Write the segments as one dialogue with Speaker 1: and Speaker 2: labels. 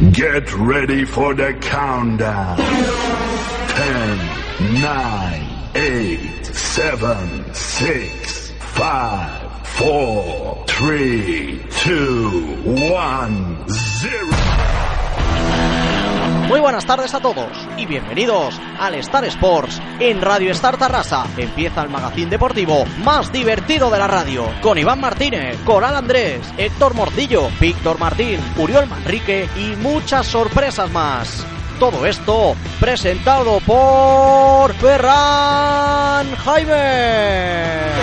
Speaker 1: Get ready for the countdown. 10, 9, 8, 7, 6, 5, 4, 3, 2, 1, 0.
Speaker 2: Muy buenas tardes a todos y bienvenidos al Star Sports en Radio Star Tarrasa. Empieza el magazín deportivo más divertido de la radio con Iván Martínez, Coral Andrés, Héctor Morcillo, Víctor Martín, Uriol Manrique y muchas sorpresas más. Todo esto presentado por Ferran Jaime.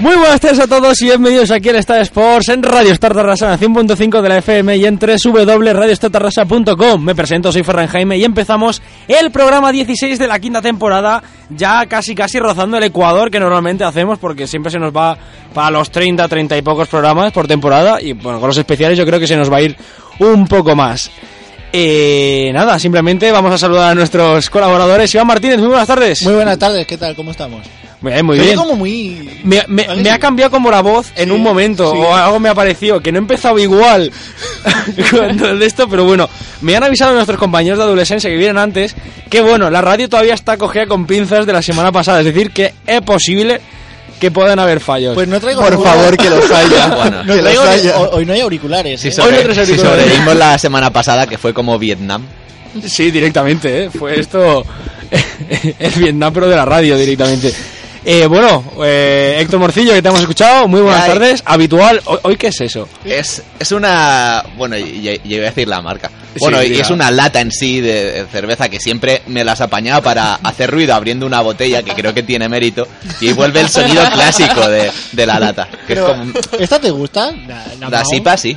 Speaker 3: Muy buenas tardes a todos y bienvenidos aquí al Star Sports en Radio Star Tarrasa en la 100.5 de la FM y en www.radiostartarrasa.com. Me presento, soy Ferran Jaime y empezamos el programa 16 de la quinta temporada, ya casi casi rozando el Ecuador que normalmente hacemos porque siempre se nos va para los 30, 30 y pocos programas por temporada y bueno, con los especiales yo creo que se nos va a ir un poco más. Eh, nada, simplemente vamos a saludar a nuestros colaboradores. Iván Martínez, muy buenas tardes.
Speaker 4: Muy buenas tardes, ¿qué tal? ¿Cómo estamos?
Speaker 3: bien, muy
Speaker 4: Soy
Speaker 3: bien.
Speaker 4: como muy...
Speaker 3: Me, me- me ha cambiado como la voz en un momento,
Speaker 4: sí.
Speaker 3: o algo me ha parecido, que no he empezado igual cuando el de esto, pero bueno, me han avisado nuestros compañeros de adolescencia que vienen antes que bueno, la radio todavía está cogida con pinzas de la semana pasada, es decir, que es posible que puedan haber fallos.
Speaker 4: Pues no traigo...
Speaker 5: Por
Speaker 4: ninguna-
Speaker 5: favor, que los haya.
Speaker 4: No
Speaker 5: que
Speaker 4: traigo
Speaker 5: los
Speaker 4: ni-
Speaker 5: haya.
Speaker 4: ho- Hoy no hay auriculares.
Speaker 6: Si,
Speaker 4: ¿eh?
Speaker 3: Hoy no
Speaker 6: sobre,
Speaker 3: tres
Speaker 6: si
Speaker 3: auriculares.
Speaker 6: sobrevivimos la semana pasada, que fue como Vietnam,
Speaker 3: Sí, directamente, ¿eh? fue esto el Vietnam, pero de la radio directamente. Eh, bueno, eh, Héctor Morcillo, que te hemos escuchado, muy buenas
Speaker 4: eh.
Speaker 6: Ay.
Speaker 3: tardes, habitual, ¿hoy- ¿hoy qué es eso?
Speaker 6: es, es una... Bueno, y- y- yo iba a decir la marca.
Speaker 3: Sí,
Speaker 6: Bueno, y
Speaker 3: diga.
Speaker 6: es una lata en sí de de cerveza que siempre me las apañaba para hacer ruido abriendo una botella, que creo que tiene mérito, y vuelve el sonido clásico de, de la lata, que
Speaker 4: Pero,
Speaker 6: es como...
Speaker 4: ¿Esta te gusta? La, la
Speaker 6: Las
Speaker 4: Mao.
Speaker 6: IPA sí.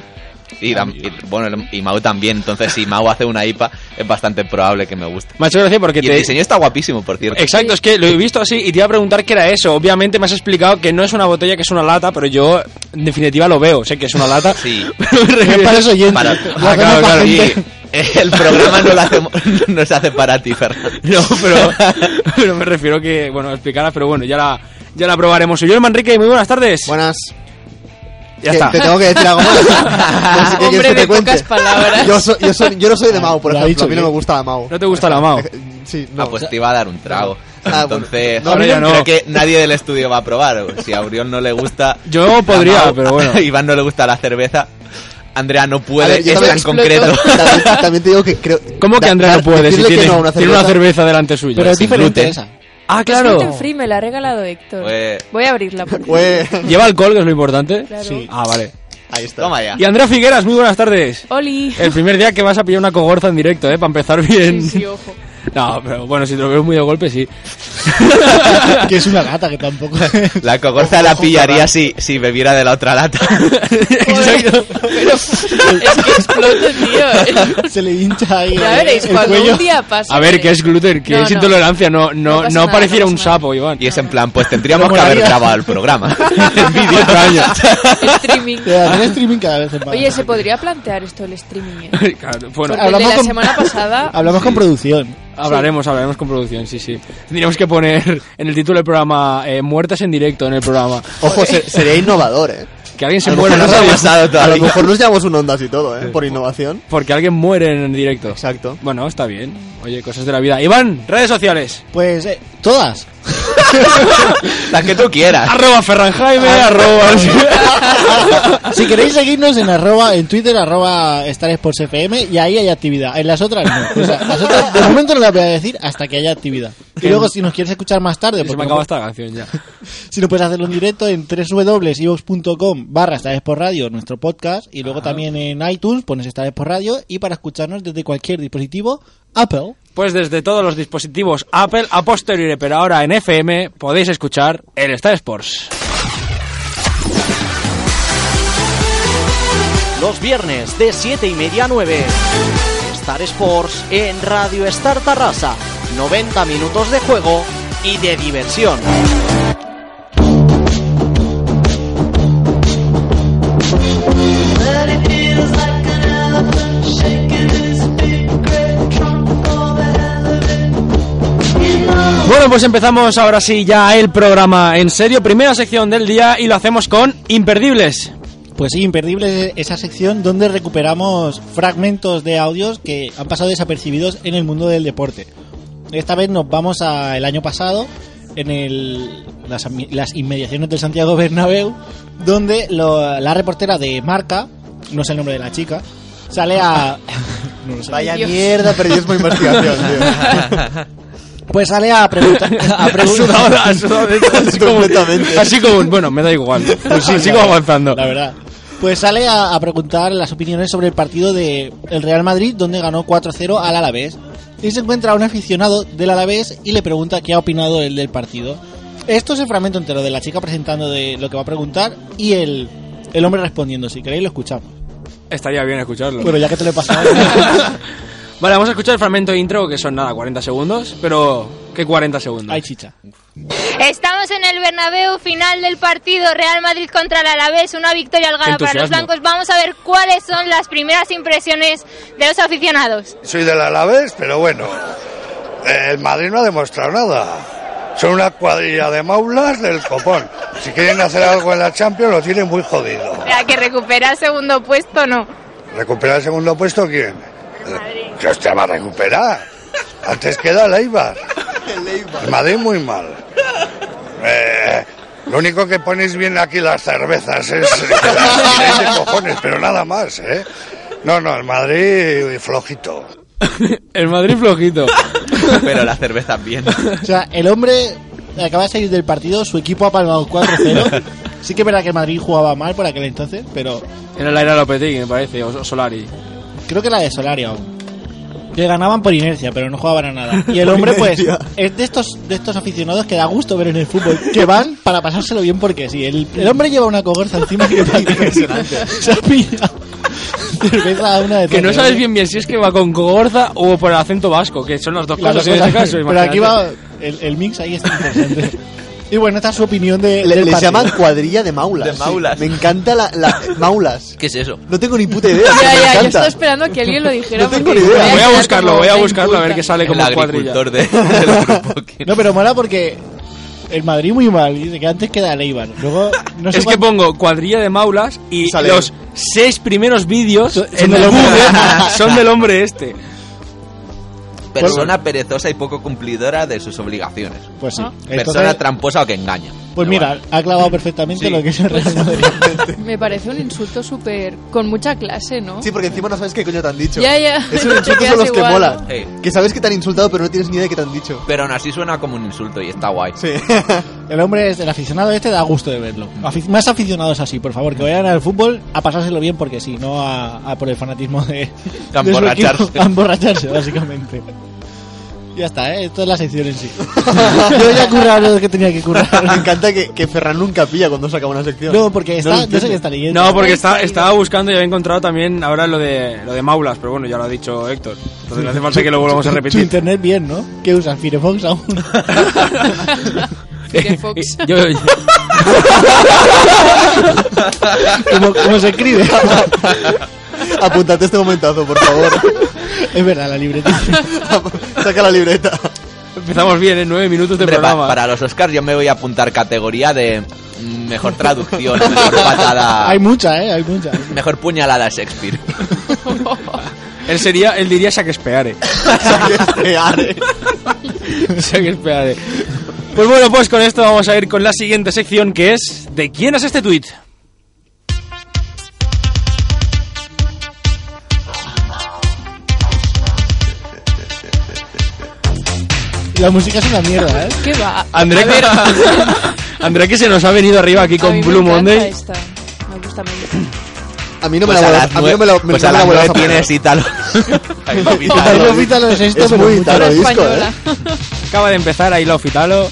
Speaker 6: Y, la- y, bueno, y Mau también, entonces si Mau hace una IPA es bastante probable que me guste.
Speaker 3: Me ha hecho gracia porque
Speaker 6: Y
Speaker 3: te,
Speaker 6: el diseño está guapísimo, por cierto.
Speaker 3: Exacto, es que lo he visto así y te iba a preguntar qué era eso. Obviamente me has explicado que no es una botella, que es una lata, pero yo en definitiva lo veo, sé que es una lata.
Speaker 6: Sí.
Speaker 3: Pero me refiero-
Speaker 4: Para eso oyentes.
Speaker 6: Para-
Speaker 4: Lo
Speaker 3: Ah,
Speaker 4: hacemos
Speaker 3: claro,
Speaker 4: pa'
Speaker 3: claro,
Speaker 6: Y
Speaker 4: gente.
Speaker 6: el programa no, lo hacemos, no se hace para ti, Fernando.
Speaker 3: No, pero, pero me refiero que, bueno, explicarás, pero bueno, ya la, ya la probaremos. Soy yo, el Manrique, muy buenas tardes.
Speaker 5: Buenas. eh, ¿Te-
Speaker 3: ya está.
Speaker 5: Te tengo que decir algo más. No sé qué quieres
Speaker 7: Hombre
Speaker 5: que te
Speaker 7: de
Speaker 5: cuente.
Speaker 7: pocas palabras.
Speaker 5: Yo, soy- yo, soy- yo no soy de Mao, por
Speaker 4: Lo ha
Speaker 5: ejemplo.
Speaker 4: dicho
Speaker 5: A mí no me
Speaker 4: bien.
Speaker 5: gusta la Mao.
Speaker 3: No te gusta la Mao.
Speaker 5: Sí, no.
Speaker 6: Ah, pues te iba a dar un trago.
Speaker 5: Ah, bueno.
Speaker 6: Entonces,
Speaker 5: No,
Speaker 3: ahora ya no.
Speaker 6: creo que nadie del estudio va a probar. Si a Auriol no le gusta.
Speaker 3: Yo
Speaker 6: la
Speaker 3: podría,
Speaker 6: Mau,
Speaker 3: pero bueno.
Speaker 6: A Iván no le gusta la cerveza. Andrea no puede,
Speaker 5: ver, yo
Speaker 6: es tan
Speaker 5: también-
Speaker 6: concreto.
Speaker 5: También, también te digo que creo.
Speaker 3: ¿Cómo que
Speaker 5: da-
Speaker 3: Andrea no
Speaker 5: dar-
Speaker 3: puede si
Speaker 5: decirle que
Speaker 3: tiene,
Speaker 5: no a una
Speaker 3: tiene una cerveza delante suya?
Speaker 4: Pero es
Speaker 6: sin
Speaker 4: diferente
Speaker 6: gluten.
Speaker 4: esa.
Speaker 3: ah,
Speaker 7: Es
Speaker 3: claro.
Speaker 7: gluten free, me la ha regalado Héctor.
Speaker 6: Pues-
Speaker 7: Voy a abrirla por ti.
Speaker 5: Güey,
Speaker 3: ¿Lleva alcohol, que es lo importante?
Speaker 7: Claro.
Speaker 3: Ah, vale.
Speaker 5: Ahí está.
Speaker 6: Toma ya.
Speaker 3: Y Andrea Figueras, muy buenas tardes.
Speaker 7: Oli.
Speaker 3: El primer día que vas a pillar una cogorza en directo, ¿eh? Para empezar bien.
Speaker 7: Sí, sí, ojo.
Speaker 3: No, pero bueno, si te lo veo muy de golpe, sí.
Speaker 4: Que es una gata que tampoco...
Speaker 6: La cogorza la pillaría si, si bebiera de la otra lata.
Speaker 3: Exacto.
Speaker 7: Es que exploto, tío.
Speaker 4: se le hincha ahí
Speaker 7: eh. Ya
Speaker 4: el-
Speaker 7: veréis,
Speaker 4: el
Speaker 7: cuando
Speaker 4: cuello.
Speaker 7: un día pasa.
Speaker 3: A ver, que es gluten, que
Speaker 7: No,
Speaker 3: es
Speaker 7: no.
Speaker 3: intolerancia, no, no,
Speaker 7: No pasa
Speaker 3: no
Speaker 7: nada,
Speaker 3: pareciera
Speaker 7: no
Speaker 3: un
Speaker 7: pasa nada.
Speaker 3: sapo, Iván.
Speaker 6: Y es en plan, pues tendríamos
Speaker 4: No
Speaker 6: que haber
Speaker 4: molaría.
Speaker 6: grabado el programa.
Speaker 3: Otro año.
Speaker 7: Streaming.
Speaker 4: Te dan el streaming cada vez en más.
Speaker 7: Oye, se podría plantear esto el streaming. eh?
Speaker 3: Claro, bueno,
Speaker 7: Porque el de la semana pasada.
Speaker 4: Hablamos con producción.
Speaker 3: hablaremos, hablaremos con producción, sí, sí. Tendríamos que poner en el título del programa eh, Muertes en directo en el programa.
Speaker 5: Ojo, se- sería innovador, eh.
Speaker 3: Que alguien se
Speaker 5: A lo
Speaker 3: muera,
Speaker 5: mejor
Speaker 3: en
Speaker 5: nos
Speaker 3: radio,
Speaker 5: llamamos-
Speaker 6: pasado
Speaker 5: A lo
Speaker 6: todavía.
Speaker 5: mejor nos llamamos un Ondas y todo, eh. Por innovación.
Speaker 3: Porque alguien muere en directo.
Speaker 5: Exacto.
Speaker 3: Bueno, está bien. Oye, cosas de la vida. Iván, redes sociales.
Speaker 4: Pues eh, todas.
Speaker 6: La que tú quieras.
Speaker 3: Arroba Ferranjaime, arroba...
Speaker 4: Si queréis seguirnos en arroba, en Twitter, arroba Star Sports FM y ahí hay actividad. En las otras no. O sea, las otras de momento no las voy a decir hasta que haya actividad. Y luego si nos quieres escuchar más tarde,
Speaker 3: Se
Speaker 4: porque
Speaker 3: me
Speaker 4: no-
Speaker 3: acaba esta canción ya.
Speaker 4: si no puedes hacerlo en directo en www.ivox.com barra Star Sports Radio, nuestro podcast, y
Speaker 3: Ah.
Speaker 4: luego también en iTunes pones Star Sports Radio y para escucharnos desde cualquier dispositivo, Apple.
Speaker 3: Pues desde todos los dispositivos Apple a posteriori, pero ahora en FM podéis escuchar el Star Sports.
Speaker 2: Los viernes de 7 y media a 9. Star Sports en Radio Star Tarrasa. 90 minutos de juego y de diversión.
Speaker 3: Bueno, pues empezamos ahora sí ya el programa en serio. Primera sección del día y lo hacemos con Imperdibles.
Speaker 4: Pues sí, imperdible es esa sección donde recuperamos fragmentos de audios que han pasado desapercibidos en el mundo del deporte. Esta vez nos vamos al año pasado, en el- las, ami- las inmediaciones del Santiago Bernabéu, donde lo- la reportera de Marca, no sé el nombre de la chica, sale a... no lo sé.
Speaker 5: Vaya
Speaker 7: Dios.
Speaker 5: mierda, perdí mi investigación, tío.
Speaker 4: Pues sale a preguntar... A
Speaker 3: Ha sudado,
Speaker 4: preguntar
Speaker 3: ha sudado de todo, así como-
Speaker 5: Completamente.
Speaker 3: Así como, un- bueno, me da igual. Pues sigo avanzando.
Speaker 4: La verdad. Pues sale a, a preguntar las opiniones sobre el partido de el Real Madrid, donde ganó 4-0 al Alavés. Y se encuentra un aficionado del Alavés y le pregunta qué ha opinado él del partido. Esto es el fragmento entero de la chica presentando de lo que va a preguntar y el, el hombre respondiendo. Si queréis, lo escuchamos.
Speaker 3: Estaría bien escucharlo.
Speaker 4: Bueno, ya que te lo he pasado.
Speaker 3: Vale, vamos a escuchar el fragmento de intro, que son nada, 40 segundos, pero ¿qué 40 segundos?
Speaker 4: Ay, chicha.
Speaker 8: Estamos en el Bernabéu, final del partido Real Madrid contra el Alavés, una victoria al galo para los
Speaker 3: Entusiasmo.
Speaker 8: blancos. Vamos a ver cuáles son las primeras impresiones de los aficionados.
Speaker 9: Soy del Alavés, pero bueno, eh, el Madrid no ha demostrado nada. Son una cuadrilla de maulas del copón. Si quieren hacer algo en la Champions, lo tienen muy jodido.
Speaker 8: ¿La que recupera el segundo puesto no?
Speaker 9: ¿Recuperar el segundo puesto quién? ¿Qué hostia va a recuperar? Antes queda el Eibar. El Madrid muy mal. Eh, lo único que ponéis bien aquí las cervezas es... eh, es de cojones, pero nada más, ¿eh? No, no, el Madrid flojito.
Speaker 3: El Madrid flojito.
Speaker 6: Pero la cerveza bien.
Speaker 4: O sea, el hombre acaba de salir del partido, su equipo ha palmado 4-0. Sí que es verdad que el Madrid jugaba mal por aquel entonces, pero
Speaker 3: Era la era Lopetegui, me parece, o o Solari.
Speaker 4: creo que la de Solari aún. Que ganaban por inercia, pero no jugaban a nada. Y el hombre, pues, es de estos, de estos aficionados que da gusto ver en el fútbol, que van para pasárselo bien porque sí. El, el hombre lleva una cogorza encima que Se ha pillado cerveza a una de
Speaker 3: Que no
Speaker 4: todas.
Speaker 3: sabes bien bien si es que va con Gorza o por el acento vasco, que son las dos
Speaker 4: Las
Speaker 3: cosas
Speaker 4: dos
Speaker 3: en este
Speaker 4: cosas.
Speaker 3: caso.
Speaker 4: Pero aquí va
Speaker 3: imagínate.
Speaker 4: el, el mix, ahí está interesante. Y bueno, esta es su opinión de.
Speaker 5: Le,
Speaker 4: del
Speaker 5: les
Speaker 4: partido.
Speaker 5: llaman cuadrilla de maulas.
Speaker 6: De maulas.
Speaker 5: Me encanta la, la- maulas.
Speaker 6: ¿Qué es eso?
Speaker 5: No tengo ni puta idea.
Speaker 7: Ya,
Speaker 5: pero
Speaker 7: ya,
Speaker 5: me
Speaker 7: yo estaba
Speaker 5: encanta.
Speaker 7: esperando a que alguien lo dijera.
Speaker 5: No tengo
Speaker 7: porque
Speaker 5: ni idea.
Speaker 7: voy
Speaker 3: Voy a
Speaker 7: quedar
Speaker 3: buscarlo,
Speaker 7: como
Speaker 3: voy a
Speaker 7: una
Speaker 3: buscarlo a ver
Speaker 7: inculta.
Speaker 3: qué sale
Speaker 6: El
Speaker 3: como cuadrilla.
Speaker 6: agricultor de, del grupo. que-
Speaker 4: No, pero mola porque el Madrid muy mal. Dice que antes queda Leibar. Luego, no sé
Speaker 3: Es que
Speaker 4: cuánto-
Speaker 3: pongo cuadrilla de maulas y
Speaker 5: Sale.
Speaker 3: los seis primeros vídeos
Speaker 4: Son- son
Speaker 3: en
Speaker 4: del
Speaker 3: el
Speaker 4: hombre.
Speaker 3: Google son del hombre este.
Speaker 6: Persona perezosa y poco cumplidora de sus obligaciones.
Speaker 4: Pues sí.
Speaker 7: Ah.
Speaker 4: Entonces-
Speaker 6: Persona tramposa o que engaña.
Speaker 4: Pues
Speaker 6: Pero
Speaker 4: mira,
Speaker 6: bueno.
Speaker 4: ha clavado perfectamente
Speaker 6: Sí.
Speaker 4: lo que es el Real Madrid.
Speaker 7: Me parece un insulto súper. con mucha clase, ¿no?
Speaker 5: Sí, porque encima no sabes qué coño te han dicho.
Speaker 7: Ya, ya.
Speaker 5: Esos
Speaker 7: Te
Speaker 5: insultos
Speaker 7: quedas
Speaker 5: son los que
Speaker 7: igual,
Speaker 5: molan.
Speaker 7: ¿no?
Speaker 6: Sí.
Speaker 5: Que sabes que te han insultado, pero no tienes ni idea de qué te han dicho.
Speaker 6: Pero aún así suena como un insulto y está guay.
Speaker 5: Sí.
Speaker 4: El hombre es el aficionado este, da gusto de verlo. Afic- más aficionados así, por favor, que vayan al fútbol a pasárselo bien porque sí, no a, a por el fanatismo
Speaker 6: A
Speaker 4: de, de su equipo.
Speaker 6: emborracharse.
Speaker 4: a emborracharse, básicamente. Ya está, ¿eh? esto es la sección en sí. Yo ya he currado lo que tenía que
Speaker 5: Me
Speaker 4: currar.
Speaker 5: encanta que, que Ferran nunca pilla cuando saca una sección.
Speaker 4: No, porque está,
Speaker 5: No lo
Speaker 4: no, sé
Speaker 5: entiendo.
Speaker 4: qué está leyendo.
Speaker 3: No, porque está, estaba buscando y había encontrado también ahora lo de, lo de Maulas, pero bueno, ya lo ha dicho Héctor. Entonces no hace falta que lo volvamos a
Speaker 4: Tu
Speaker 3: repetir.
Speaker 4: internet bien, ¿no? ¿Qué usas? Firefox aún.
Speaker 7: Firefox.
Speaker 3: Yo- yo-
Speaker 4: ¿Cómo, cómo se escribe?
Speaker 5: Apúntate este momentazo, por favor.
Speaker 4: es verdad, la libreta.
Speaker 5: Saca la libreta.
Speaker 3: empezamos bien, en nueve minutos de
Speaker 6: Hombre, pa-
Speaker 3: programa.
Speaker 6: para los Oscars yo me voy a apuntar categoría de mm, mejor traducción, mejor patada,
Speaker 4: Hay mucha, ¿eh? Hay mucha.
Speaker 6: mejor puñalada a Shakespeare.
Speaker 3: Él sería, él diría Shakespeare.
Speaker 5: eh.
Speaker 6: Pues
Speaker 3: Shakespeare. Pues bueno, pues con esto vamos a ir con la siguiente sección que es ¿De quién es este tuit?
Speaker 4: La música es una mierda, ¿eh?
Speaker 7: ¿Qué va?
Speaker 3: André,
Speaker 7: A ver,
Speaker 3: André que se nos ha venido arriba aquí
Speaker 7: a mí
Speaker 3: con
Speaker 7: me
Speaker 3: Blue
Speaker 7: encanta
Speaker 3: Monday.
Speaker 7: esta. Me gusta mucho.
Speaker 5: A mí no me
Speaker 6: Pues
Speaker 5: la
Speaker 6: a las
Speaker 5: vuelvas a mí no me la-
Speaker 6: nueve-
Speaker 5: me-
Speaker 6: pues
Speaker 5: no
Speaker 6: a
Speaker 5: me la
Speaker 6: las
Speaker 5: vuelvas
Speaker 6: nueve
Speaker 5: a poner.
Speaker 6: tienes Italo. Ay, lo vi,
Speaker 4: Para
Speaker 5: Italo.
Speaker 4: los Ítalo es esto,
Speaker 5: Es
Speaker 4: pero
Speaker 5: muy
Speaker 4: mucho.
Speaker 5: Italo disco,
Speaker 7: española.
Speaker 5: ¿eh?
Speaker 3: Acaba de empezar ahí lo fitalo.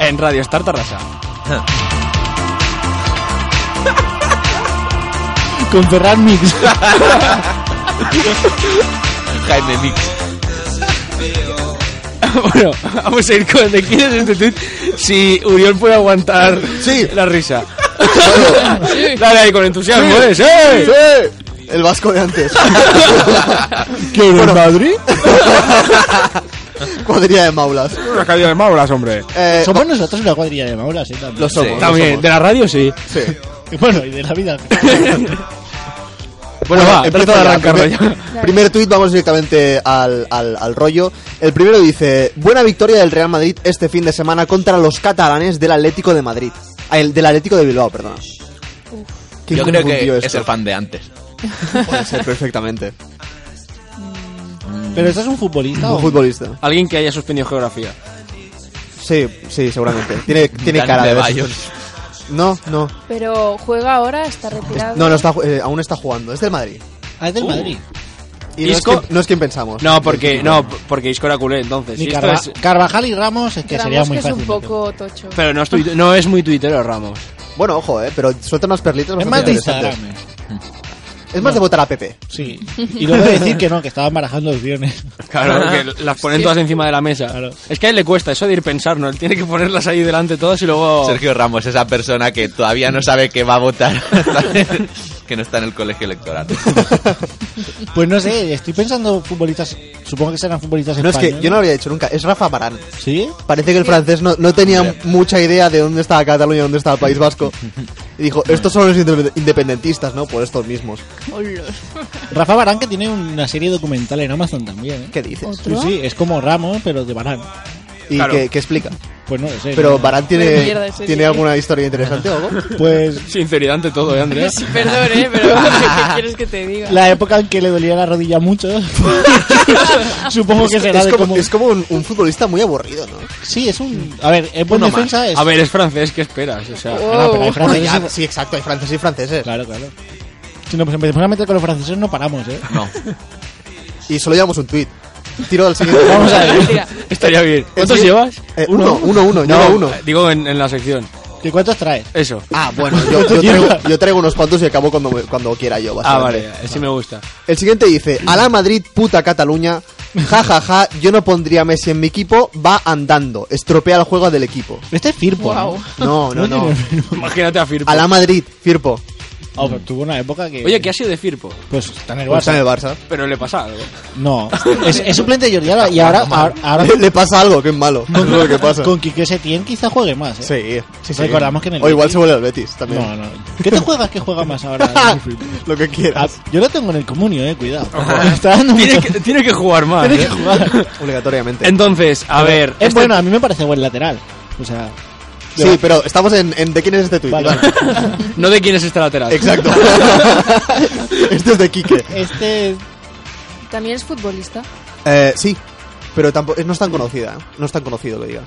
Speaker 3: en Radio Star Tarrasa.
Speaker 4: Con Ferran Mix.
Speaker 6: Jaime Mix.
Speaker 1: bueno, vamos a ir con de quién es este tweet. Si Uriol puede aguantar
Speaker 5: Sí.
Speaker 1: la risa. Dale ahí con entusiasmo, ¿eh? ¡Sí!
Speaker 5: Sí. El vasco de antes.
Speaker 1: ¿Quieres Madrid?
Speaker 5: Cuadrilla de maulas.
Speaker 1: Una caída de maulas, hombre.
Speaker 5: Eh,
Speaker 4: Somos nosotros una cuadrilla de maulas, ¿eh? También.
Speaker 5: lo somos.
Speaker 6: Sí.
Speaker 5: lo
Speaker 1: También,
Speaker 5: somos.
Speaker 1: de la radio sí.
Speaker 5: Sí.
Speaker 4: Bueno, y de la vida.
Speaker 1: Bueno, va,
Speaker 5: empieza
Speaker 1: trata de
Speaker 5: ya,
Speaker 1: arrancarlo ya.
Speaker 5: primer, Primer tuit, vamos directamente al, al, al rollo. El primero dice: Buena victoria del Real Madrid este fin de semana contra los catalanes del Atlético de Madrid. Ah, El del Atlético de Bilbao, perdona. Qué
Speaker 6: Yo creo que
Speaker 5: confundido
Speaker 6: es
Speaker 5: esto.
Speaker 6: el fan de antes.
Speaker 5: Puede ser perfectamente.
Speaker 4: ¿Pero esto es un futbolista o
Speaker 5: Un futbolista.
Speaker 1: Alguien que haya suspendido geografía.
Speaker 5: Sí, sí, seguramente. Tiene, tiene
Speaker 6: Dani
Speaker 5: cara de.
Speaker 6: Ceballos.
Speaker 5: No, no.
Speaker 7: Pero juega ahora, está retirado.
Speaker 5: No, no está, ju- eh, aún está jugando. Es del Madrid.
Speaker 4: Ah, es del Madrid.
Speaker 5: Y no es,
Speaker 1: Isco-
Speaker 5: quien, no es quien pensamos.
Speaker 1: No, porque no, porque Isco era culé, entonces.
Speaker 4: Ni
Speaker 1: Si esto
Speaker 4: Carva-
Speaker 1: es-
Speaker 4: Carvajal y Ramos es que
Speaker 7: Ramos,
Speaker 4: sería muy
Speaker 7: que es
Speaker 4: fácil.
Speaker 7: un poco tocho.
Speaker 1: pero no es, tuit- no es muy tuitero Ramos.
Speaker 5: Bueno, ojo, eh, pero suelta unas perlitas
Speaker 4: Es
Speaker 5: bastante
Speaker 4: más de
Speaker 5: interesantes.
Speaker 4: Instagram. eh.
Speaker 5: Es más de votar a Pepe.
Speaker 4: Sí. Y luego decir que no, que estaban barajando opciones.
Speaker 1: Claro, que las ponen todas encima de la mesa.
Speaker 4: Claro.
Speaker 1: Es que a él le cuesta eso de ir pensar, ¿no? Él tiene que ponerlas ahí delante todas y
Speaker 3: Oh.
Speaker 1: luego...
Speaker 6: Sergio Ramos, esa persona que todavía no sabe que va a votar, que no está en el colegio electoral.
Speaker 4: Pues no sé, estoy pensando futbolistas. Supongo que serán futbolistas
Speaker 5: No es que
Speaker 4: españoles.
Speaker 5: yo no lo había dicho nunca. Es Rafa Barán.
Speaker 4: ¿Sí?
Speaker 5: Parece que el francés no, no tenía mucha idea de dónde estaba Cataluña, dónde estaba el País Vasco. Y dijo, estos son los inde- independentistas, ¿no? Por estos mismos.
Speaker 7: Oh,
Speaker 4: Rafa Barán que tiene una serie documental en Amazon también, ¿eh?
Speaker 5: ¿Qué dices?
Speaker 4: Sí,
Speaker 7: ¿Otro?
Speaker 4: sí, es como Ramos, pero de Barán.
Speaker 5: ¿Y
Speaker 1: Claro.
Speaker 5: qué, qué explica?
Speaker 4: Pues no lo sé.
Speaker 5: Pero
Speaker 4: no-
Speaker 5: Barán
Speaker 7: Pero
Speaker 5: tiene,
Speaker 7: mierda, ese
Speaker 5: ¿tiene
Speaker 7: sí.
Speaker 5: alguna historia interesante o algo.
Speaker 4: Pues
Speaker 1: Sinceridad ante todo, ¿eh, Andrea?
Speaker 7: Sí, perdón, ¿eh? Pero ¿qué quieres que te diga?
Speaker 4: la época en que le dolía la rodilla mucho. supongo que será
Speaker 5: Es
Speaker 4: de
Speaker 5: como,
Speaker 4: como...
Speaker 5: es como un, un futbolista muy aburrido, ¿no?
Speaker 4: Sí, es un... A ver, en buen
Speaker 1: Uno más.
Speaker 4: defensa es...
Speaker 1: A ver, es francés, ¿qué esperas? O sea,
Speaker 7: Oh,
Speaker 4: Bueno, pero hay
Speaker 5: Bueno,
Speaker 4: franceses-
Speaker 5: ya, sí, exacto, hay franceses y franceses.
Speaker 4: Claro, claro. Si pues, nos empezamos a meter con los franceses no paramos, ¿eh?
Speaker 6: No.
Speaker 5: Y solo llevamos un tuit. Tiro al siguiente.
Speaker 4: Vamos a ver.
Speaker 7: Mentira.
Speaker 1: estaría bien. ¿Cuántos
Speaker 5: Sí.
Speaker 1: llevas?
Speaker 5: Eh, uno, uno, uno, llevo uno.
Speaker 1: eh, Digo en, en la sección.
Speaker 4: ¿Qué cuántos traes?
Speaker 1: Eso.
Speaker 5: Ah, bueno, yo, yo traigo, yo traigo unos cuantos y acabo cuando, me- cuando quiera yo.
Speaker 1: Ah,
Speaker 5: básicamente.
Speaker 1: vale, sí me gusta.
Speaker 5: El siguiente dice, a la Madrid, puta Cataluña, ja ja ja, yo no pondría a Messi en mi equipo, va andando, estropea el juego del equipo.
Speaker 4: Este es Firpo. ¿no?
Speaker 7: Guau.
Speaker 5: No, no, no.
Speaker 1: Imagínate a Firpo.
Speaker 5: A la Madrid, Firpo.
Speaker 4: Ah, pero tuvo una época que...
Speaker 1: Oye, ¿qué ha sido de Firpo?
Speaker 4: Pues está en el
Speaker 5: Está en
Speaker 4: Barça.
Speaker 5: el Barça.
Speaker 1: Pero le ¿eh? pasa algo.
Speaker 4: No. Es, es suplente de Jordi Alba y ahora... ahora, ahora
Speaker 5: Le, le pasa algo, que es malo. No sé lo que pasa.
Speaker 4: con Quique Setién quizá juegue más, ¿eh?
Speaker 5: Sí, sí, sí.
Speaker 4: Recordamos que en el
Speaker 5: O igual
Speaker 4: Betis-
Speaker 5: se vuelve al Betis también.
Speaker 4: No, no. ¿Qué te juegas que juega más ahora?
Speaker 5: lo que
Speaker 4: Ah,
Speaker 5: quieras.
Speaker 4: Yo lo tengo en el comunio, eh, cuidado. Está dando
Speaker 1: Tiene
Speaker 4: mucho-
Speaker 1: que, tiene que jugar más.
Speaker 4: tiene
Speaker 1: ¿eh?
Speaker 4: que jugar.
Speaker 5: Obligatoriamente.
Speaker 1: Entonces, a ver.
Speaker 4: Es
Speaker 1: este-
Speaker 4: bueno, a mí me parece buen lateral. O sea,
Speaker 5: Sí, pero estamos en, en ¿de quién es este tuit?
Speaker 4: Vale.
Speaker 5: Vale.
Speaker 1: No de quién es este lateral.
Speaker 5: Exacto. este es de Quique.
Speaker 4: este
Speaker 7: También es futbolista.
Speaker 5: Eh, sí, pero tampoco, no es tan conocida, ¿eh? no es tan conocido que diga.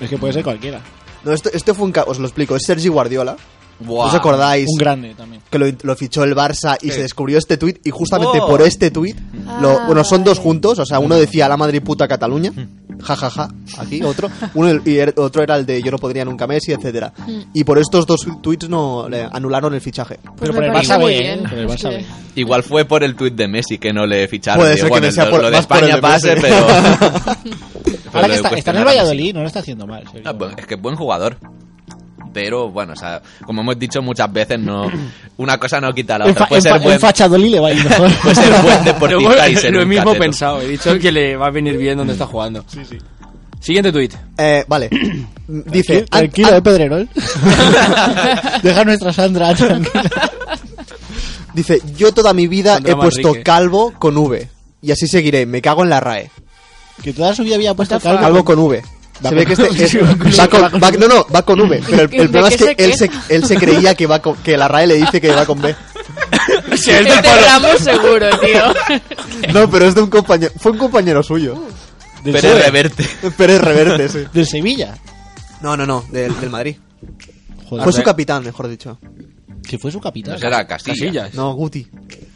Speaker 4: es que puede ser cualquiera.
Speaker 5: No, esto, este fue un... ca- Os lo explico, es Sergi Guardiola.
Speaker 6: Buah.
Speaker 5: ¿Os acordáis?
Speaker 4: Un grande también.
Speaker 5: que lo, lo fichó el Barça y se descubrió este tuit y justamente
Speaker 1: Wow.
Speaker 5: por este tuit, lo-
Speaker 7: Ah,
Speaker 5: bueno, son dos
Speaker 7: vale.
Speaker 5: juntos, o sea, uno decía la Madrid puta Cataluña,
Speaker 4: Mm.
Speaker 5: jajaja, aquí otro, uno y el- otro era el de yo no podría nunca Messi, etcétera. Y por estos dos tuits no le anularon el fichaje.
Speaker 7: Pues
Speaker 4: Pero
Speaker 7: me
Speaker 4: por el
Speaker 7: parece
Speaker 4: Barça
Speaker 7: muy
Speaker 4: B, ¿eh?
Speaker 7: bien.
Speaker 4: Por el Barça
Speaker 7: Sí.
Speaker 4: B.
Speaker 6: Igual fue por el tuit de Messi que no le ficharon.
Speaker 5: Puede
Speaker 6: Digo,
Speaker 5: ser que
Speaker 6: bueno,
Speaker 5: no sea
Speaker 6: lo-
Speaker 5: por-
Speaker 6: lo de
Speaker 5: más por el
Speaker 6: España
Speaker 5: de
Speaker 6: va a ser,
Speaker 5: Messi.
Speaker 6: pero... pero
Speaker 4: Ahora
Speaker 6: lo
Speaker 4: que
Speaker 6: de
Speaker 4: está, está en el
Speaker 6: cuestionar a Messi.
Speaker 4: Valladolid, no lo está haciendo mal. sí.
Speaker 6: Ah, bueno, es que es buen jugador. Pero bueno, o sea, como hemos dicho muchas veces, no una cosa no quita la
Speaker 4: En,
Speaker 6: otra.
Speaker 4: fa,
Speaker 6: Puede
Speaker 4: en fa-
Speaker 6: ser
Speaker 4: en
Speaker 6: buen,
Speaker 4: Fachadolid le va a ir mejor.
Speaker 6: puede ser buen
Speaker 1: Pero
Speaker 6: deportista y ser
Speaker 1: bueno, lo
Speaker 6: un
Speaker 1: mismo
Speaker 6: cateto.
Speaker 1: pensado. He dicho que le va a venir bien donde está jugando. Sí, sí. Siguiente tuit.
Speaker 5: Eh, vale, dice... an-
Speaker 4: Tranquilo, eh, Pedrerol. Deja nuestra Sandra tranquila.
Speaker 5: Dice, yo toda mi vida
Speaker 1: Sandra
Speaker 5: he puesto
Speaker 1: Manrique.
Speaker 5: calvo con V. Y así seguiré, me cago en la RAE.
Speaker 4: Que toda su vida había puesto
Speaker 7: What the fuck?
Speaker 4: calvo.
Speaker 5: Calvo con V. Se ve que este es- va con, va- no, no, va con V. Pero el, el
Speaker 7: ¿De
Speaker 5: problema
Speaker 7: qué
Speaker 5: es que
Speaker 7: se
Speaker 5: él se, él se creía que, va con- que la RAE le dice que va con B.
Speaker 1: O sea, es del
Speaker 7: Este
Speaker 1: palo.
Speaker 7: Ramos seguro, tío.
Speaker 5: No, pero es de un compañero. Fue un compañero suyo.
Speaker 4: Del,
Speaker 6: Pero
Speaker 4: Sevilla.
Speaker 6: reverte.
Speaker 5: Pero es reverte, sí.
Speaker 4: Del Sevilla.
Speaker 5: No, no, no, del, del Madrid.
Speaker 4: Joder,
Speaker 5: Fue su capitán, mejor dicho.
Speaker 4: que fue su capital.
Speaker 6: No será Castilla.
Speaker 1: Casillas.
Speaker 5: No, Guti.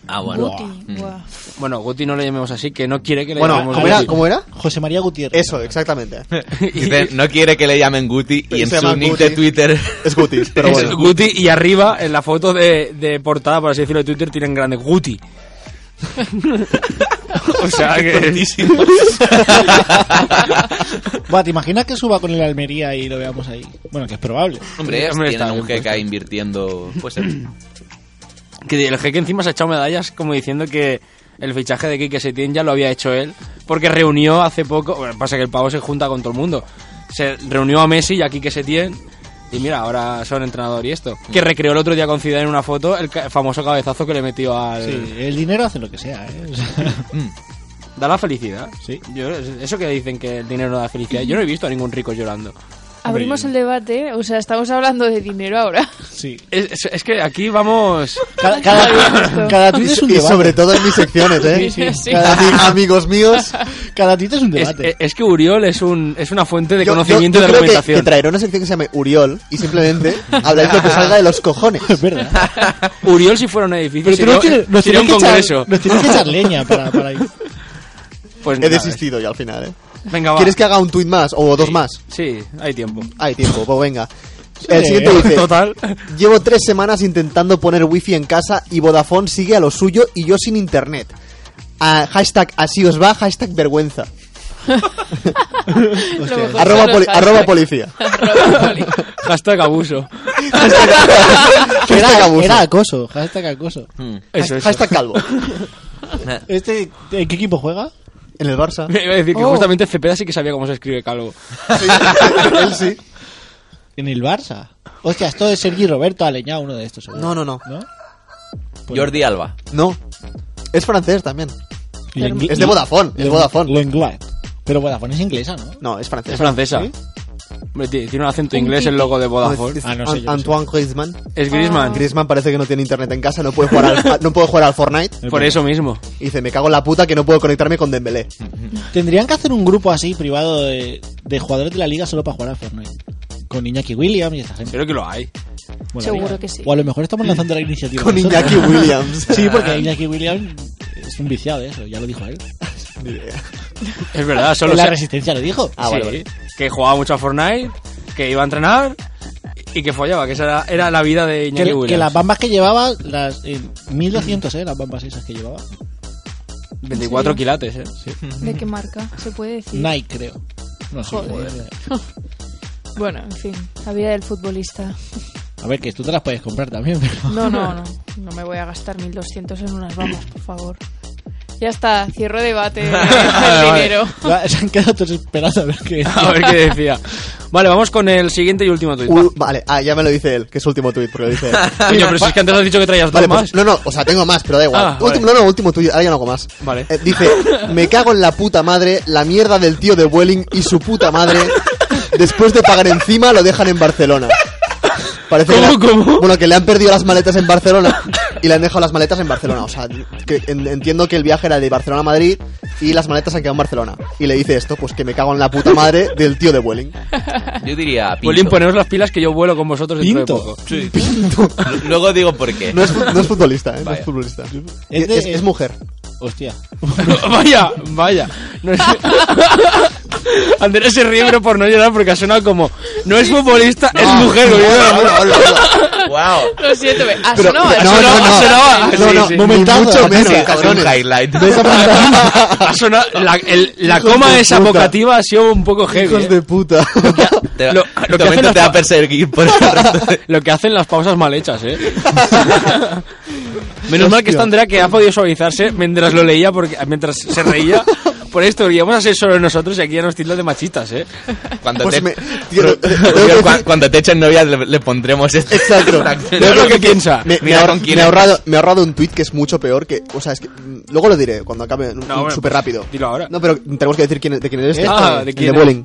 Speaker 6: Ah, bueno.
Speaker 7: Guti, guau.
Speaker 1: Bueno, Guti no le llamemos así, que no quiere que le
Speaker 5: Bueno,
Speaker 1: llamemos
Speaker 5: ¿cómo era?
Speaker 1: Guti.
Speaker 5: ¿Cómo era?
Speaker 4: José María Gutiérrez.
Speaker 5: Eso, exactamente.
Speaker 6: Dice, no quiere que le llamen Guti y en
Speaker 5: Se
Speaker 6: su
Speaker 5: llama
Speaker 6: nick
Speaker 5: Guti.
Speaker 6: de Twitter.
Speaker 5: Es Guti, pero
Speaker 1: Es
Speaker 5: bueno.
Speaker 1: Guti y arriba, en la foto de, de portada, por así decirlo, de Twitter, tienen grande Guti.
Speaker 3: O sea que.
Speaker 4: Buah, ¿te imaginas que suba con el Almería y lo veamos ahí? Bueno, que es probable.
Speaker 6: Hombre,
Speaker 3: Hombre, está
Speaker 6: tienen un
Speaker 3: bien
Speaker 6: jeque
Speaker 3: puesto.
Speaker 6: ahí invirtiendo. Pues
Speaker 3: Que el jeque encima se ha echado medallas como diciendo que el fichaje de Quique Setién ya lo había hecho él porque reunió hace poco, bueno, pasa que el pavo se junta con todo el mundo. Se reunió a Messi y a Quique Setién y mira, ahora son entrenador y esto. Que recreó el otro día con Zidane en una foto el ca- famoso cabezazo que le metió
Speaker 6: Eh.
Speaker 3: al
Speaker 4: Sí, el dinero hace lo que sea, ¿eh? O sea,
Speaker 6: Mm,
Speaker 3: da la felicidad.
Speaker 4: Sí.
Speaker 3: Yo- eso que dicen que el dinero no da felicidad. Yo no he visto a ningún rico llorando.
Speaker 7: Abrimos el debate, o sea, estamos hablando de dinero ahora.
Speaker 4: sí.
Speaker 3: Es, es- es que aquí vamos
Speaker 4: Cada, cada, cada tweet es un
Speaker 5: y
Speaker 4: debate.
Speaker 5: sobre todo en mis secciones, ¿eh?
Speaker 7: Sí, sí.
Speaker 5: Cada ti- amigos míos.
Speaker 4: Cada tweet es eh, un
Speaker 3: es,
Speaker 4: debate.
Speaker 3: es- es que Uriol es un es una fuente de
Speaker 5: Yo- yo-
Speaker 3: conocimiento
Speaker 5: yo
Speaker 3: de
Speaker 5: creo que-
Speaker 3: argumentación.
Speaker 5: Que, traeré una sección que se llame Uriol y simplemente habláis lo que salga de los cojones.
Speaker 4: Es verdad.
Speaker 3: Uriol si fuera un edificio
Speaker 4: Pero
Speaker 3: sería,
Speaker 4: tenemos que, nos
Speaker 3: sería un
Speaker 4: tenemos que
Speaker 3: congreso.
Speaker 4: echar, nos tenemos que echar leña para, para ir.
Speaker 3: Pues
Speaker 5: He
Speaker 3: nada,
Speaker 5: desistido yo al final, ¿eh?
Speaker 3: Venga, Ah, va.
Speaker 5: ¿Quieres que haga un tuit más o dos más?
Speaker 3: Sí, hay tiempo.
Speaker 5: Hay tiempo, pues venga. El
Speaker 4: Sí.
Speaker 5: siguiente dice:
Speaker 3: Total.
Speaker 5: Llevo tres semanas intentando poner wifi en casa y Vodafone sigue a lo suyo y yo sin internet. Ah, hashtag así os va, hashtag vergüenza.
Speaker 7: Lo
Speaker 3: Pues
Speaker 7: mejor
Speaker 5: Arroba,
Speaker 7: son
Speaker 5: poli-
Speaker 7: los
Speaker 5: arroba
Speaker 7: hashtags.
Speaker 5: policía.
Speaker 7: Arroba poli.
Speaker 3: Hashtag abuso.
Speaker 5: Hashtag
Speaker 4: Era,
Speaker 5: abuso.
Speaker 4: era acoso, hashtag acoso.
Speaker 6: mm.
Speaker 3: Eso, eso.
Speaker 5: Hashtag calvo.
Speaker 4: Este, ¿En qué equipo juega?
Speaker 5: En el Barça.
Speaker 3: Iba a decir que
Speaker 7: Oh.
Speaker 3: justamente Cepeda sí que sabía cómo se escribe calvo.
Speaker 5: Él sí.
Speaker 4: En el Barça. Hostia, esto de Sergi Roberto Aleñá, uno de estos. seguro.
Speaker 5: No, no, no.
Speaker 4: ¿No?
Speaker 6: Jordi Alba.
Speaker 5: No. Es francés también.
Speaker 4: Lo ingl-
Speaker 5: Es de Vodafone.
Speaker 4: lo-
Speaker 5: Es Vodafone.
Speaker 4: Lo inglés. Pero Vodafone es inglesa, ¿no?
Speaker 5: No, es francés.
Speaker 3: Es francesa. Hombre, ti- tiene un acento inglés el logo de Vodafone. Ah.
Speaker 5: Es-
Speaker 4: Ah, no
Speaker 5: An-
Speaker 4: sé, yo no sé.
Speaker 5: Antoine Griezmann.
Speaker 3: Es Griezmann.
Speaker 5: Griezmann parece que no tiene internet en casa, no puede jugar al, a- no puede jugar al Fortnite.
Speaker 3: Por eso mismo.
Speaker 5: Y dice, me cago en la puta que no puedo conectarme con Dembélé.
Speaker 4: Tendrían que hacer un grupo así privado de, de jugadores de la liga solo para jugar a Fortnite. Con Iñaki Williams y esta gente.
Speaker 3: Creo que lo hay.
Speaker 4: Molaría.
Speaker 7: Seguro que sí.
Speaker 4: O a lo mejor estamos lanzando la iniciativa.
Speaker 5: Con
Speaker 4: nosotros.
Speaker 5: Iñaki Williams.
Speaker 4: Sí,
Speaker 3: pues.
Speaker 4: porque Iñaki Williams es un viciado de eso, ya lo dijo él.
Speaker 3: Es verdad, Ah, solo
Speaker 4: En la
Speaker 3: sé-
Speaker 4: resistencia lo dijo.
Speaker 5: Ah, vale,
Speaker 3: Sí,
Speaker 5: vale.
Speaker 3: que jugaba mucho a Fortnite, que iba a entrenar y que follaba, que esa era, era la vida de
Speaker 4: Que,
Speaker 3: Iñaki
Speaker 4: que
Speaker 3: Williams.
Speaker 4: las bambas que llevaba, las eh, 1200, ¿eh? Las bambas esas que llevaba.
Speaker 3: 24
Speaker 7: Sí.
Speaker 3: quilates, eh.
Speaker 7: ¿De qué marca? ¿Se puede decir?
Speaker 4: Nike, creo. No sé.
Speaker 7: Joder.
Speaker 4: eh,
Speaker 7: Bueno, en fin, la vida del futbolista.
Speaker 4: A ver, que tú te las puedes comprar también, pero...
Speaker 7: No, no, no. No me voy a gastar 1200 en unas bambas, por favor. Ya está, cierro debate
Speaker 3: Vale,
Speaker 7: del
Speaker 3: vale.
Speaker 7: dinero.
Speaker 4: Se han quedado todos esperando a ver qué...
Speaker 3: A ver qué decía. Vale, vamos con el siguiente y último tuit.
Speaker 5: U- vale, ah, ya me lo dice él, que es su último tuit, porque lo dice él.
Speaker 3: Coño, pero si es que antes has dicho que traías dos
Speaker 5: Vale,
Speaker 3: más.
Speaker 5: pues, no, no, o sea, tengo más, pero da igual.
Speaker 3: Ah,
Speaker 5: último, No, no, último tuyo, ahora ya no hago más.
Speaker 3: Vale.
Speaker 5: Eh, dice, me cago en la puta madre, la mierda del tío de Welling y su puta madre, después de pagar encima lo dejan en Barcelona. Parece que
Speaker 3: ¿Cómo,
Speaker 5: le-
Speaker 3: cómo?
Speaker 5: Bueno, que le han perdido las maletas en Barcelona y le han dejado las maletas en Barcelona. O sea, que en- entiendo que el viaje era de Barcelona a Madrid y las maletas han quedado en Barcelona. Y le dice esto, pues que me cago en la puta madre del tío de Welling.
Speaker 6: Yo diría Pinto.
Speaker 3: William, poneros las pilas que yo vuelo con vosotros dentro de
Speaker 4: Pinto.
Speaker 3: poco.
Speaker 6: Luego digo por qué.
Speaker 5: No es, fu- no es futbolista, ¿eh? No
Speaker 6: Vaya.
Speaker 5: es futbolista.
Speaker 4: Es de-
Speaker 5: Es- es mujer.
Speaker 4: Hostia.
Speaker 3: vaya, vaya. No es- Andrés se ríe pero por no llorar porque ha sonado como no es futbolista, es
Speaker 6: Ah.
Speaker 3: mujer. lo digo.
Speaker 5: Hola, hola, hola.
Speaker 6: Wow.
Speaker 7: Lo siento, me... Ah,
Speaker 5: Pero-
Speaker 7: sonaba,
Speaker 5: pero-
Speaker 7: sonaba.
Speaker 3: sonaba, sonaba.
Speaker 5: Ah, No, no,
Speaker 3: Sí, sí.
Speaker 5: momentazo,
Speaker 4: Ni mucho
Speaker 5: menos,
Speaker 6: Casi un
Speaker 5: cabrones.
Speaker 6: highlight.
Speaker 3: Ha sonado- la, el- la
Speaker 5: Hijos
Speaker 3: coma
Speaker 5: de
Speaker 3: esa
Speaker 5: puta.
Speaker 3: vocativa ha sido un poco heavy.
Speaker 5: Hijos
Speaker 3: eh.
Speaker 5: de puta.
Speaker 6: Te,
Speaker 3: Lo-
Speaker 6: lo,
Speaker 3: lo
Speaker 6: momento
Speaker 3: que hacen
Speaker 6: te
Speaker 3: las-
Speaker 6: va a perseguir por el resto de-
Speaker 3: Lo que hacen las pausas mal hechas, eh. Menos mal que está Andrea que ha podido suavizarse mientras lo leía, porque mientras se reía. Por esto, porque íbamos a ser solo nosotros y aquí ya nos tildan de machistas, eh.
Speaker 6: Cuando
Speaker 5: Pues
Speaker 6: te...
Speaker 5: me- tío,
Speaker 6: Pero-
Speaker 5: no- tengo que
Speaker 6: Pero cua-
Speaker 5: decir-
Speaker 6: cuando te echen novia le, le pondremos este.
Speaker 5: Exacto.
Speaker 3: Yo creo que
Speaker 5: Me-
Speaker 3: piensa.
Speaker 5: Me, me
Speaker 6: Mira
Speaker 5: ahor-
Speaker 6: con quién
Speaker 5: me he
Speaker 6: eres.
Speaker 5: ahorrado, me he ahorrado un tweet que es mucho peor que. O sea, es que. mm, Luego lo diré cuando acabe un-
Speaker 3: No,
Speaker 5: un
Speaker 3: bueno,
Speaker 5: súper rápido.
Speaker 3: pues, dilo ahora.
Speaker 5: No, pero tenemos que decir quién, es- de quién es este.
Speaker 3: Ah,
Speaker 5: Eh,
Speaker 3: ¿de quién
Speaker 5: el
Speaker 3: es?
Speaker 5: Welling.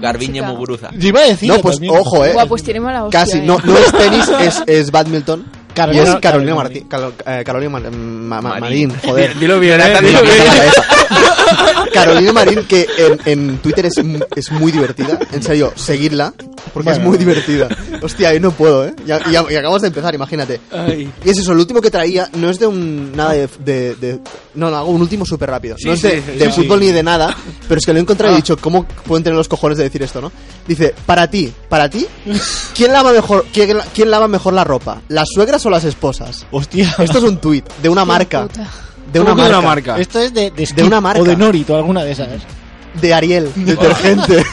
Speaker 6: Garbiñe Muguruza.
Speaker 4: Yo iba a decir
Speaker 5: No, pues ojo, eh.
Speaker 7: Guau, pues tiene mala hostia.
Speaker 5: Casi.
Speaker 7: eh.
Speaker 5: No, no es tenis, es, es badminton.
Speaker 4: Carolina-
Speaker 5: y es Carolina
Speaker 4: Carolina
Speaker 5: Martín. Caro- eh, Carolina Mar- Ma- Ma-
Speaker 6: Marín.
Speaker 5: Marín, joder.
Speaker 3: Dilo bien, eh,
Speaker 5: Me
Speaker 3: dilo bien.
Speaker 5: encanta esa. Carolina Marín, que en, en Twitter es, m- es muy divertida. En serio, seguirla, porque es
Speaker 4: Bueno.
Speaker 5: muy divertida. Hostia, yo no puedo, ¿eh? Y, a- y a- y acabamos de empezar, imagínate.
Speaker 3: Ay.
Speaker 5: Y es eso, el último que traía no es de un. Nada de. de- de- no, no, hago un último súper rápido.
Speaker 3: Sí,
Speaker 5: no es de,
Speaker 3: sí, sí,
Speaker 5: de
Speaker 3: sí. Ah.
Speaker 5: fútbol ni de nada, pero es que lo he encontrado y he dicho, ¿cómo pueden tener los cojones de decir esto, no? Dice, para ti, para ti, ¿quién lava mejor, quién, quién lava mejor la ropa? ¿Las suegras o las esposas?
Speaker 4: Hostia.
Speaker 5: Esto es un tuit de una marca.
Speaker 7: Puta.
Speaker 5: De una
Speaker 3: ¿Cómo que de
Speaker 5: marca.
Speaker 3: una marca?
Speaker 4: Esto es de, de, Skip
Speaker 5: una marca.
Speaker 4: O de Norit o alguna de esas. ¿eh?
Speaker 5: De Ariel, detergente.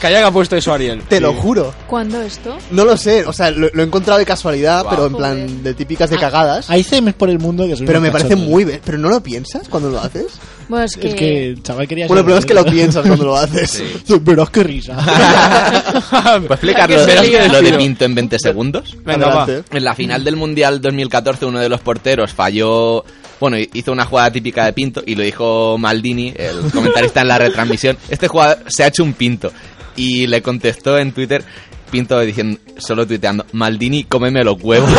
Speaker 3: Que haya puesto eso Ariel.
Speaker 5: Te lo juro.
Speaker 7: ¿Cuándo esto?
Speaker 5: No lo sé, o sea, lo, lo he encontrado de casualidad, pero en plan
Speaker 7: Joder. Ah.
Speaker 5: de típicas de cagadas.
Speaker 4: Hay CMs por el mundo que son
Speaker 5: Pero me
Speaker 4: unos
Speaker 5: parece
Speaker 4: cachotes.
Speaker 5: muy... be- ¿Pero no lo piensas cuando lo haces?
Speaker 7: Bueno, es que...
Speaker 4: Es que el chaval quería
Speaker 5: Bueno, el
Speaker 4: ser-
Speaker 5: problema es que lo piensas cuando lo haces.
Speaker 4: Pero qué risa.
Speaker 6: ¿Puedo explicar lo,
Speaker 3: Pero es que
Speaker 6: Pues de, lo de
Speaker 3: estilo.
Speaker 6: Pinto en 20 segundos?
Speaker 3: Venga, va.
Speaker 5: Adelante.
Speaker 6: En la final del Mundial 2014, uno de los porteros falló. Bueno, hizo una jugada típica de Pinto y lo dijo Maldini, el comentarista en la retransmisión. Este jugador se ha hecho un Pinto. Y le contestó en Twitter, Pinto diciendo, solo tuiteando, Maldini, cómeme los huevos.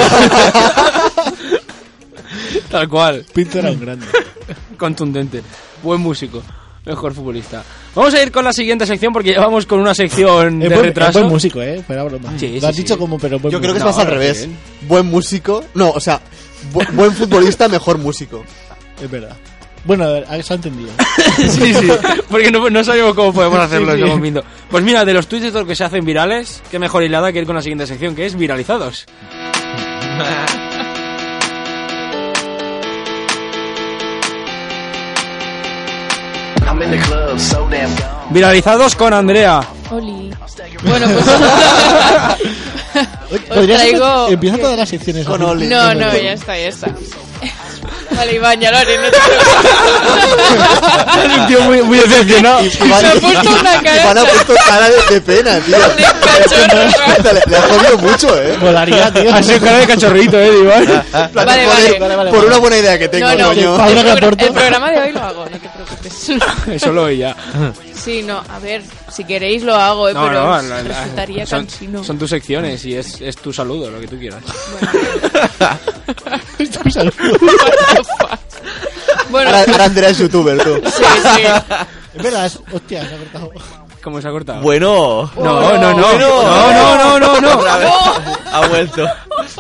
Speaker 3: Tal cual.
Speaker 4: Pinto era un grande.
Speaker 3: contundente, buen músico, mejor futbolista. Vamos a ir con la siguiente sección porque llevamos con una sección de
Speaker 4: Es buen, es
Speaker 3: retraso.
Speaker 4: buen músico, ¿eh? Fuera broma.
Speaker 3: Sí,
Speaker 4: lo has
Speaker 3: sí,
Speaker 4: dicho
Speaker 3: sí.
Speaker 4: como, pero buen
Speaker 5: Yo creo que es
Speaker 4: músico.
Speaker 5: más al revés. Buen músico... No, o sea, bu- buen futbolista, mejor músico.
Speaker 4: No, es verdad. Bueno, a ver, se ha entendido.
Speaker 3: sí, sí, porque no, no sabemos cómo podemos hacerlo.
Speaker 4: Sí, sí.
Speaker 3: yo comiendo. Pues mira, de los tweets estos que se hacen virales, qué mejor hilada que ir con la siguiente sección que es viralizados. Viralizados con Andrea.
Speaker 7: Oli. Bueno, pues... Os
Speaker 4: Podrías
Speaker 7: traigo...
Speaker 4: hacer- Empieza todas las secciones.
Speaker 5: Con
Speaker 4: así.
Speaker 5: Ole.
Speaker 7: No, no, ya está, ya está. Vale, Iván, ya lo haré, no te preocupes.
Speaker 3: Es un tío muy, muy decepcionado.
Speaker 5: Iván-
Speaker 7: ha puesto una
Speaker 5: Iván
Speaker 7: cara-
Speaker 5: ha puesto cara de, de pena, tío.
Speaker 7: De cachorro.
Speaker 5: Puta, le, le ha jodido mucho, eh.
Speaker 4: Volaría, tío.
Speaker 3: Ha sido cara de cachorrito, eh, Iván.
Speaker 5: Por-
Speaker 7: Vale,
Speaker 5: por,
Speaker 7: vale.
Speaker 4: Vale, vale,
Speaker 5: por
Speaker 4: vale.
Speaker 5: una buena idea que tengo,
Speaker 7: No, no,
Speaker 5: coño.
Speaker 4: Pablo,
Speaker 7: el,
Speaker 4: que
Speaker 7: pro-
Speaker 4: aporte.
Speaker 7: el programa de hoy lo hago, no te preocupes.
Speaker 3: Solo ella.
Speaker 7: Sí, no, a ver, si queréis lo hago, eh,
Speaker 3: No,
Speaker 7: pero
Speaker 3: no, no, no.
Speaker 7: resultaría
Speaker 3: son,
Speaker 7: cansino.
Speaker 3: son tus secciones y es, es tu saludo, lo que tú quieras.
Speaker 4: Esto es algo-
Speaker 7: Bueno,
Speaker 5: Ahora, ahora Andrea es youtuber, tú.
Speaker 7: sí, sí.
Speaker 4: Es verdad, es- hostia, se ha cortado.
Speaker 3: ¿Cómo se ha cortado?
Speaker 6: bueno.
Speaker 3: No, no, no, no,
Speaker 6: bueno.
Speaker 3: no, no, no, no.
Speaker 6: Otra vez. Ha vuelto.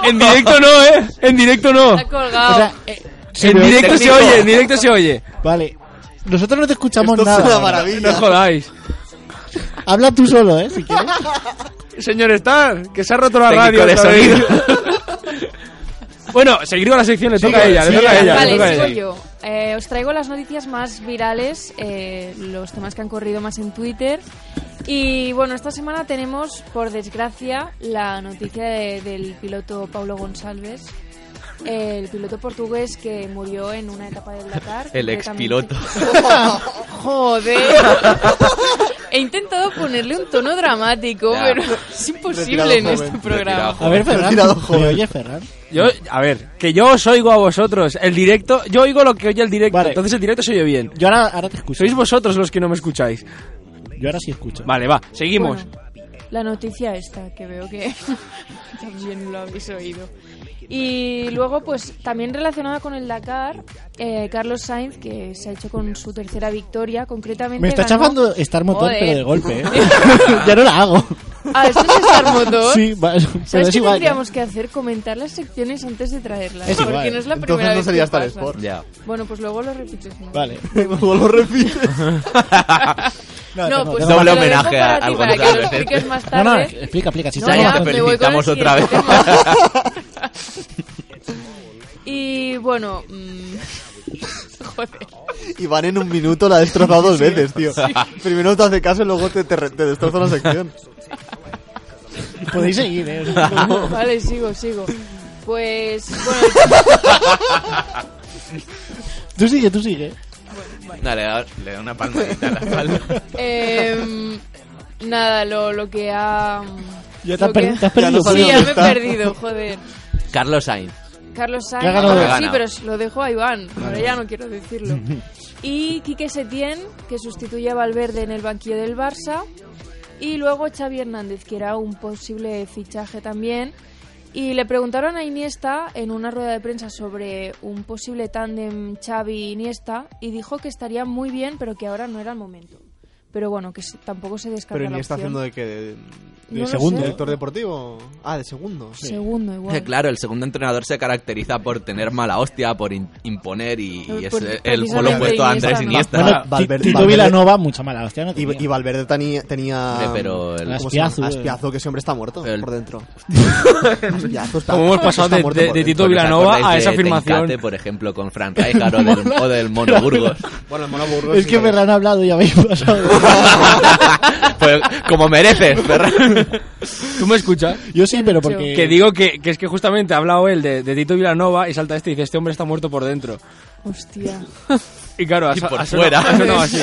Speaker 3: En directo no, eh. En directo no.
Speaker 7: Se ha colgado.
Speaker 4: O sea,
Speaker 7: Eh,
Speaker 3: en
Speaker 4: pero-
Speaker 3: directo se oye, en directo se oye.
Speaker 4: Vale. Nosotros no te escuchamos
Speaker 5: Esto es
Speaker 4: nada.
Speaker 5: una
Speaker 4: ahora.
Speaker 3: No
Speaker 5: maravilla.
Speaker 3: jodáis.
Speaker 4: Habla tú solo, ¿eh? Si quieres.
Speaker 3: Señor Star, que se ha roto la
Speaker 6: Técnico
Speaker 3: radio.
Speaker 6: de
Speaker 3: otra vez.
Speaker 6: sonido.
Speaker 3: bueno, seguir con la sección, le toca a ella, le
Speaker 4: sigue,
Speaker 3: toca a ella. le
Speaker 7: Vale,
Speaker 3: toca a
Speaker 7: sigo
Speaker 3: ella.
Speaker 7: yo. Eh, os traigo las noticias más virales, eh, los temas que han corrido más en Twitter. Y bueno, esta semana tenemos, por desgracia, la noticia de- del piloto Paulo González, eh, el piloto portugués que murió en una etapa del Dakar.
Speaker 6: El
Speaker 7: concretamente.
Speaker 6: expiloto.
Speaker 7: Joder. He intentado ponerle un tono dramático,
Speaker 6: Ya.
Speaker 7: pero es imposible en
Speaker 5: joven.
Speaker 7: este programa.
Speaker 4: A ver, Ferran.
Speaker 5: Retirado,
Speaker 4: ¿Me
Speaker 5: joven.
Speaker 4: oyes, Ferran?
Speaker 3: Yo, a ver, que yo os oigo a vosotros. El directo, yo oigo lo que oye el directo.
Speaker 4: Vale.
Speaker 3: Entonces el directo se oye bien.
Speaker 4: Yo ahora, ahora te escucho.
Speaker 3: Sois vosotros los que no me escucháis.
Speaker 4: Yo ahora sí escucho.
Speaker 3: Vale, va, seguimos.
Speaker 7: Bueno, la noticia esta, que veo que también lo habéis oído. Y luego, pues también relacionada con el Dakar, eh, Carlos Sainz, que se ha hecho con su tercera victoria, concretamente.
Speaker 4: Me está
Speaker 7: ganó-
Speaker 4: chafando estar motor,
Speaker 7: Joder.
Speaker 4: pero de golpe, ¿eh? ya no la hago.
Speaker 7: Ah, ¿esto es estar motor?
Speaker 4: Sí, va, pero
Speaker 7: ¿Sabes
Speaker 4: es
Speaker 7: qué
Speaker 4: igual. ¿eh?
Speaker 7: tendríamos que hacer? Comentar las secciones antes de traerlas.
Speaker 4: Es
Speaker 7: porque
Speaker 4: igual.
Speaker 7: no es la primera
Speaker 5: Entonces no
Speaker 7: vez
Speaker 5: sería
Speaker 7: que
Speaker 5: Star
Speaker 7: pasa.
Speaker 5: Sport.
Speaker 6: Ya.
Speaker 7: Bueno, pues luego lo repites. ¿no?
Speaker 4: ¿eh? Vale.
Speaker 5: Luego lo repites.
Speaker 4: No,
Speaker 7: No,
Speaker 4: no,
Speaker 7: pues
Speaker 6: Doble
Speaker 4: no,
Speaker 7: te lo dejo
Speaker 6: homenaje
Speaker 7: para
Speaker 6: a-
Speaker 7: ti,
Speaker 6: al
Speaker 7: para que
Speaker 6: Gonzalo.
Speaker 7: lo expliques más
Speaker 4: no,
Speaker 7: tarde.
Speaker 4: no, explica, explica. Si
Speaker 7: No,
Speaker 4: estamos
Speaker 7: ya,
Speaker 6: que
Speaker 4: haciendo-
Speaker 7: me voy con el
Speaker 6: felicitamos otra vez.
Speaker 7: siguiente tema. y bueno, mm, joder,
Speaker 5: Iván en un minuto la ha destrozado dos veces, tío. Primero te hace caso y luego te, te, re- te destroza la sección.
Speaker 4: Podéis seguir, ¿eh? O sea,
Speaker 7: Ah.
Speaker 4: no-
Speaker 7: vale, sigo, sigo. Pues bueno,
Speaker 4: Tú sigue, tú sigue.
Speaker 6: Dale, ahora le da una palmadita a la espalda.
Speaker 7: em, nada, lo, lo que ha...
Speaker 4: Ya te
Speaker 7: lo
Speaker 4: has,
Speaker 7: que-
Speaker 4: perdi- te has
Speaker 5: Ya no
Speaker 4: perdido.
Speaker 7: Sí,
Speaker 5: sabía
Speaker 7: ya
Speaker 5: dónde
Speaker 7: me he
Speaker 5: está.
Speaker 7: perdido, joder.
Speaker 6: Carlos Sainz.
Speaker 7: Carlos
Speaker 4: Ya ha
Speaker 7: Sainz.
Speaker 4: ganado.
Speaker 7: Ah,
Speaker 6: Ha ganado.
Speaker 7: sí, pero se lo dejo a Iván. Ahora ya no quiero decirlo. Y Quique Setién, que sustituye a Valverde en el banquillo del Barça. Y luego Xavi Hernández, que era un posible fichaje también. Y le preguntaron a Iniesta en una rueda de prensa sobre un posible tándem Xavi-Iniesta y dijo que estaría muy bien, pero que ahora no era el momento. Pero bueno, que se- tampoco se descarta
Speaker 5: Pero
Speaker 7: la
Speaker 5: ni está
Speaker 7: opción.
Speaker 5: haciendo de que. De,
Speaker 7: No lo segundo. sé.
Speaker 5: Director deportivo. Ah, de segundo. sí.
Speaker 7: Segundo igual.
Speaker 6: Eh, Claro, el segundo entrenador se caracteriza por tener mala hostia, por in- imponer y, y es
Speaker 7: Por-
Speaker 6: el- el
Speaker 7: precisamente
Speaker 6: polo opuesto a Andrés
Speaker 7: Iniesta,
Speaker 6: Iniesta.
Speaker 4: Bueno,
Speaker 5: Ah, Valverde-
Speaker 4: Ti- Tito
Speaker 5: Valverde-
Speaker 4: Vilanova, mucha mala hostia, no tenía.
Speaker 5: Y, y Valverde tenía. tenía
Speaker 6: Eh, pero el-
Speaker 5: ¿cómo se llama?
Speaker 4: Aspiazu, eh.
Speaker 5: Aspiazu, que ese hombre está muerto
Speaker 6: El-
Speaker 5: por dentro. Aspiazu está-
Speaker 3: Como hemos
Speaker 5: está
Speaker 3: pasado de,
Speaker 5: muerto
Speaker 3: de-
Speaker 5: por
Speaker 3: de
Speaker 5: dentro.
Speaker 3: Tito
Speaker 6: Porque os
Speaker 3: Vilanova
Speaker 6: acordáis
Speaker 3: a esa
Speaker 6: de
Speaker 3: afirmación.
Speaker 6: Tencate, por ejemplo, con Fran Rijkaard o del, o del Mono Burgos.
Speaker 5: Bueno, el Mono Burgos
Speaker 4: Es
Speaker 5: sí
Speaker 4: que
Speaker 5: lo-
Speaker 4: Ferran ha hablado y habéis pasado.
Speaker 6: Pues, como mereces, Ferran.
Speaker 3: ¿Tú me escuchas?
Speaker 4: Yo sí, pero
Speaker 7: dicho?
Speaker 4: porque.
Speaker 3: Que digo que, que es que justamente ha hablado él de, de Tito Vilanova y salta este y dice, este hombre está muerto por dentro.
Speaker 7: Hostia.
Speaker 3: Y claro, ha
Speaker 6: Y
Speaker 3: sa-
Speaker 6: por
Speaker 3: ha sonado-
Speaker 6: fuera.
Speaker 3: ha sonado así.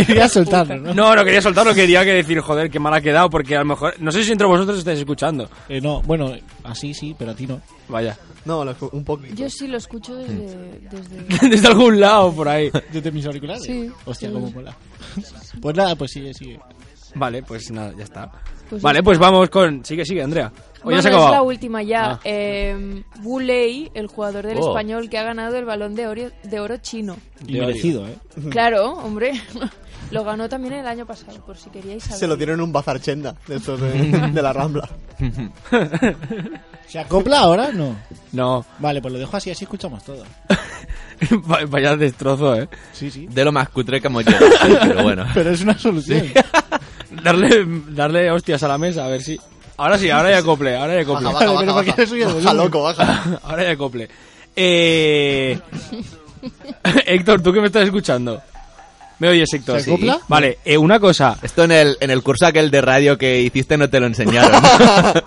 Speaker 4: Quería soltarlo, ¿no?
Speaker 3: No, no quería soltarlo, quería que decir, joder, qué mal ha quedado, porque a lo mejor... No sé si entre vosotros estáis escuchando.
Speaker 4: Eh, no, bueno, así sí, pero a ti no.
Speaker 3: Vaya.
Speaker 5: No, lo- un poquito.
Speaker 7: Yo sí lo escucho desde... desde...
Speaker 3: Desde algún lado, por ahí.
Speaker 4: ¿Desde mis auriculares?
Speaker 7: Sí.
Speaker 4: Hostia,
Speaker 7: Sí.
Speaker 4: cómo mola. Pues nada, pues sigue, sigue.
Speaker 3: Vale, pues nada, ya está.
Speaker 7: Pues
Speaker 3: vale,
Speaker 7: ya
Speaker 3: pues vamos con... Sigue, sigue, Andrea. O
Speaker 7: Bueno,
Speaker 3: ya se ha
Speaker 7: es la
Speaker 3: acabado.
Speaker 7: última ya.
Speaker 3: Ah.
Speaker 7: Eh, Buley, el jugador del
Speaker 6: Oh.
Speaker 7: español que ha ganado el balón de oro, de oro chino.
Speaker 4: Y merecido, ¿eh?
Speaker 7: Claro, hombre. Lo ganó también el año pasado, por si queríais saber.
Speaker 5: Se lo dieron en un bazar chenda de estos de, de la Rambla.
Speaker 4: ¿Se acopla ahora? No.
Speaker 3: No,
Speaker 4: Vale, pues lo dejo así, así escuchamos todo.
Speaker 3: Va- vaya destrozo, ¿eh?
Speaker 4: Sí, sí.
Speaker 6: De lo más cutre que hemos llegado. Pero bueno.
Speaker 4: Pero es una solución.
Speaker 3: Darle, darle hostias a la mesa, a ver si... Ahora sí, ahora ya acople, ahora ya acople.
Speaker 5: Baja, baja, baja,
Speaker 4: Pero ¿por qué
Speaker 5: baja.
Speaker 4: le subí el
Speaker 5: Baja,
Speaker 4: volumen?
Speaker 5: loco, baja.
Speaker 3: Ahora ya cople. Eh... Héctor, ¿tú qué me estás escuchando? ¿Me oyes, Héctor?
Speaker 4: ¿Se acopla?
Speaker 3: Vale, eh, una cosa.
Speaker 6: Esto en el, en el curso aquel de radio que hiciste no te lo enseñaron.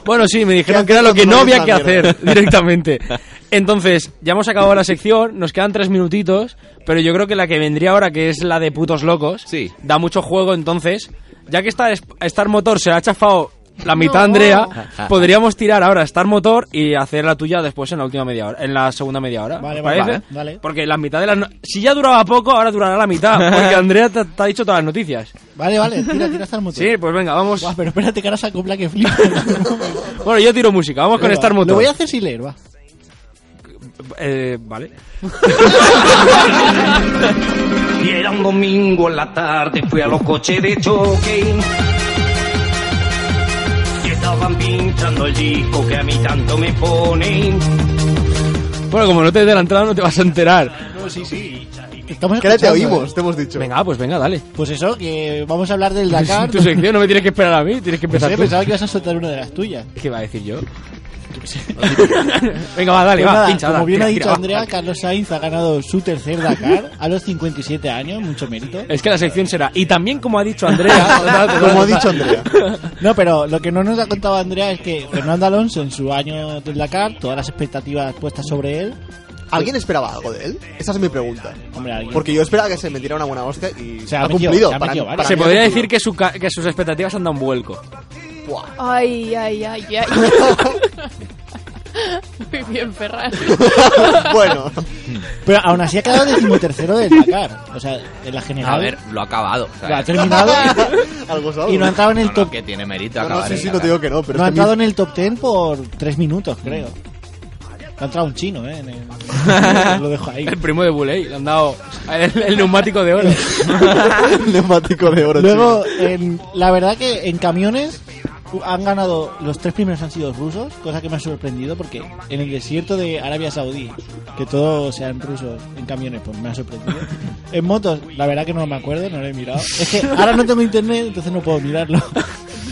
Speaker 3: Bueno, sí, me dijeron
Speaker 5: ¿Qué
Speaker 3: que era lo
Speaker 5: haces
Speaker 3: que no
Speaker 5: cuando
Speaker 3: había que
Speaker 5: ves la mierda?
Speaker 3: hacer directamente. Entonces, ya hemos acabado la sección, nos quedan tres minutitos, pero yo creo que la que vendría ahora, que es la de putos locos,
Speaker 6: Sí.
Speaker 3: da mucho juego, entonces, ya que esta, Star Motor se la ha chafado la mitad
Speaker 7: No.
Speaker 3: Andrea, podríamos tirar ahora Star Motor y hacer la tuya después en la última media hora, en la segunda media hora.
Speaker 4: Vale,
Speaker 3: ¿os
Speaker 4: vale,
Speaker 3: parece?
Speaker 4: vale, vale.
Speaker 3: Porque la mitad de las... no- Si ya duraba poco, ahora durará la mitad, porque Andrea te, te ha dicho todas las noticias.
Speaker 4: Vale, vale, tira, tira hasta el motor.
Speaker 3: Sí, pues venga, vamos.
Speaker 4: Buah, pero espérate que ahora se acopla que flipa.
Speaker 3: Bueno, yo tiro música, vamos con
Speaker 4: Venga,
Speaker 3: Star Motor.
Speaker 4: Lo voy a hacer sin leer, va.
Speaker 3: Eh, vale.
Speaker 2: Y era un domingo en la tarde, fui a los coches de choque. Y estaban pinchando el disco que a mí tanto me ponen.
Speaker 3: Bueno, como no te dé la entrada, no te vas a enterar.
Speaker 4: Estamos
Speaker 5: Que ahora te
Speaker 4: escuchando,
Speaker 5: oímos,
Speaker 4: ¿eh?
Speaker 5: te hemos dicho.
Speaker 3: Venga, pues venga, dale.
Speaker 4: Pues eso, que vamos a hablar del Dakar.
Speaker 3: Tu sección no me tienes que esperar a mí, tienes que
Speaker 4: Pues,
Speaker 3: empezar
Speaker 4: eh,
Speaker 3: Pues tú.
Speaker 4: pensaba que ibas a soltar una de las tuyas.
Speaker 3: ¿Qué va a decir yo? venga, va, dale,
Speaker 4: Pues
Speaker 3: va,
Speaker 4: nada,
Speaker 3: pincha,
Speaker 4: como
Speaker 3: dale,
Speaker 4: bien ha
Speaker 3: tira,
Speaker 4: dicho
Speaker 3: tira, va,
Speaker 4: Andrea,
Speaker 3: dale.
Speaker 4: Carlos Sainz ha ganado su tercer Dakar a los 57 años, mucho mérito.
Speaker 3: Es que la sección será. Y también, como ha dicho Andrea.
Speaker 5: Como ha dicho Andrea.
Speaker 4: No, pero lo que no nos ha contado Andrea es que Fernando Alonso en su año del Dakar, todas las expectativas puestas sobre él,
Speaker 5: ¿Alguien esperaba algo de él? Esa es mi pregunta.
Speaker 4: hombre, alguien-
Speaker 5: Porque yo esperaba que se metiera una buena hostia y
Speaker 4: Se ha
Speaker 5: ha
Speaker 4: metido,
Speaker 5: cumplido.
Speaker 4: se ha
Speaker 5: para
Speaker 4: metido,
Speaker 5: mí-
Speaker 4: vale.
Speaker 5: para
Speaker 3: Se
Speaker 5: mí ha
Speaker 3: podría
Speaker 5: cumplido.
Speaker 3: decir que, su ca- que sus expectativas han dado un vuelco.
Speaker 5: Buah.
Speaker 7: Ay, ay, ay, ay. Muy bien, Ferran.
Speaker 5: bueno,
Speaker 4: Pero aún así ha quedado decimotercero del Dakar. O sea, en la general.
Speaker 6: A ver, lo ha acabado. o sea,
Speaker 4: Lo ha terminado
Speaker 5: algo es
Speaker 4: y,
Speaker 5: algo.
Speaker 4: y no ha entrado en
Speaker 6: no,
Speaker 4: el
Speaker 6: no,
Speaker 4: top.
Speaker 6: que tiene mérito
Speaker 5: No, no,
Speaker 6: acabar.
Speaker 5: sí,
Speaker 6: el
Speaker 5: sí, no
Speaker 6: Dakar.
Speaker 5: te digo que no, pero
Speaker 4: No ha
Speaker 5: es que a mí-
Speaker 4: entrado en el top 10 por 3 minutos, creo. Ha entrado un chino, ¿eh? en el- lo dejo ahí.
Speaker 3: El primo de Buley, le han dado el, el neumático de oro.
Speaker 5: el neumático de oro.
Speaker 4: Luego, en- la verdad que en camiones han ganado, los tres primeros han sido rusos, cosa que me ha sorprendido porque en el desierto de Arabia Saudí, que todos sean rusos en camiones, pues me ha sorprendido. En motos, la verdad que no me acuerdo, no lo he mirado. Es que ahora no tengo internet, entonces no puedo mirarlo.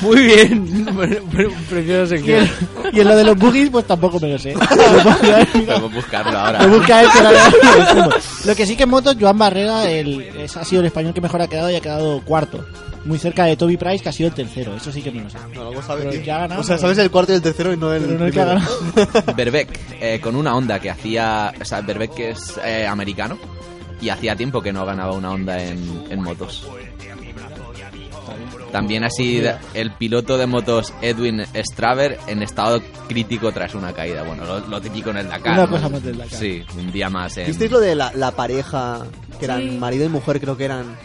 Speaker 3: Muy bien. Bueno, pre- Preciosa
Speaker 4: Y en,
Speaker 3: sección.
Speaker 4: y en lo de los boogies, pues tampoco me lo sé. Lo puedo mirar y no-
Speaker 6: Podemos buscarlo ahora.
Speaker 4: Lo busca él, pero ahora lo decimos. Lo que sí que en motos, Joan Barrera el, es- ha sido el español que mejor ha quedado y ha quedado cuarto. Muy cerca de Toby Price, que ha sido el tercero. Eso sí que me lo sé.
Speaker 5: tío. No, luego
Speaker 4: Pero
Speaker 5: sabes.
Speaker 4: el que ha ganado-
Speaker 5: O sea, sabes el cuarto y el tercero y no el.
Speaker 4: Pero no el que ha
Speaker 5: primero.
Speaker 4: ganado.
Speaker 6: Berbeck, eh, con una onda que hacía. O sea, Berbeck que es eh, americano. Y hacía tiempo que no ganaba una onda en, en motos. También así de- el piloto de motos Edwin Straver en estado crítico tras una caída. Bueno, lo, lo típico en el Dakar.
Speaker 4: Una
Speaker 6: ¿no?
Speaker 4: cosa más del Dakar.
Speaker 6: Sí, un día más en...
Speaker 5: ¿Visteis lo de la, la pareja que eran
Speaker 7: Sí.
Speaker 5: marido y mujer, creo que eran?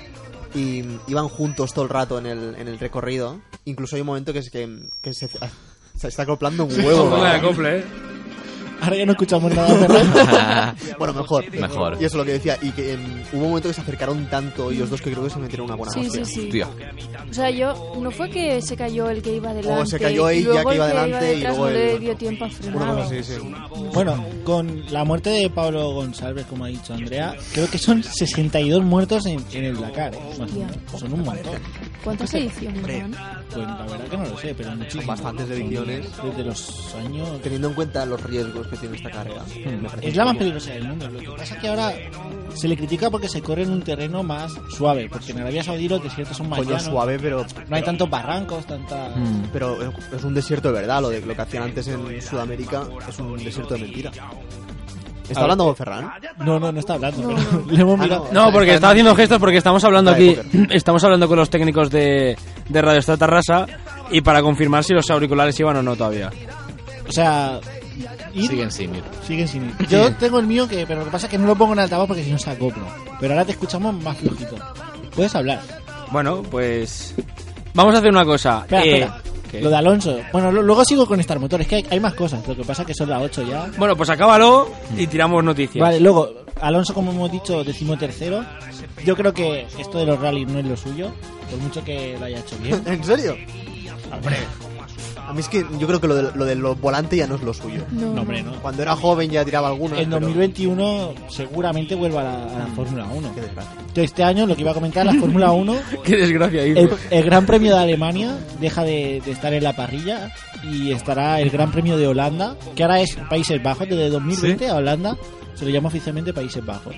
Speaker 5: Y mm, iban juntos todo el rato en el, en el recorrido. Incluso hay un momento que, es que, que se, se está ah, acoplando un huevo.
Speaker 3: Ponga de
Speaker 5: ¿no?
Speaker 3: acople, eh.
Speaker 4: Ahora ya no escuchamos nada de Ferran.
Speaker 5: bueno, mejor.
Speaker 6: Mejor.
Speaker 5: Y eso es lo que decía. Y que em, hubo un momento que se acercaron tanto ellos dos que creo que se metieron una buena
Speaker 7: Sí,
Speaker 5: hostia.
Speaker 7: sí, sí.
Speaker 6: Tío,
Speaker 7: O sea, yo no fue que se cayó el que iba delante.
Speaker 5: O se cayó él
Speaker 7: y
Speaker 5: ya
Speaker 7: luego
Speaker 5: que iba
Speaker 7: el
Speaker 5: delante y
Speaker 7: detrás
Speaker 5: luego
Speaker 7: no
Speaker 5: él-
Speaker 7: le dio tiempo a frenar.
Speaker 5: Una
Speaker 7: o
Speaker 5: cosa
Speaker 7: algo
Speaker 5: así,
Speaker 7: así.
Speaker 5: sí.
Speaker 4: Bueno, con la muerte de Pablo González, como ha dicho Andrea, creo que son 62 muertos en, en el Dakar. ¿eh? Bueno,
Speaker 7: Ya.
Speaker 4: son un montón.
Speaker 7: ¿Cuántas ediciones van?
Speaker 4: Pues la verdad que no lo sé, pero muchísimos.
Speaker 5: bastantes
Speaker 4: Son
Speaker 5: ediciones.
Speaker 4: Desde los años...
Speaker 5: Teniendo en cuenta los riesgos que tiene esta carrera. me parece
Speaker 4: Es la más
Speaker 5: poco.
Speaker 4: peligrosa del mundo. Lo que pasa es que ahora se le critica porque se corre en un terreno más suave, porque en Arabia Saudí los desiertos son más
Speaker 5: Coño,
Speaker 4: llanos.
Speaker 5: suave, Mm. pero,
Speaker 4: No hay tantos barrancos, tantas...
Speaker 5: pero es un desierto de verdad. Lo de lo que hacían antes en Sudamérica es un desierto de mentira. ¿Está hablando con Ferran?
Speaker 4: No, no, no está hablando, pero le hemos
Speaker 5: Ah,
Speaker 4: mirado.
Speaker 5: no.
Speaker 3: No, porque estaba haciendo gestos porque estamos hablando
Speaker 5: Vale,
Speaker 3: aquí, estamos hablando con los técnicos de, de Radio Estatal Tarrasa y para confirmar si los auriculares iban o no todavía.
Speaker 4: O sea, ir-
Speaker 6: siguen símil.
Speaker 4: siguen sin ir. Yo tengo el mío, que, pero lo que pasa es que no lo pongo en altavoz porque si no se acopla. Pero ahora te escuchamos más flojito. Puedes hablar.
Speaker 3: Bueno, pues vamos a hacer una cosa.
Speaker 4: Espera,
Speaker 3: Eh,
Speaker 4: espera.
Speaker 3: ¿qué?
Speaker 4: Lo de Alonso. Bueno, lo- luego sigo con Star Motor. Es que hay, hay más cosas. Lo que pasa es que son las 8 ya.
Speaker 3: Bueno, pues acábalo y tiramos noticias.
Speaker 4: Vale, luego, Alonso, como hemos dicho, decimotercero. Yo creo que esto de los rallies no es lo suyo, por mucho que lo haya hecho bien.
Speaker 5: ¿En serio? A mí es que yo creo que lo de lo del volante ya no es lo suyo.
Speaker 7: No,
Speaker 4: No, hombre, no.
Speaker 5: Cuando era joven ya tiraba algunas.
Speaker 4: En
Speaker 5: pero-
Speaker 4: 2021 seguramente vuelva a la, a la Fórmula 1.
Speaker 5: Qué desgracia.
Speaker 4: Yo este año, lo que iba a comentar, la Fórmula 1
Speaker 3: Qué desgracia. dice.
Speaker 4: El, el Gran Premio de Alemania deja de, de estar en la parrilla y estará el Gran Premio de Holanda, que ahora es Países Bajos, desde 2020 a Holanda se le llama oficialmente Países Bajos.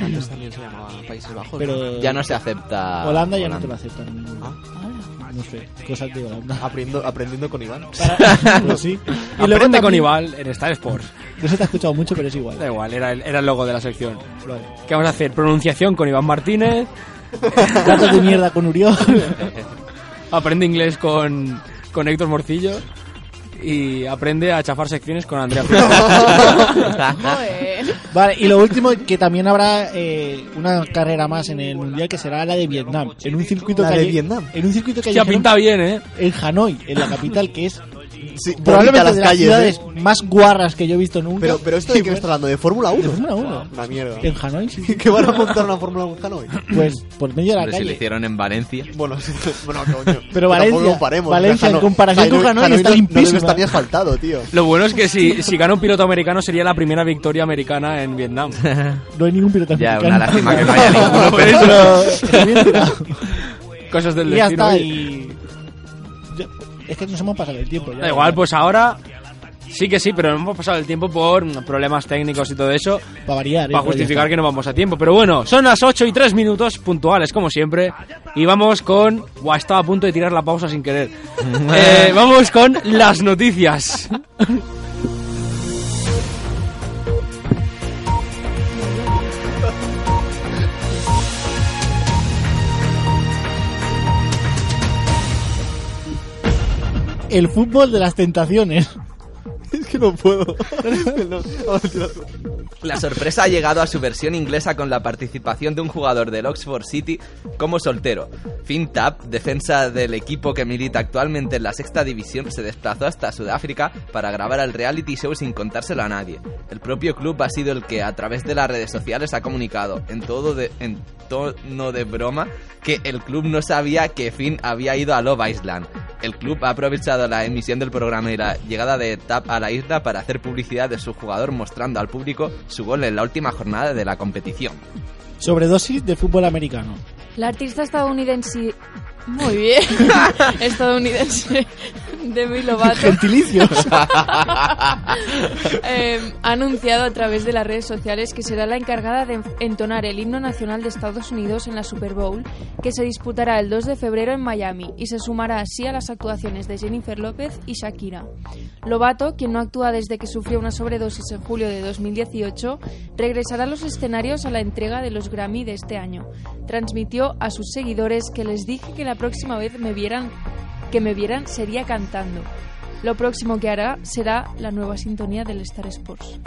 Speaker 5: Antes también se llamaba Países Bajos.
Speaker 4: Pero
Speaker 6: Ya no se acepta.
Speaker 4: Holanda ya no te
Speaker 6: Holanda.
Speaker 4: lo aceptan.
Speaker 5: Ah,
Speaker 4: No sé, cosas de Holanda.
Speaker 5: aprendo- aprendiendo con Iván.
Speaker 4: Para- sí.
Speaker 3: Y luego
Speaker 4: también-
Speaker 3: con Ival en Star Sports.
Speaker 4: No se te ha escuchado mucho, pero es igual.
Speaker 3: Da igual, era el, era el logo de la sección.
Speaker 4: Vale.
Speaker 3: ¿Qué vamos a hacer? Pronunciación con Iván Martínez.
Speaker 4: Datos de mierda con Uriol.
Speaker 3: Aprende inglés con, con Héctor Morcillo. Y aprende a chafar secciones con Andrea.
Speaker 7: Joder.
Speaker 4: Vale, y lo último, que también habrá eh, una carrera más en el mundial, que será la de Vietnam. En un circuito
Speaker 5: ¿La de
Speaker 4: calle-
Speaker 5: Vietnam?
Speaker 4: En un circuito que
Speaker 3: Ya pinta bien, ¿eh?
Speaker 4: en Hanoi, en la capital, que es
Speaker 5: Sí, bonita
Speaker 4: probablemente
Speaker 5: las
Speaker 4: de las
Speaker 5: calles,
Speaker 4: ciudades
Speaker 5: ¿eh?
Speaker 4: más guarras que yo he visto nunca.
Speaker 5: Pero, pero esto de qué me está hablando, de Fórmula 1.
Speaker 4: De Fórmula 1.
Speaker 5: Una mierda.
Speaker 4: En Hanoi, sí.
Speaker 5: ¿Qué van a montar una Fórmula 1 en Hanoi?
Speaker 4: Pues por medio de la
Speaker 6: Hombre, si lo
Speaker 4: calle.
Speaker 6: hicieron en Valencia.
Speaker 5: Bueno, sí, bueno, coño.
Speaker 4: Pero Valencia-
Speaker 5: tampoco comparemos.
Speaker 4: Valencia, en
Speaker 5: Hano-
Speaker 4: comparación con Hanoi, está
Speaker 5: no- No
Speaker 4: limpísima.
Speaker 5: debe estar ni asfaltado, tío.
Speaker 3: Lo bueno es que si, si gana un piloto americano sería la primera victoria americana en Vietnam.
Speaker 4: No hay ningún pirata
Speaker 6: Ya,
Speaker 4: americano.
Speaker 6: una lástima que no haya ninguno, pero eso-
Speaker 4: Pero está bien tirado.
Speaker 3: Cosas del
Speaker 4: Y ya
Speaker 3: destino.
Speaker 4: está.
Speaker 3: oye.
Speaker 4: Y... Yo- Es que nos hemos pasado el tiempo. ya.
Speaker 3: Da igual, pues ahora sí que sí, pero hemos pasado el tiempo por problemas técnicos y todo eso.
Speaker 4: Para variar. ¿eh?
Speaker 3: Para
Speaker 4: Pero ya
Speaker 3: justificar
Speaker 4: está.
Speaker 3: que no vamos a tiempo. Pero bueno, son las 8 y 3 minutos puntuales, como siempre. Y vamos con... Buah, estaba a punto de tirar la pausa sin querer. Eh, vamos con las noticias.
Speaker 4: El fútbol de las tentaciones.
Speaker 5: Es que no puedo. No, vamos a tirar-
Speaker 6: La sorpresa ha llegado a su versión inglesa con la participación de un jugador del Oxford City como soltero. Finn Tapp, defensa del equipo que milita actualmente en la sexta división, se desplazó hasta Sudáfrica para grabar el reality show sin contárselo a nadie. El propio club ha sido el que a través de las redes sociales ha comunicado en todo de- en tono de broma que el club no sabía que Finn había ido a Love Island. El club ha aprovechado la emisión del programa y la llegada de Tap a la isla para hacer publicidad de su jugador mostrando al público su gol en la última jornada de la competición.
Speaker 4: Sobredosis de fútbol americano.
Speaker 7: La artista estadounidense. Muy bien. estadounidense. Demi Lovato.
Speaker 4: Gentilicios.
Speaker 7: eh, ha anunciado a través de las redes sociales que será la encargada de entonar el himno nacional de Estados Unidos en la Super Bowl, que se disputará el 2 de febrero en Miami y se sumará así a las actuaciones de Jennifer López y Shakira. Lobato, quien no actúa desde que sufrió una sobredosis en julio de 2018, regresará a los escenarios a la entrega de los Grammy de este año. Transmitió a sus seguidores que les dije que la próxima vez me vieran que me vieran sería cantando. Lo próximo que hará será la nueva sintonía del Star Sports.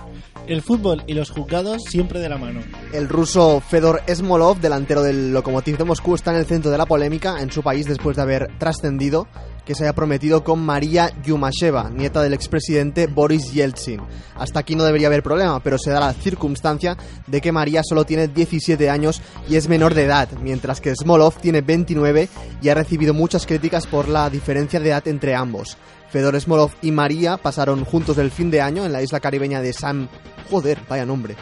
Speaker 4: El fútbol y los juzgados siempre de la mano.
Speaker 5: El ruso Fedor Smolov, delantero del Lokomotiv de Moscú, está en el centro de la polémica en su país después de haber trascendido que se haya prometido con María Yumasheva, nieta del expresidente Boris Yeltsin. Hasta aquí no debería haber problema, pero se da la circunstancia de que María solo tiene 17 años y es menor de edad, mientras que Smolov tiene 29 y ha recibido muchas críticas por la diferencia de edad entre ambos. Fedor Smolov y María pasaron juntos el fin de año en la isla caribeña de San... Joder, vaya nombre.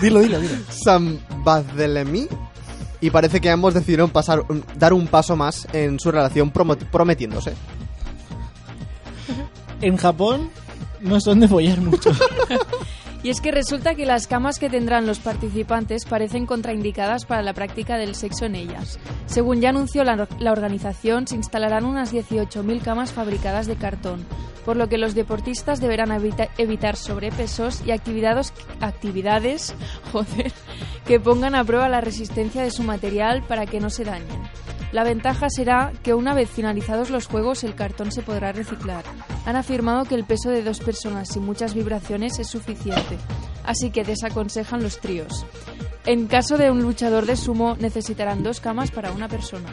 Speaker 5: dilo, dilo, dilo. San Barthélemy y parece que ambos decidieron pasar, dar un paso más en su relación promo- prometiéndose.
Speaker 4: En Japón no son de follar mucho.
Speaker 7: Y es que resulta que las camas que tendrán los participantes parecen contraindicadas para la práctica del sexo en ellas. Según ya anunció la, la organización, se instalarán unas 18.000 camas fabricadas de cartón, por lo que los deportistas deberán evita- evitar sobrepesos y actividades, actividades joder, que pongan a prueba la resistencia de su material para que no se dañen. La ventaja será que una vez finalizados los juegos el cartón se podrá reciclar. Han afirmado que el peso de dos personas y muchas vibraciones es suficiente, así que desaconsejan los tríos. En caso de un luchador de sumo necesitarán dos camas para una persona.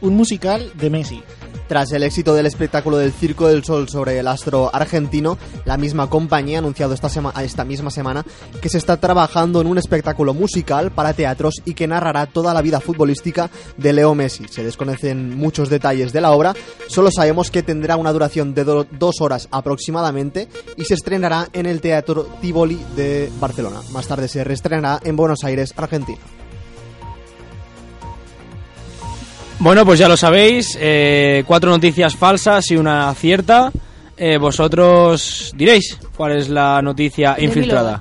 Speaker 4: Un musical de Messi.
Speaker 5: Tras el éxito del espectáculo del Circo del Sol sobre el astro argentino, la misma compañía ha anunciado esta, sema- esta misma semana que se está trabajando en un espectáculo musical para teatros y que narrará toda la vida futbolística de Leo Messi. Se desconocen muchos detalles de la obra, solo sabemos que tendrá una duración de do- dos horas aproximadamente y se estrenará en el Teatro Tivoli de Barcelona. Más tarde se reestrenará en Buenos Aires, Argentina.
Speaker 3: Bueno, pues ya lo sabéis, eh, cuatro noticias falsas y una cierta. Eh, vosotros diréis cuál es la noticia infiltrada.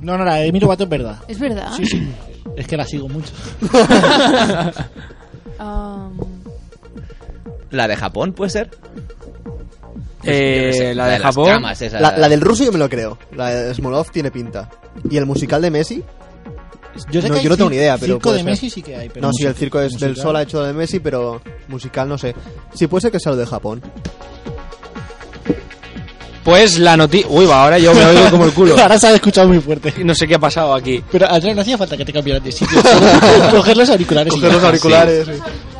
Speaker 4: No, no, la de Emilio Lovato es verdad.
Speaker 7: Es verdad.
Speaker 4: Sí, sí. Es que la sigo mucho.
Speaker 7: Am, oh,
Speaker 6: ¿La de Japón puede ser?
Speaker 3: Eh,
Speaker 6: Pues Yo qué sé,
Speaker 3: la de
Speaker 6: las
Speaker 3: Japón.
Speaker 6: camas, esa.
Speaker 5: La, la del ruso yo me lo creo. La de Smolov tiene pinta. ¿Y el musical de Messi? No,
Speaker 4: hay
Speaker 5: yo no tengo
Speaker 4: cir-
Speaker 5: ni idea, pero
Speaker 4: Circo
Speaker 5: puede
Speaker 4: de
Speaker 5: ser.
Speaker 4: Messi sí que hay. Pero
Speaker 5: no, sí, el circo es del
Speaker 4: musical.
Speaker 5: sol ha hecho lo de Messi, pero musical no sé. Sí, puede ser que sea lo de Japón.
Speaker 3: Pues la noticia... Uy, va, ahora yo me oigo como el culo.
Speaker 4: Ahora se ha escuchado muy fuerte.
Speaker 3: No sé qué ha pasado aquí.
Speaker 4: Pero Andrea, no hacía falta que te cambiaras de sitio. Coger los auriculares. y ya.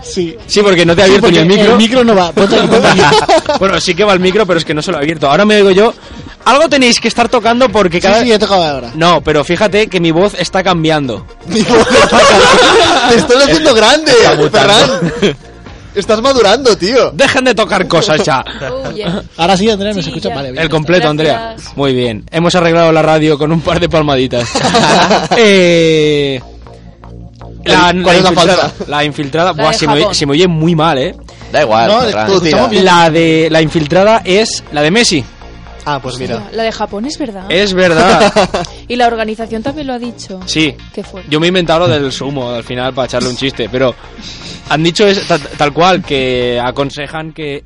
Speaker 4: Sí.
Speaker 3: Sí, porque no te he abierto
Speaker 4: Sí,
Speaker 3: ni el
Speaker 4: porque
Speaker 3: micro.
Speaker 4: El micro no va. Ponte aquí, ponte aquí.
Speaker 3: bueno, sí que va el micro, pero es que no se lo he abierto. Ahora me oigo yo. Algo tenéis que estar tocando porque
Speaker 4: Sí,
Speaker 3: cada...
Speaker 4: sí, he tocado ahora.
Speaker 3: No, pero fíjate que mi voz está cambiando.
Speaker 5: ¡Te estoy haciendo grande, Ferran! Estás madurando, tío.
Speaker 3: Dejen de tocar cosas ya.
Speaker 7: oh, yeah.
Speaker 4: Ahora sí, Andrea, nos
Speaker 7: Sí,
Speaker 4: escucha.
Speaker 7: ya.
Speaker 4: Vale, bien.
Speaker 3: El completo, Andrea.
Speaker 7: Gracias.
Speaker 3: Muy bien. Hemos arreglado la radio con un par de palmaditas. Eh, la,
Speaker 5: ¿Cuál es la
Speaker 3: infiltrada.
Speaker 5: falsa?
Speaker 3: La infiltrada.
Speaker 7: La
Speaker 3: Buah,
Speaker 7: de
Speaker 3: se, me oye,
Speaker 7: Japón.
Speaker 3: se me oye muy mal, ¿eh?
Speaker 6: Da igual.
Speaker 4: No,
Speaker 6: Ferran.
Speaker 5: tú tira.
Speaker 3: La de la infiltrada es la de Messi.
Speaker 5: Ah, pues mira.
Speaker 7: La de Japón es verdad.
Speaker 3: Es verdad.
Speaker 7: Y la organización también lo ha dicho.
Speaker 3: Sí.
Speaker 7: ¿Qué fue?
Speaker 3: Yo me he inventado lo del sumo al final para echarle un chiste, pero han dicho es, ta- tal, cual que aconsejan que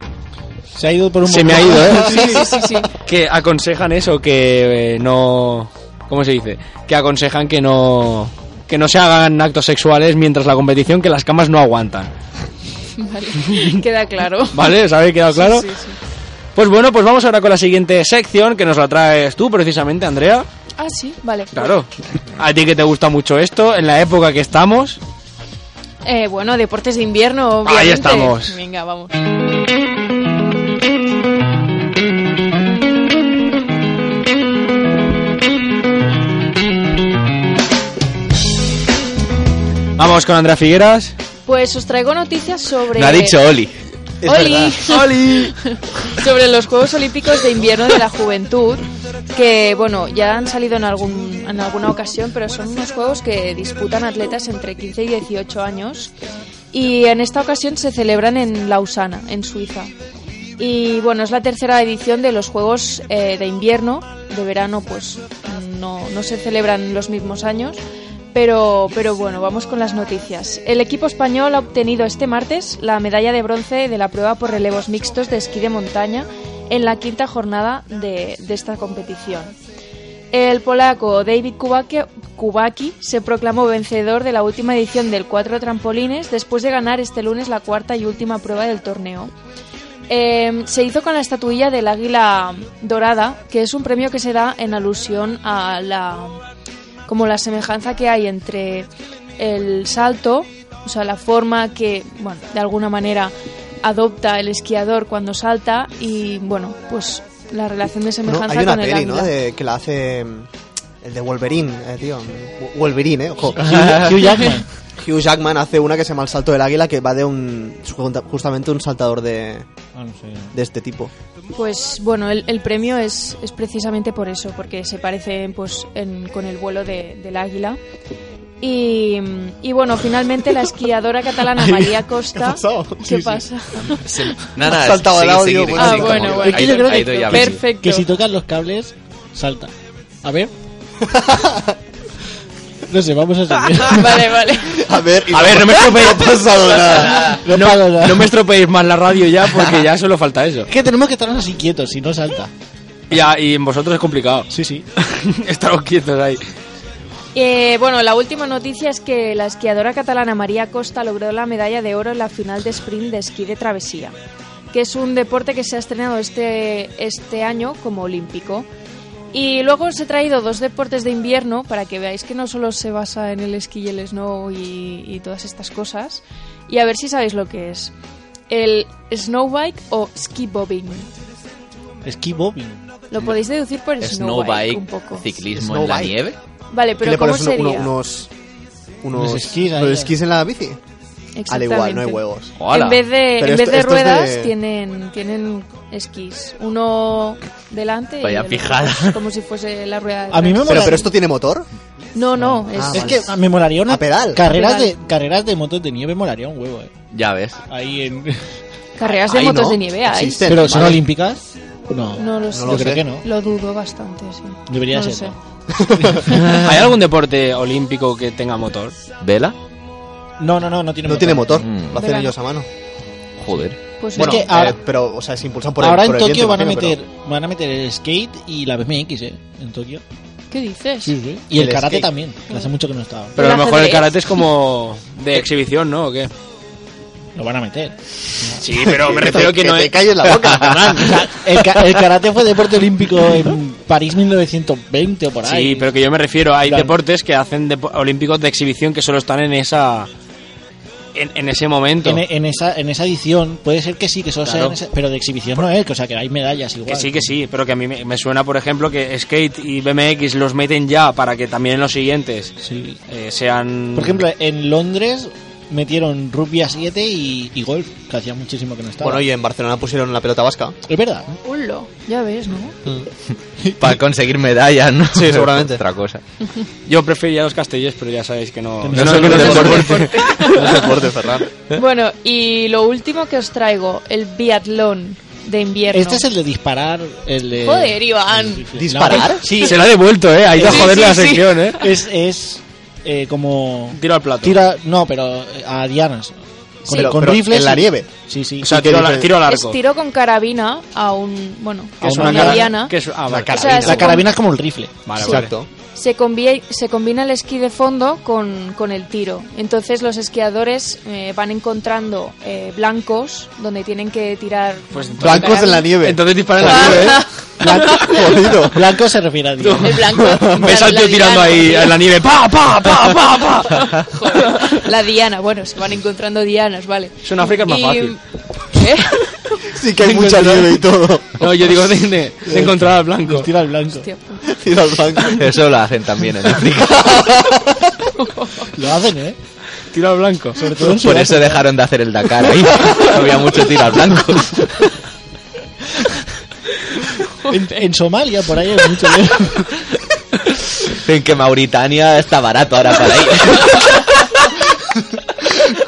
Speaker 4: Se ha ido por un
Speaker 3: se me ha
Speaker 4: momento.
Speaker 3: ido, ¿eh?
Speaker 7: Sí, sí, sí, sí.
Speaker 3: Que aconsejan eso, que eh, no ¿cómo se dice? Que aconsejan que no que no se hagan actos sexuales mientras la competición que las camas no aguantan.
Speaker 7: Vale. Queda claro.
Speaker 3: ¿Vale? ¿Os habéis quedado claro?
Speaker 7: Sí, sí, sí.
Speaker 3: Pues bueno, pues vamos ahora con la siguiente sección que nos la traes tú precisamente, Andrea.
Speaker 7: Ah, sí, vale.
Speaker 3: Claro. A ti que te gusta mucho esto, en la época que estamos.
Speaker 7: Eh, bueno, deportes de invierno. Obviamente.
Speaker 3: Ahí estamos.
Speaker 7: Venga, vamos.
Speaker 3: Vamos con Andrea Figueras.
Speaker 7: Pues os traigo noticias sobre.
Speaker 6: Lo ha dicho Oli.
Speaker 7: Oli. sobre los Juegos Olímpicos de Invierno de la Juventud, que bueno, ya han salido en, algún, en alguna ocasión, pero son unos juegos que disputan atletas entre 15 y 18 años y en esta ocasión se celebran en Lausana, en Suiza. Y bueno, es la tercera edición de los Juegos eh, de Invierno, de verano pues no, no se celebran los mismos años. Pero, pero bueno, vamos con las noticias. El equipo español ha obtenido este martes la medalla de bronce de la prueba por relevos mixtos de esquí de montaña en la quinta jornada de, de esta competición. El polaco David Kubaki, Kubaki se proclamó vencedor de la última edición del cuatro trampolines después de ganar este lunes la cuarta y última prueba del torneo. Eh, se hizo con la estatuilla del águila dorada, que es un premio que se da en alusión a la como la semejanza que hay entre el salto O sea, la forma que, bueno, de alguna manera adopta el esquiador cuando salta y, bueno, pues la relación de
Speaker 5: No,
Speaker 7: semejanza
Speaker 5: hay una
Speaker 7: con el
Speaker 5: peli, ¿no?
Speaker 7: águila.
Speaker 5: De- que la hace mm, el de Wolverine, eh, tío. Wo- Wolverine, eh, ojo.
Speaker 4: Hugh, Hugh Jackman.
Speaker 5: Hugh Jackman hace una que se llama El salto del águila, que va de un. justamente un saltador de,
Speaker 4: Ah, no sé.
Speaker 5: de este tipo.
Speaker 7: Pues bueno, el, el premio es, es precisamente por eso, porque se parecen pues, en- con el vuelo de- del águila. Y, y, bueno, finalmente la esquiadora catalana María Costa.
Speaker 5: pasado?
Speaker 7: ¿Qué
Speaker 5: Sí, sí.
Speaker 7: pasa?
Speaker 6: Se- nada,
Speaker 5: Ha saltado el
Speaker 6: seguid,
Speaker 5: audio,
Speaker 6: seguid,
Speaker 5: bueno.
Speaker 6: sí,
Speaker 7: Ah,
Speaker 6: como-
Speaker 7: bueno, bueno.
Speaker 6: ahí
Speaker 4: Es que yo creo
Speaker 6: doy- ahí
Speaker 4: que-
Speaker 6: doy a ver.
Speaker 7: Perfecto.
Speaker 4: Que si tocas los cables, salta. A ver. No sé, vamos a seguir.
Speaker 7: vale, vale.
Speaker 5: A ver,
Speaker 3: A ver, no me estropeéis.
Speaker 5: ha pasado nada.
Speaker 4: No, pago nada.
Speaker 3: No me estropeéis más la radio ya porque ya solo falta eso.
Speaker 4: Es que tenemos que estarnos así quietos, si no salta.
Speaker 3: Y, a- y en vosotros es complicado.
Speaker 4: Sí, sí.
Speaker 3: Estaros quietos ahí.
Speaker 7: Eh, bueno, la última noticia es que la esquiadora catalana María Costa logró la medalla de oro en la final de sprint de esquí de travesía, que es un deporte que se ha estrenado este, este año como olímpico. Y luego os he traído dos deportes de invierno para que veáis que no solo se basa en el esquí y el snow y, y todas estas cosas. Y a ver si sabéis lo que es. El snowbike o ski bobbing.
Speaker 4: Ski bobbing.
Speaker 7: Lo podéis deducir por snowbike un
Speaker 6: Snowbike,
Speaker 7: poco.
Speaker 6: ciclismo en la
Speaker 5: Snowbike.
Speaker 6: nieve.
Speaker 7: Vale,
Speaker 5: ¿Qué
Speaker 7: pero
Speaker 5: le
Speaker 7: ¿cómo
Speaker 5: pones uno- uno-
Speaker 7: sería?
Speaker 5: unos. Unos
Speaker 4: Unos esquís ahí.
Speaker 5: unos esquís en la bici? Al igual, no hay
Speaker 7: Exactamente.
Speaker 5: huevos.
Speaker 6: Hola.
Speaker 7: En vez de,
Speaker 5: Pero
Speaker 7: en vez
Speaker 5: esto-
Speaker 7: de
Speaker 5: esto es de-
Speaker 7: ruedas tienen, tienen esquís. Uno delante
Speaker 6: Vaya
Speaker 7: y el
Speaker 6: pijada.
Speaker 7: otro, como si fuese la rueda de
Speaker 4: A mí me
Speaker 7: atrás.
Speaker 5: Pero,
Speaker 4: mola.
Speaker 5: pero esto tiene motor.
Speaker 7: No, no, es,
Speaker 5: Ah,
Speaker 4: Es
Speaker 5: vale.
Speaker 4: que me molaría una
Speaker 5: A pedal.
Speaker 4: Carreras
Speaker 7: A pedal.
Speaker 4: de carreras de motos de nieve molaría un huevo, eh.
Speaker 6: Ya ves.
Speaker 4: Ahí en
Speaker 7: carreras de
Speaker 5: Ahí
Speaker 7: motos
Speaker 5: no,
Speaker 7: de nieve hay.
Speaker 5: existen,
Speaker 4: Pero son
Speaker 5: ¿vale?
Speaker 4: olímpicas? No.
Speaker 7: No lo
Speaker 4: Yo
Speaker 7: sé.
Speaker 5: lo
Speaker 4: creo
Speaker 5: sé.
Speaker 4: que no.
Speaker 7: Lo dudo bastante, sí.
Speaker 4: Debería
Speaker 7: No lo
Speaker 4: ser.
Speaker 7: sé.
Speaker 3: ¿Hay algún deporte olímpico que tenga motor?
Speaker 6: ¿Vela?
Speaker 4: No, no, no, no tiene
Speaker 5: No tiene motor.
Speaker 6: Mm.
Speaker 5: Lo hacen
Speaker 7: Verano.
Speaker 5: ellos a mano.
Speaker 6: Joder.
Speaker 7: Pues
Speaker 4: Bueno,
Speaker 7: no.
Speaker 4: que ahora-
Speaker 5: Eh, pero, o sea, se impulsan por el
Speaker 4: Ahora en
Speaker 5: por el
Speaker 4: Tokio
Speaker 5: viento,
Speaker 4: van a
Speaker 5: imagino,
Speaker 4: meter van a meter el skate y la BMX, eh, en Tokio.
Speaker 7: ¿Qué dices?
Speaker 4: Y el,
Speaker 5: El
Speaker 4: karate
Speaker 5: skate.
Speaker 4: también, que hace mucho que no estaba.
Speaker 3: Pero a
Speaker 7: El
Speaker 3: lo mejor el
Speaker 7: ajedrez.
Speaker 3: karate es como de exhibición, ¿no? ¿O qué?
Speaker 4: Lo van a meter.
Speaker 3: Sí, pero me
Speaker 5: pero-
Speaker 3: refiero que no
Speaker 5: te
Speaker 3: es...
Speaker 5: calles la boca, Fernán.
Speaker 4: O sea, el, ca- el karate fue deporte olímpico en París 1920 o por ahí.
Speaker 3: Sí, pero que yo me refiero, hay
Speaker 4: Plan.
Speaker 3: deportes que hacen depo- olímpicos de exhibición que solo están en esa... En, en ese momento.
Speaker 4: En, e- en esa, en esa edición puede ser que sí, que solo
Speaker 3: Claro.
Speaker 4: sea en esa- pero de exhibición no es, que, o sea que hay medallas igual.
Speaker 3: Que sí, que sí, pero que a mí me, me suena, por ejemplo, que skate y BMX los meten ya para que también en los siguientes
Speaker 4: Sí.
Speaker 3: eh, sean...
Speaker 4: Por ejemplo, en Londres metieron rugby a 7 y, y golf, que hacía muchísimo que no estaba.
Speaker 5: Bueno, y en Barcelona pusieron la pelota vasca.
Speaker 4: es verdad.
Speaker 7: Ulo, ya ves, ¿no?
Speaker 6: Para conseguir medallas, ¿no?
Speaker 5: Sí, seguramente.
Speaker 6: Otra cosa.
Speaker 3: Yo prefería los castellers, pero ya sabéis que no...
Speaker 4: Que
Speaker 6: No,
Speaker 4: No
Speaker 6: no,
Speaker 4: son
Speaker 6: no,
Speaker 4: un
Speaker 6: no,
Speaker 5: No es deporte, Ferran.
Speaker 7: Bueno, y lo último que os traigo, el biatlón de invierno.
Speaker 4: Este es el de disparar, el de...
Speaker 7: Joder, Iván.
Speaker 5: ¿Disparar?
Speaker 4: No, sí,
Speaker 3: Se la ha devuelto, ¿eh? Ha ido
Speaker 7: Sí,
Speaker 3: a joder
Speaker 7: sí,
Speaker 3: la
Speaker 7: sí.
Speaker 3: sección, ¿eh?
Speaker 4: es, es eh, como...
Speaker 3: Tiro al plato.
Speaker 4: Tira, no, pero eh, a dianas. Con,
Speaker 5: Pero-
Speaker 4: con
Speaker 5: pero
Speaker 4: rifles.
Speaker 5: en la
Speaker 4: y-
Speaker 5: nieve.
Speaker 4: Sí, sí.
Speaker 3: O sea,
Speaker 5: ¿Y qué
Speaker 3: tiro, al-
Speaker 5: dice?
Speaker 3: tiro al
Speaker 7: Es
Speaker 3: arco.
Speaker 7: tiro con carabina a un, bueno,
Speaker 4: A
Speaker 7: a
Speaker 4: una
Speaker 7: una,
Speaker 4: cara-
Speaker 7: diana.
Speaker 3: Que es- ah, vale.
Speaker 7: O sea, es
Speaker 4: la
Speaker 7: como-
Speaker 4: carabina es como un rifle.
Speaker 3: Vale, vale.
Speaker 5: Exacto.
Speaker 7: se, convie- se combina el esquí de fondo con, con el tiro. Entonces los esquiadores eh, van encontrando eh, blancos donde tienen que tirar...
Speaker 3: Pues entonces-
Speaker 5: Blancos en la nieve.
Speaker 3: Entonces disparan en la nieve, ¿eh?
Speaker 4: Blanco,
Speaker 5: Jodido.
Speaker 4: blanco se refiere a diana.
Speaker 7: El blanco...
Speaker 3: Ves
Speaker 7: claro,
Speaker 3: al tío
Speaker 7: la
Speaker 3: tirando
Speaker 7: diana,
Speaker 3: ahí en la nieve. ¡Pa, pa, pa, pa, pa!
Speaker 7: Joder, la diana, bueno, se van encontrando dianas, vale.
Speaker 3: Eso en África es más
Speaker 7: Y- ¿Eh?
Speaker 3: fácil.
Speaker 7: ¿Qué?
Speaker 5: Sí que hay mucha nieve y todo.
Speaker 3: No, yo digo de, de- de encontrar al blanco.
Speaker 4: Tira al blanco.
Speaker 7: Hostia,
Speaker 5: Tira al banco.
Speaker 6: Eso lo hacen también en África.
Speaker 4: Lo hacen, ¿eh?
Speaker 3: Tira al blanco.
Speaker 4: Sobre todo en
Speaker 6: Por
Speaker 4: Sudáfrica.
Speaker 6: eso dejaron de hacer el Dakar ahí. Había mucho tiro al blanco.
Speaker 4: En, en Somalia, por ahí hay mucho. ¿eh?
Speaker 6: En que Mauritania está barato ahora para ir.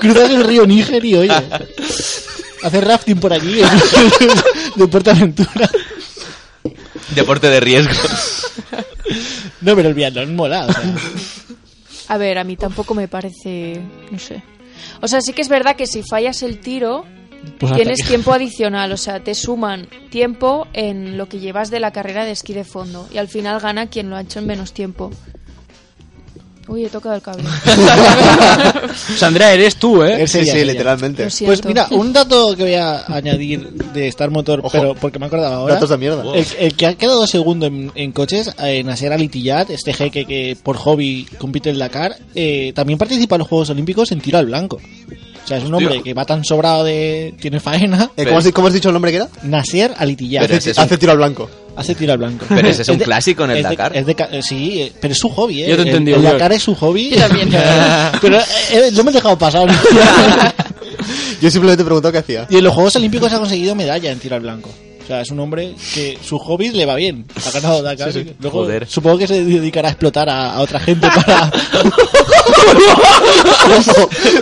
Speaker 4: Cruzas el río Níger y oye. Hacer rafting por allí. ¿eh? De Portaventura.
Speaker 6: Deporte de riesgo.
Speaker 4: No, pero el biatlón mola. O sea.
Speaker 7: A ver, a mí tampoco me parece... no sé. O sea, sí que es verdad que si fallas el tiro,
Speaker 4: Pues hasta
Speaker 7: Tienes
Speaker 4: que-
Speaker 7: tiempo adicional, o sea, te suman tiempo en lo que llevas de la carrera de esquí de fondo y al final gana quien lo ha hecho en menos tiempo. Uy, he tocado el cable.
Speaker 1: Sandra, eres tú, ¿eh?
Speaker 5: Sí, sí, literalmente.
Speaker 7: Lo siento.
Speaker 4: Pues mira, un dato que voy a añadir de Star Motor, pero porque me acordaba ahora.
Speaker 5: Datos de mierda.
Speaker 4: El, el que ha quedado segundo en, en coches, eh, Nasser Ali Tiyat, este jeque que por hobby compite en Dakar, eh, también participa en los Juegos Olímpicos en tiro al blanco. O sea, es un hombre
Speaker 6: Tío.
Speaker 4: que va tan sobrado de... tiene faena.
Speaker 5: Eh, ¿cómo, has, cómo has dicho el nombre que era?
Speaker 4: Nasser Ali Tiyat
Speaker 6: Pero ese
Speaker 4: hace,
Speaker 6: es un-
Speaker 5: Hace tiro al blanco.
Speaker 4: hace tiro al blanco.
Speaker 6: Pero ese es un
Speaker 4: de-
Speaker 6: clásico en el
Speaker 4: es de-
Speaker 6: Dakar.
Speaker 4: es de ca- eh, sí, eh, pero es su hobby, ¿eh?
Speaker 3: Yo te he
Speaker 4: El-
Speaker 3: entendido,
Speaker 4: El,
Speaker 3: Björk.
Speaker 4: Dakar es su hobby.
Speaker 7: Yo también.
Speaker 4: pero eh, eh, lo hemos dejado pasar.
Speaker 5: Yo simplemente he preguntado qué hacía.
Speaker 4: Y en los Juegos Olímpicos ha conseguido medalla en tiro al blanco. O sea, es un hombre que su hobby le va bien. Ha ganado Dakar. Luego,
Speaker 6: Joder.
Speaker 4: Supongo que se dedicará a explotar a, a otra gente para,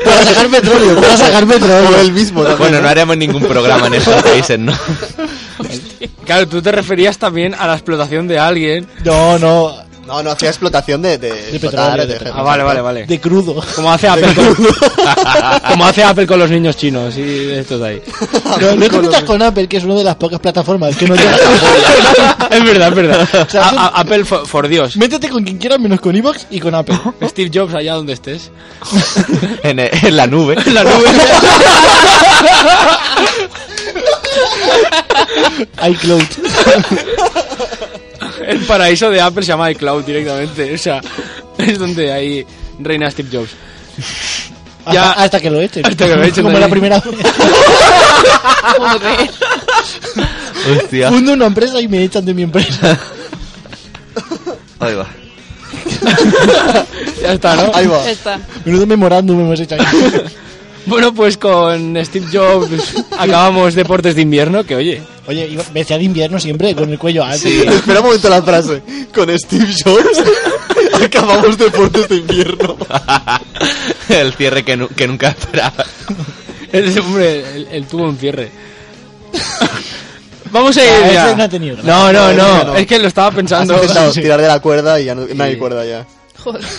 Speaker 5: Para sacar petróleo. Para sacar petróleo. O él mismo. también,
Speaker 6: Bueno, no haremos ningún programa en estos países, ¿no?
Speaker 3: Claro, tú te referías también a la explotación de alguien.
Speaker 4: No, no,
Speaker 5: No, no, hacía explotación de, de, explotar,
Speaker 4: petróleo, de
Speaker 5: de-
Speaker 4: petróleo.
Speaker 3: Ah, vale, vale, vale.
Speaker 4: de crudo.
Speaker 3: Como hace Apple con, como hace Apple con los niños chinos y estos Ah, de ahí.
Speaker 4: No, no te metas con Apple, que es una de las pocas plataformas que no te
Speaker 3: es verdad, es verdad.
Speaker 4: sea,
Speaker 3: A- a- Apple for, for Dios.
Speaker 4: Métete con quien quieras, menos con Evox y con Apple.
Speaker 3: Steve Jobs allá donde estés.
Speaker 6: En, e, en la nube.
Speaker 3: En la nube.
Speaker 4: iCloud.
Speaker 3: El paraíso de Apple se llama iCloud directamente. O sea, es donde ahí reina Steve Jobs. Ya-
Speaker 4: Ya. Hasta que lo echen.
Speaker 3: Hasta que lo echen,
Speaker 4: Como
Speaker 3: ahí.
Speaker 4: la primera vez.
Speaker 6: Hostia.
Speaker 4: Fundo una empresa y me echan de mi empresa.
Speaker 6: Ahí va.
Speaker 3: Ya está, ¿no?
Speaker 5: Ahí va.
Speaker 7: Ya está.
Speaker 4: Menudo memorándum hemos hecho aquí.
Speaker 3: Bueno, pues con Steve Jobs acabamos deportes de invierno, que oye,
Speaker 4: Oye, iba- me decía de invierno siempre, con el cuello alto.
Speaker 5: Espera un momento la frase. Con Steve Jobs acabamos deportes de este invierno.
Speaker 6: El cierre que, nu- que nunca esperaba.
Speaker 3: el hombre, el, el tubo en cierre. Vamos a
Speaker 4: Ah,
Speaker 3: ir
Speaker 4: ese
Speaker 3: ya.
Speaker 4: no ha tenido, ¿no?
Speaker 3: no,
Speaker 5: No,
Speaker 3: no, no,
Speaker 5: no.
Speaker 3: es que lo estaba
Speaker 5: Has
Speaker 3: pensando.
Speaker 5: intentado tirar de la cuerda y ya no, no hay cuerda ya.
Speaker 7: Joder.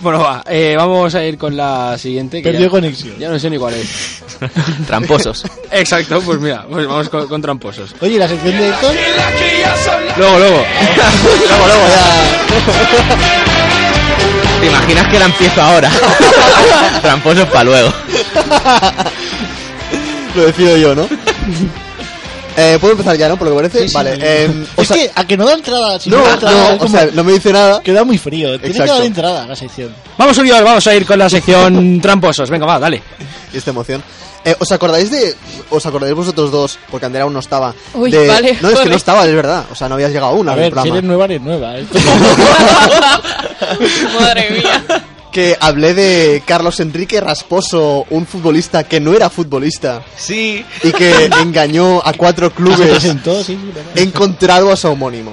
Speaker 3: Bueno, va, eh, vamos a ir con la siguiente. que
Speaker 4: Perdió
Speaker 3: ya-
Speaker 4: conexión.
Speaker 3: Ya no sé ni cuál es.
Speaker 6: Tramposos.
Speaker 3: Exacto, pues mira, pues vamos con, con tramposos.
Speaker 4: Oye, ¿y la sección de Héctor.
Speaker 3: Luego, luego.
Speaker 5: Luego, luego ya.
Speaker 6: ¿Te imaginas que la empiezo ahora? Tramposos para luego.
Speaker 5: Lo decido yo, ¿no? Eh, Puedo empezar ya, ¿no? Por lo que parece.
Speaker 4: Sí, sí,
Speaker 5: vale.
Speaker 4: sí.
Speaker 5: eh, o
Speaker 4: es
Speaker 5: sea,
Speaker 4: que a que no da entrada, si no,
Speaker 5: no,
Speaker 4: da entrada,
Speaker 5: no,
Speaker 4: es
Speaker 5: o
Speaker 4: como-
Speaker 5: sea, no me dice nada.
Speaker 4: queda muy frío. Tiene que
Speaker 5: Exacto.
Speaker 4: dar entrada a la sección.
Speaker 3: Vamos, Uriol, vamos a ir con la sección tramposos. Venga, va, dale.
Speaker 5: Y esta emoción. Eh, ¿Os acordáis de. ¿Os acordáis vosotros dos? Porque Andrea aún no estaba.
Speaker 7: Uy,
Speaker 5: de-
Speaker 7: vale,
Speaker 5: No, es que
Speaker 7: joder.
Speaker 5: no estaba, es verdad. O sea, no habías llegado aún
Speaker 4: A
Speaker 5: al
Speaker 4: ver, si
Speaker 5: programa.
Speaker 4: eres nueva, eres nueva. ¿eh?
Speaker 7: Madre mía.
Speaker 5: Que hablé de Carlos Enrique Rasposo, un futbolista que no era futbolista
Speaker 6: Sí.
Speaker 5: y que engañó a cuatro
Speaker 4: Se
Speaker 5: clubes.
Speaker 4: presentó, sí, sí, verdad.
Speaker 5: He encontrado a su homónimo.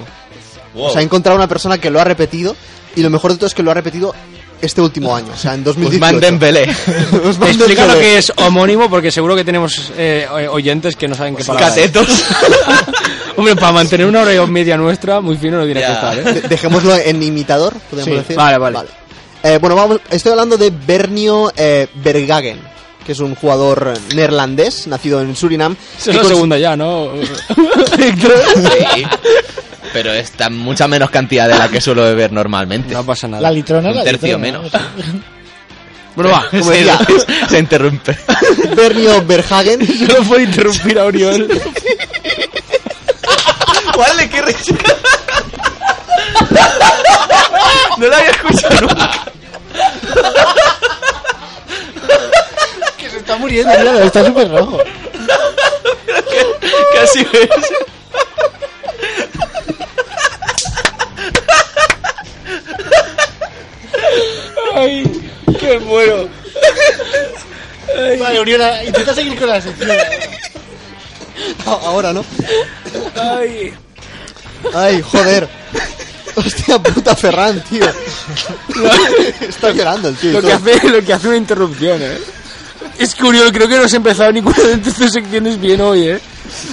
Speaker 5: O sea, he encontrado una persona que lo ha repetido y lo mejor de todo es que lo ha repetido este último año, o sea, en 2018.
Speaker 6: Usman Dembélé.
Speaker 5: Usman
Speaker 3: Pues Explica lo
Speaker 5: Dembélé.
Speaker 3: que es homónimo porque seguro que tenemos eh, o- oyentes que no saben qué palabra es.
Speaker 6: Catetos.
Speaker 3: Hombre, para mantener una hora y media nuestra, muy fino no tiene
Speaker 6: Ya.
Speaker 3: que estar, ¿eh?
Speaker 5: De- Dejémoslo en imitador, podemos
Speaker 4: Sí,
Speaker 5: decir.
Speaker 3: vale, vale.
Speaker 5: Eh, bueno, vamos, estoy hablando de Bernio eh, Bergagen, que es un jugador neerlandés, nacido en Surinam.
Speaker 3: Esa es la
Speaker 5: que cons-
Speaker 3: segunda ya, ¿no?
Speaker 6: Sí. Pero está en mucha menos cantidad de la que suelo beber normalmente.
Speaker 3: no pasa
Speaker 4: La
Speaker 3: nada.
Speaker 4: litrona, la
Speaker 6: Un tercio
Speaker 4: litrona,
Speaker 6: menos.
Speaker 4: ¿no?
Speaker 3: Bueno, va.
Speaker 6: Sí,
Speaker 5: decía.
Speaker 6: se interrumpe.
Speaker 5: Bernio Berhagen
Speaker 3: Solo puede interrumpir a Oriol.
Speaker 6: Vale, qué risa. No la había escuchado nunca.
Speaker 4: Se está muriendo, mira, está súper rojo.
Speaker 6: Casi ves.
Speaker 4: Vale, Uriola, intenta seguir con la sección.
Speaker 5: ahora, ¿no? Ay, joder. Hostia puta Ferran, tío. Está llorando el tío. y
Speaker 3: Lo que,
Speaker 5: todo.
Speaker 3: hace, lo que hace una interrupción, ¿eh? Es que Oriol, creo que no has empezado ninguna de tus secciones bien hoy, ¿eh?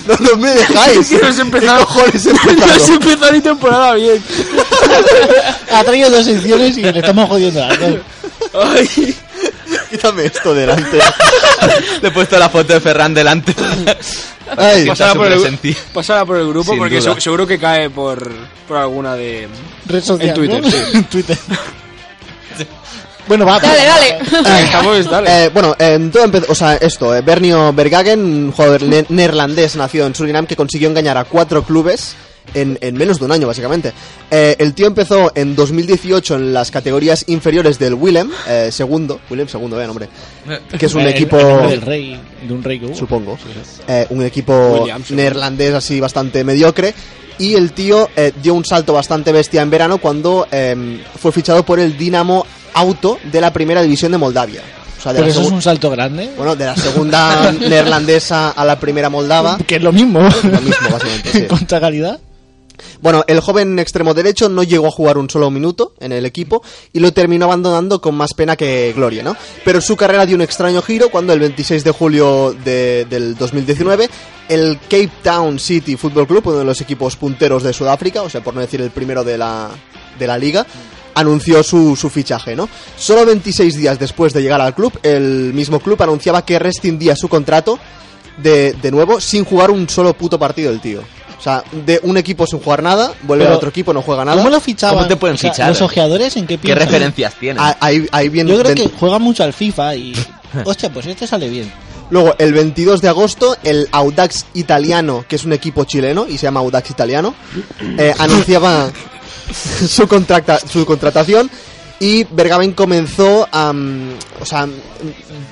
Speaker 5: No, no me dejáis.
Speaker 3: Que no has empezado.
Speaker 5: ¿Qué cojones he
Speaker 3: No has
Speaker 5: empezado?
Speaker 3: empezado ni temporada bien.
Speaker 4: Ha traído dos secciones y le estamos jodiendo a las dos.
Speaker 3: Ay.
Speaker 5: Quítame esto delante.
Speaker 6: Le he puesto la foto de Ferran delante.
Speaker 5: Ay,
Speaker 6: Está
Speaker 3: Pasará por, el,
Speaker 6: súper
Speaker 3: gru- pasará por el grupo
Speaker 6: Sin
Speaker 3: porque
Speaker 6: duda.
Speaker 3: se- seguro que cae por, por alguna de...
Speaker 4: Red social,
Speaker 3: En Twitter,
Speaker 4: ¿no?
Speaker 3: sí.
Speaker 4: En Twitter. Bueno, va.
Speaker 8: Dale, dale.
Speaker 3: Estamos, dale.
Speaker 5: Eh, bueno, en todo empezó, o sea, esto, eh, Bernio Bergagen, un jugador ne- neerlandés nacido en Surinam que consiguió engañar a cuatro clubes en, en menos de un año, básicamente. Eh, el tío empezó en 2018 en las categorías inferiores del Willem, eh, segundo, Willem segundo, vea nombre, que es un
Speaker 4: El- Eh, el
Speaker 5: equipo...
Speaker 4: nombre del rey, de un rey que hubo.
Speaker 5: supongo. Eh, un equipo
Speaker 3: Williams, supongo.
Speaker 5: neerlandés así bastante mediocre. Y el tío eh, dio un salto bastante bestia en verano cuando em, fue fichado por el Dinamo Auto de la primera división de Moldavia. O sea, de
Speaker 4: Pero
Speaker 5: la
Speaker 4: eso es
Speaker 5: segun-
Speaker 4: un salto grande.
Speaker 5: Bueno, de la segunda neerlandesa a la primera moldava.
Speaker 4: Que es lo mismo.
Speaker 5: Lo mismo, básicamente, sí.
Speaker 4: Contra calidad.
Speaker 5: Bueno, el joven extremo derecho no llegó a jugar un solo minuto en el equipo y lo terminó abandonando con más pena que gloria, ¿no? Pero su carrera dio un extraño giro cuando el 26 de julio de- del 2019 el Cape Town City Football Club, uno de los equipos punteros de Sudáfrica, o sea, por no decir el primero de la, de la liga, anunció su, su fichaje, ¿no? Solo 26 días después de llegar al club, el mismo club anunciaba que rescindía su contrato de, de nuevo sin jugar un solo puto partido el tío. O sea, de un equipo sin jugar nada, vuelve
Speaker 4: Pero,
Speaker 5: a otro equipo, no juega nada.
Speaker 4: ¿Cómo lo fichaban?
Speaker 6: ¿Cómo te pueden
Speaker 4: O sea,
Speaker 6: fichar?
Speaker 4: ¿Los ojeadores en qué
Speaker 6: ¿Qué
Speaker 4: piensan?
Speaker 6: referencias tiene?
Speaker 5: Ah, Ahí, ahí viene
Speaker 4: Yo creo
Speaker 5: ven-
Speaker 4: que juegan mucho al FIFA y. Hostia, pues este sale bien.
Speaker 5: Luego, el 22 de agosto, el Audax Italiano, que es un equipo chileno y se llama Audax Italiano, eh, anunciaba su, contracta- su contratación y Bergamen comenzó a... mm, o sea, mm,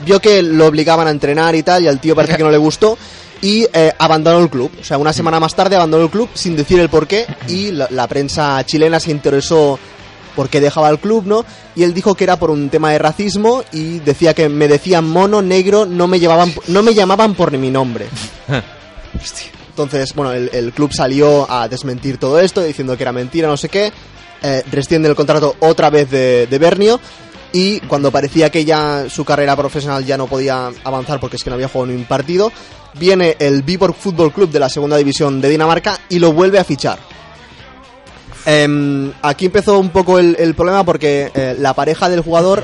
Speaker 5: vio que lo obligaban a entrenar y tal, y al tío parece que no le gustó. Y eh, abandonó el club. O sea, una semana más tarde abandonó el club sin decir el porqué. Y la, la prensa chilena se interesó porque dejaba el club, ¿no? Y él dijo que era por un tema de racismo y decía que me decían mono, negro, no me, llevaban, no me llamaban por mi nombre. Entonces, bueno, el, el club salió a desmentir todo esto, diciendo que era mentira, no sé qué. Eh, resciende el contrato otra vez de, de Bernio. Y cuando parecía que ya su carrera profesional ya no podía avanzar porque es que no había jugado ni un partido, viene el Viborg Fútbol Club de la segunda división de Dinamarca y lo vuelve a fichar. Em, aquí empezó un poco el, el problema porque eh, la pareja del jugador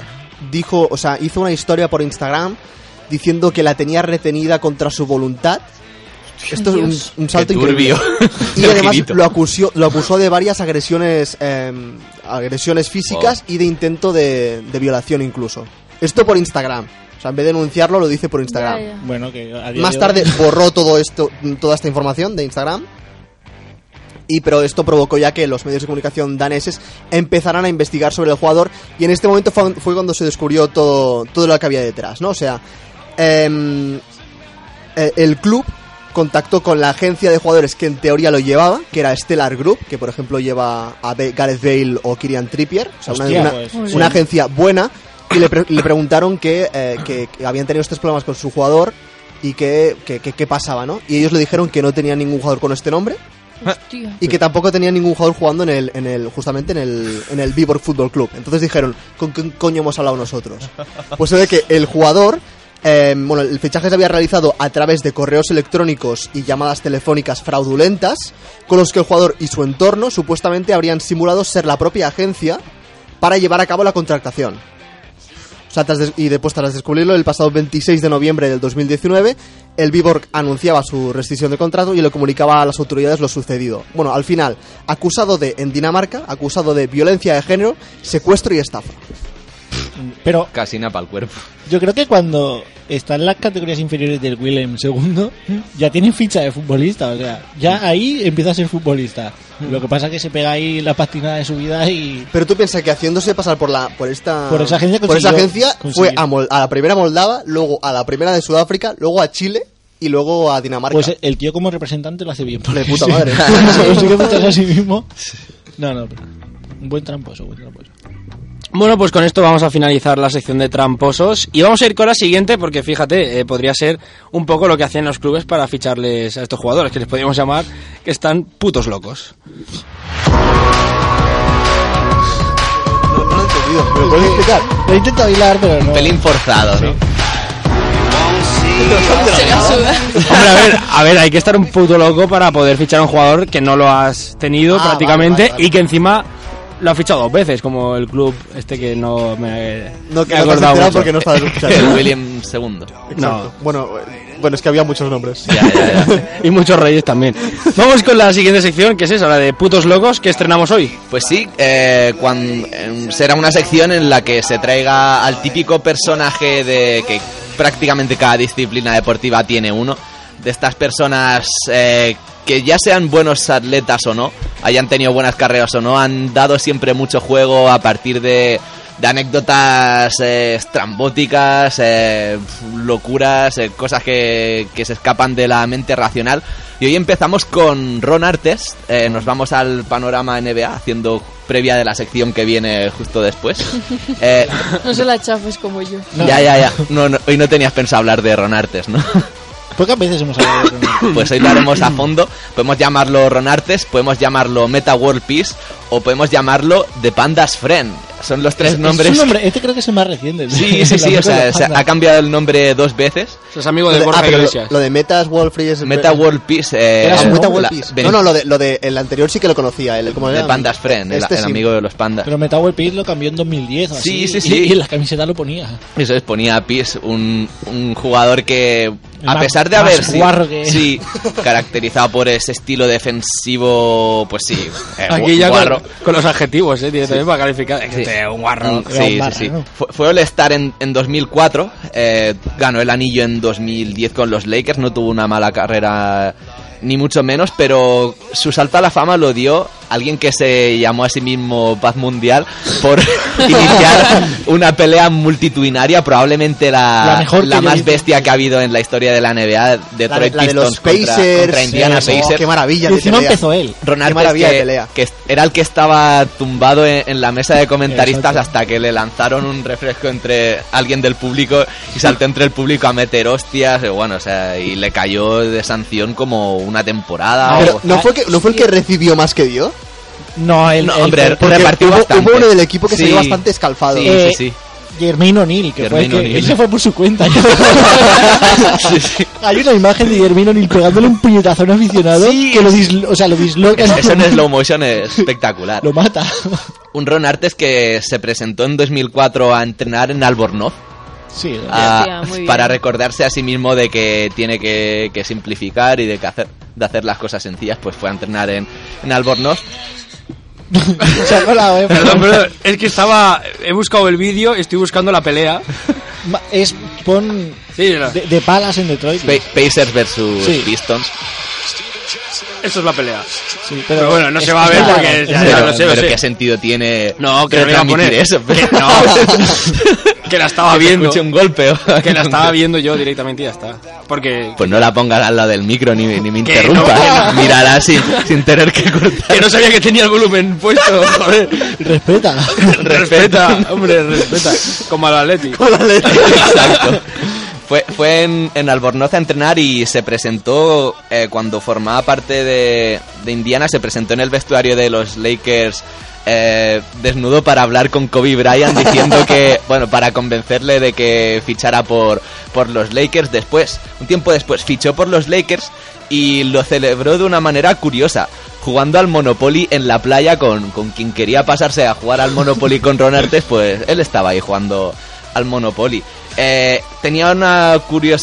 Speaker 5: dijo, o sea, hizo una historia por Instagram diciendo que la tenía retenida contra su voluntad. Esto es
Speaker 7: Dios.
Speaker 5: un, un salto
Speaker 6: Qué turbio.
Speaker 5: increíble. Y
Speaker 6: El
Speaker 5: además
Speaker 6: girito.
Speaker 5: lo acusó, lo acusó de varias agresiones em, agresiones físicas y de intento de, de violación incluso. Esto por Instagram. O sea, en vez de denunciarlo, lo dice por Instagram.
Speaker 7: Ya, ya.
Speaker 4: Bueno, que a día
Speaker 5: Más
Speaker 4: de hoy-
Speaker 5: tarde borró todo esto, toda esta información de Instagram. Y pero esto provocó ya que los medios de comunicación daneses empezaran a investigar sobre el jugador y en este momento fue, fue cuando se descubrió todo, todo lo que había detrás, ¿no? O sea, em, eh, el club contactó con la agencia de jugadores que en teoría lo llevaba, que era Stellar Group, que por ejemplo lleva a Be- Gareth Bale o Kirian Trippier, o sea, una-
Speaker 4: Hostia,
Speaker 5: una-
Speaker 4: pues,
Speaker 5: una
Speaker 4: sí.
Speaker 5: agencia buena, y le, pre- le preguntaron que, eh, que- que habían tenido estos problemas con su jugador y que que- que- qué pasaba, ¿no? Y ellos le dijeron que no tenían ningún jugador con este nombre
Speaker 7: Hostia.
Speaker 5: y que tampoco tenían ningún jugador jugando en el, en el justamente en el, en el Viborg Fútbol Club. Entonces dijeron, ¿con qué coño hemos hablado nosotros? Pues se ve que el jugador, eh, bueno, el fichaje se había realizado a través de correos electrónicos y llamadas telefónicas fraudulentas, con los que el jugador y su entorno supuestamente habrían simulado ser la propia agencia para llevar a cabo la contratación. O sea, tras des- y después tras descubrirlo, el pasado 26 de noviembre del 2019, el Viborg anunciaba su rescisión de contrato y le comunicaba a las autoridades lo sucedido. Bueno, al final, acusado de, en Dinamarca, acusado de violencia de género, secuestro y estafa.
Speaker 4: Pero
Speaker 6: Casi nada para el cuerpo.
Speaker 4: yo creo que cuando está en las categorías inferiores del Willem II, ya tiene ficha de futbolista. O sea, ya ahí empieza a ser futbolista. Lo que pasa es que se pega ahí la patinada de su vida y.
Speaker 5: Pero tú piensas que haciéndose pasar por la por esta
Speaker 4: Por esa agencia
Speaker 5: por esa
Speaker 4: consiguió-
Speaker 5: agencia
Speaker 4: consiguió.
Speaker 5: fue a, Mol- a la primera Moldava, luego a la primera de Sudáfrica, luego a Chile y luego a Dinamarca.
Speaker 4: Pues el tío como representante lo hace bien. porque
Speaker 5: De puta
Speaker 4: sí.
Speaker 5: madre.
Speaker 4: Se consigue fichar a sí mismo. No, no, pero un buen tramposo, buen tramposo.
Speaker 1: Bueno, pues con esto vamos a finalizar la sección de tramposos y vamos a ir con la siguiente porque fíjate, eh, podría ser un poco lo que hacían los clubes para ficharles a estos jugadores, que les podríamos llamar que están putos locos.
Speaker 5: no, no lo he entendido. ¿Me lo puedes explicar?
Speaker 4: Lo he intentado hilar, pero no.
Speaker 6: Pelín forzado, ¿no?
Speaker 1: Hombre, a ver, a ver, hay que estar un puto loco para poder fichar a un jugador que no lo has tenido
Speaker 5: Ah,
Speaker 1: prácticamente
Speaker 5: vale, vale, vale.
Speaker 1: y que encima
Speaker 3: lo ha fichado dos veces, como el club este que no me.
Speaker 5: No, que
Speaker 3: me he
Speaker 5: no te has
Speaker 3: acordado
Speaker 5: enterado
Speaker 3: mucho.
Speaker 5: porque no estabas escuchando.
Speaker 6: El William II.
Speaker 5: Exacto. Bueno, eh, bueno, es que había muchos nombres.
Speaker 3: y muchos reyes también. Vamos con la siguiente sección, que es esa, la de putos locos que estrenamos hoy.
Speaker 6: Pues sí, eh, cuan- em, será una sección en la que se traiga al típico personaje de que prácticamente cada disciplina deportiva tiene uno. De estas personas eh, que ya sean buenos atletas o no, hayan tenido buenas carreras o no, han dado siempre mucho juego a partir de, de anécdotas eh, estrambóticas, eh, locuras, eh, cosas que, que se escapan de la mente racional. Y hoy empezamos con Ron Artes. eh, nos vamos al panorama NBA haciendo previa de la sección que viene justo después. Eh,
Speaker 7: No se la chafes como yo.
Speaker 6: Ya, ya, ya. No, no, hoy no tenías pensado hablar de Ron Artes, ¿no?
Speaker 4: Pocas veces hemos hablado de Ronaldo.
Speaker 6: Pues hoy lo haremos a fondo. Podemos llamarlo Ron Artes, podemos llamarlo Meta World Peace o podemos llamarlo The Pandas Friend. Son los tres
Speaker 4: Es- es
Speaker 6: nombres.
Speaker 4: un nombre- este creo que es el más reciente.
Speaker 6: Sí, sí, sí.
Speaker 4: La
Speaker 6: O sea,
Speaker 4: Panda.
Speaker 6: se ha cambiado el nombre dos veces.
Speaker 3: Es amigo
Speaker 5: Lo
Speaker 3: de
Speaker 5: de-
Speaker 3: Borja
Speaker 5: ah, pero lo,
Speaker 3: Iglesias.
Speaker 5: lo de Metas World Free es.
Speaker 6: Meta World Peace. eh,
Speaker 5: Era su
Speaker 6: ¿no?
Speaker 5: Meta World
Speaker 6: La-
Speaker 5: Peace.
Speaker 6: ven-
Speaker 5: No, no, lo de, lo de- el anterior sí que lo conocía. El, ¿cómo
Speaker 6: The
Speaker 5: era?
Speaker 6: Pandas Friend, el,
Speaker 5: Este
Speaker 6: el
Speaker 5: sí.
Speaker 6: amigo de los pandas.
Speaker 4: Pero Metawell Page lo cambió en 2010. o
Speaker 6: Sí, sí,
Speaker 4: así,
Speaker 6: sí.
Speaker 4: Y, y en la camiseta lo ponía.
Speaker 6: Eso es, ponía a Pierce un, un jugador que,
Speaker 4: El
Speaker 6: a
Speaker 4: más-
Speaker 6: pesar de
Speaker 4: más
Speaker 6: haber sido
Speaker 4: guarro que-
Speaker 6: sí, caracterizado por ese estilo defensivo, pues sí, eh, gu-
Speaker 3: Aquí ya
Speaker 6: guarro.
Speaker 3: con, con los adjetivos, eh, directamente para calificar. Es que
Speaker 6: Sí.
Speaker 3: este es un guarro.
Speaker 6: Mm, Sí,
Speaker 4: barra,
Speaker 6: sí, sí.
Speaker 4: ¿no?
Speaker 6: Fue, fue All-Star en, en 2004, eh, ganó el anillo en 2010 con los Lakers, no tuvo una mala carrera ni mucho menos, pero su salto a la fama lo dio alguien que se llamó a sí mismo Paz Mundial por iniciar una pelea multitudinaria, probablemente la,
Speaker 4: La mejor que yo he
Speaker 6: más
Speaker 4: visto.
Speaker 6: bestia que ha habido en la historia de la NBA,
Speaker 5: La, de-
Speaker 6: Detroit
Speaker 5: la de los
Speaker 6: Pistons contra,
Speaker 5: Pacers.
Speaker 6: contra Indiana
Speaker 5: eh, oh,
Speaker 6: Pacers.
Speaker 5: Qué maravilla.
Speaker 4: y
Speaker 5: de
Speaker 4: encima
Speaker 5: pelea.
Speaker 4: empezó él.
Speaker 6: Ron
Speaker 5: Qué
Speaker 6: Artes,
Speaker 5: maravilla
Speaker 6: que,
Speaker 5: de pelea.
Speaker 6: que era el que estaba tumbado en, en la mesa de comentaristas hasta que le lanzaron un refresco entre alguien del público y saltó entre el público a meter hostias y bueno, o sea, y le cayó de sanción como una temporada o-
Speaker 5: Pero, ¿no, fue que, ¿No fue el que recibió más que dio?
Speaker 4: No, él.
Speaker 6: No,
Speaker 4: él-
Speaker 6: hombre,
Speaker 4: él-
Speaker 5: Porque
Speaker 6: repartió
Speaker 5: hubo-
Speaker 6: bastante.
Speaker 5: hubo uno del equipo que se
Speaker 6: Sí.
Speaker 5: vio bastante escalfado.
Speaker 6: Sí,
Speaker 4: Eh,
Speaker 6: sí, sí.
Speaker 4: Jermaine O'Neill, que fue el
Speaker 6: Jermaine
Speaker 4: que-
Speaker 6: O'Neal.
Speaker 4: él se fue por su cuenta.
Speaker 6: Sí, sí.
Speaker 4: Hay una imagen de Jermaine O'Neill pegándole un puñetazo a un aficionado
Speaker 6: Sí.
Speaker 4: que lo, dislo- o sea, lo disloca.
Speaker 6: Es- Eso en slow motion es espectacular.
Speaker 4: Lo mata.
Speaker 6: Un Ron Artes que se presentó en 2004 a entrenar en Albornoz.
Speaker 4: Sí,
Speaker 6: Ah,
Speaker 7: hacía, muy bien.
Speaker 6: para recordarse a sí mismo de que tiene que, que simplificar y de que hacer de hacer las cosas sencillas, pues fue a entrenar en, en Albornoz.
Speaker 4: se ha colado, eh.
Speaker 3: Perdón, perdón, es que estaba. He buscado el vídeo, estoy buscando la pelea.
Speaker 4: Ma- Es pon
Speaker 3: Sí, no,
Speaker 4: de, de palas en Detroit.
Speaker 6: Pa- Pacers versus
Speaker 4: Sí.
Speaker 6: Pistons.
Speaker 3: eso es la pelea.
Speaker 4: Sí,
Speaker 3: Pero bueno, no
Speaker 4: es-
Speaker 3: se va a
Speaker 4: es
Speaker 3: ver
Speaker 4: muy
Speaker 3: porque
Speaker 4: largo, es
Speaker 3: ya-
Speaker 4: muy
Speaker 3: ya
Speaker 6: pero
Speaker 3: lo sé, lo
Speaker 6: pero
Speaker 3: sé.
Speaker 6: qué sentido tiene
Speaker 3: No, que no le iba a
Speaker 6: retransmitir
Speaker 3: poner.
Speaker 6: eso.
Speaker 3: Que no. que la estaba
Speaker 6: Que se
Speaker 3: viendo.
Speaker 6: escuche un golpe. o-
Speaker 3: Que la estaba viendo yo directamente y ya está. Porque.
Speaker 6: Pues no la pongas al lado del micro ni, ni me
Speaker 3: Que
Speaker 6: interrumpa. ¿eh?
Speaker 3: no.
Speaker 6: Mirará sin, sin tener que cortar.
Speaker 3: Que no sabía que tenía el volumen puesto, joder.
Speaker 4: Respeta.
Speaker 3: Respeta, hombre, respeta. Como al Atleti.
Speaker 6: Exacto. Fue, fue en, en Albornoz a entrenar y se presentó eh, cuando formaba parte de, de Indiana, se presentó en el vestuario de los Lakers eh, desnudo para hablar con Kobe Bryant diciendo que, bueno, para convencerle de que fichara por, por los Lakers después, un tiempo después, fichó por los Lakers y lo celebró de una manera curiosa, jugando al Monopoly en la playa con, con quien quería pasarse a jugar al Monopoly con Ron Artes, pues él estaba ahí jugando al Monopoly. Eh, tenía una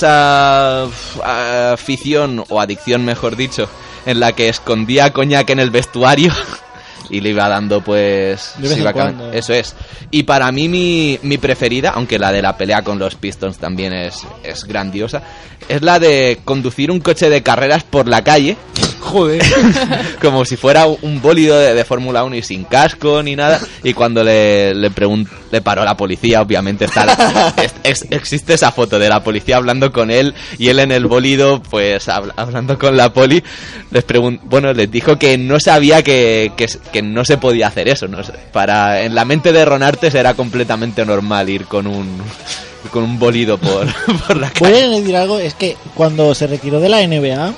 Speaker 6: curiosa uf, afición, o adicción mejor dicho, en la que escondía coñac en el vestuario y le iba dando pues...
Speaker 4: De vez
Speaker 6: se
Speaker 4: en
Speaker 6: iba cam-
Speaker 4: cuando.
Speaker 6: Eso es. Y para mí mi, mi preferida, aunque la de la pelea con los Pistons también es, es grandiosa, es la de conducir un coche de carreras por la calle
Speaker 3: Joder.
Speaker 6: como si fuera un bólido de, de Fórmula 1 y sin casco ni nada. Y cuando le, le, pregun- le paró la policía, obviamente está la- es- es- existe esa foto de la policía hablando con él y él en el bólido, pues habla- hablando con la poli. Les pregun- bueno, les dijo que no sabía que, que, s- que no se podía hacer eso. No sé. Para, en la mente de Ron Artes era completamente normal ir con un, con un bólido por, por la
Speaker 4: Voy
Speaker 6: calle.
Speaker 4: a añadir algo, es que cuando se retiró de la NBA,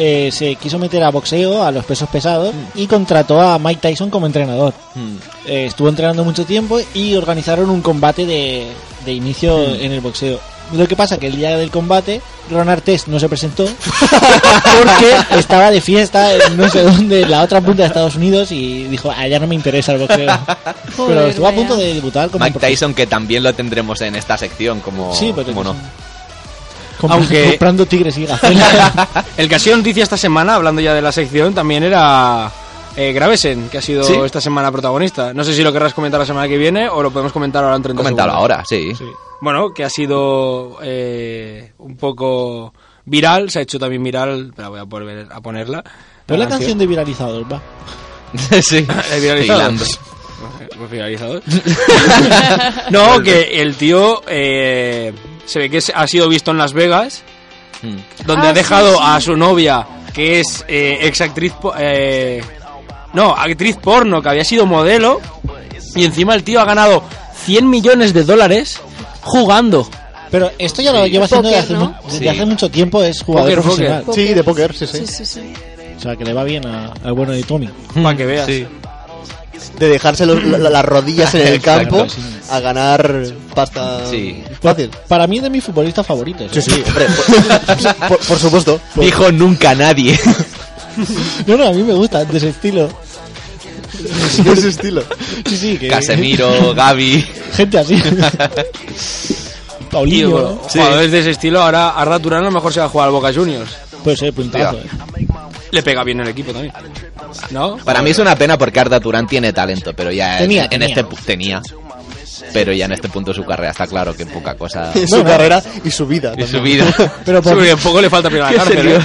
Speaker 4: eh, se quiso meter a boxeo, a los pesos pesados, y contrató a Mike Tyson como entrenador.
Speaker 6: Mm.
Speaker 4: Eh, estuvo entrenando mucho tiempo y organizaron un combate de, de inicio en el boxeo. Lo que pasa que el día del combate, Ron Artes no se presentó porque estaba de fiesta en no sé dónde, en la otra punta de Estados Unidos y dijo, ah, ya no me interesa el boxeo. Pero
Speaker 7: Joder,
Speaker 4: estuvo a
Speaker 7: vaya.
Speaker 4: punto de debutar como
Speaker 6: Mike
Speaker 4: profe-
Speaker 6: Tyson, que también lo tendremos en esta sección, como,
Speaker 4: Sí, pero
Speaker 6: como no.
Speaker 4: compra-
Speaker 3: Aunque-
Speaker 4: comprando tigres y gacelas.
Speaker 3: El que ha sido noticia esta semana, hablando ya de la sección, también era eh, Gravesen, que ha sido
Speaker 6: ¿Sí?
Speaker 3: esta semana protagonista. No sé si lo querrás comentar la semana que viene o lo podemos comentar ahora en 30
Speaker 6: Comentalo
Speaker 3: segundos.
Speaker 6: ahora, sí.
Speaker 3: Sí. Bueno, que ha sido eh, un poco viral, se ha hecho también viral, pero voy a volver a ponerla.
Speaker 4: Pero
Speaker 3: Ah,
Speaker 4: la canción de viralizador, va.
Speaker 6: Sí,
Speaker 3: Eh, viralizado.
Speaker 6: Hilando.
Speaker 3: Pues viralizado. no, que el tío eh, se ve que se- ha sido visto en Las Vegas,
Speaker 6: Mm.
Speaker 3: donde
Speaker 7: Ah,
Speaker 3: ha dejado
Speaker 7: sí, sí.
Speaker 3: a su novia, que es eh, ex actriz. no, actriz porno, que había sido modelo, y encima el tío ha ganado 100 millones de dólares jugando.
Speaker 4: Pero esto ya lo lleva haciendo
Speaker 7: Póker,
Speaker 4: desde,
Speaker 7: ¿no?
Speaker 4: mu- desde
Speaker 6: Sí.
Speaker 4: hace mucho tiempo, es jugador
Speaker 3: Póker,
Speaker 4: profesional.
Speaker 5: Sí, de póker, sí,
Speaker 7: Sí,
Speaker 5: sí.
Speaker 7: sí, sí.
Speaker 4: O sea, que le va bien a- al bueno de Tony.
Speaker 3: Para que veas.
Speaker 5: De dejarse los- la- la- las rodillas en el
Speaker 6: Exacto.
Speaker 5: campo a ganar pasta
Speaker 6: Sí.
Speaker 5: fácil.
Speaker 4: Pues, Para mí es de mis futbolistas favoritos. ¿eh?
Speaker 5: Hombre, por, por- por supuesto.
Speaker 6: Dijo nunca nadie.
Speaker 4: No, no, a mí me gusta de ese estilo.
Speaker 5: De ese estilo.
Speaker 4: Sí, sí, que
Speaker 6: Casemiro, Gaby.
Speaker 4: gente así.
Speaker 3: Tío,
Speaker 4: Paulinho, ¿no?
Speaker 3: jugadores de ese estilo, ahora Arda Turán a lo mejor se va a jugar al Boca Juniors.
Speaker 4: puede ser puntazo. ¿eh?
Speaker 3: Le pega bien el equipo también. ¿No?
Speaker 6: Para mí es una pena porque Arda Turán tiene talento, pero ya en-
Speaker 4: Tenía,
Speaker 6: en,
Speaker 4: tenía.
Speaker 6: este pu- tenía. Pero ya en este punto de su carrera está claro que poca cosa
Speaker 5: Su carrera y su vida.
Speaker 6: de
Speaker 5: también.
Speaker 6: su vida.
Speaker 4: Pero por,
Speaker 3: Sí, un poco le falta primero la cárcel, ¿eh?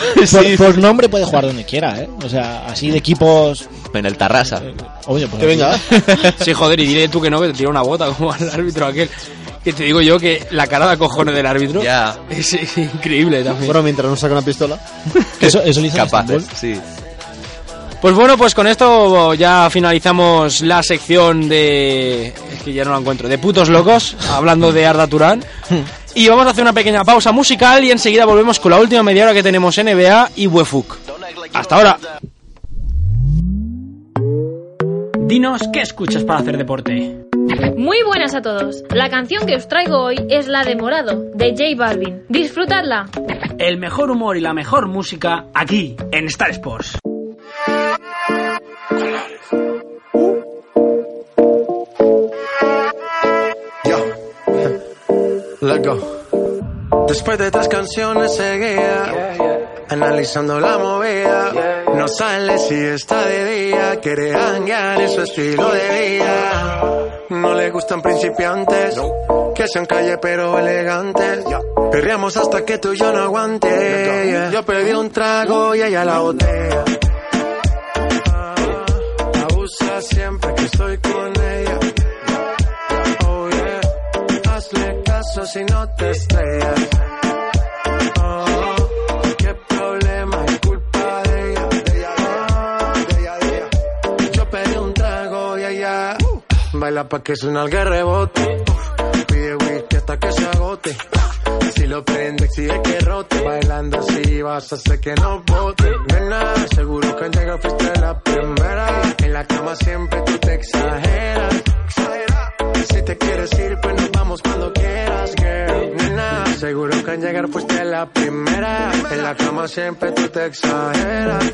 Speaker 4: por- por nombre puede jugar donde quiera, ¿eh? O sea, así de equipos.
Speaker 6: En el Tarrasa.
Speaker 4: Oye, pues.
Speaker 5: Que venga.
Speaker 3: Sí, joder, y dile tú que no, que te tira una bota como al árbitro aquel. Que te digo yo que la cara de cojones del árbitro
Speaker 6: Ya.
Speaker 3: es es increíble también.
Speaker 5: Bueno, mientras no saca una pistola.
Speaker 4: Eso, eso lo hizo en
Speaker 6: Capaces,
Speaker 4: Estambul.
Speaker 6: sí.
Speaker 3: Pues bueno, pues con esto ya finalizamos la sección de... Es que ya no la encuentro. De putos locos, hablando de Arda Turán. Y vamos a hacer una pequeña pausa musical y enseguida volvemos con la última media hora que tenemos NBA y Wefuk. Hasta ahora.
Speaker 2: Dinos qué escuchas para hacer deporte.
Speaker 8: Muy buenas a todos. La canción que os traigo hoy es la de Morado, de J Balvin. Disfrutadla.
Speaker 2: El mejor humor y la mejor música aquí en Star Sports.
Speaker 10: Let's go. Después de tres canciones seguía analizando la movida. No sale si está de día, quiere hanguear en su estilo de vida. No le gustan principiantes, que sean calle pero elegantes. Perreamos hasta que tú y yo no aguante. yeah. Yo pedí un trago y ella la botella. Ah, Abusa siempre que estoy con ella. Oh yeah, hazle caso si no te estrellas. Oh, qué problema es culpa de ella, de ella, de ella, de ella. Yo pedí un trago y ella uh, baila pa' que suena el rebote. Pide whisky hasta que se agote. Si lo prende, exige que rote. Bailando así vas a hacer que no bote. Nena, seguro que al llegar fuiste la primera. En la cama siempre tú te exageras. Si te quieres ir, pues nos vamos cuando quieras, girl. Nena, seguro que al llegar fuiste la primera. En la cama siempre tú te exageras.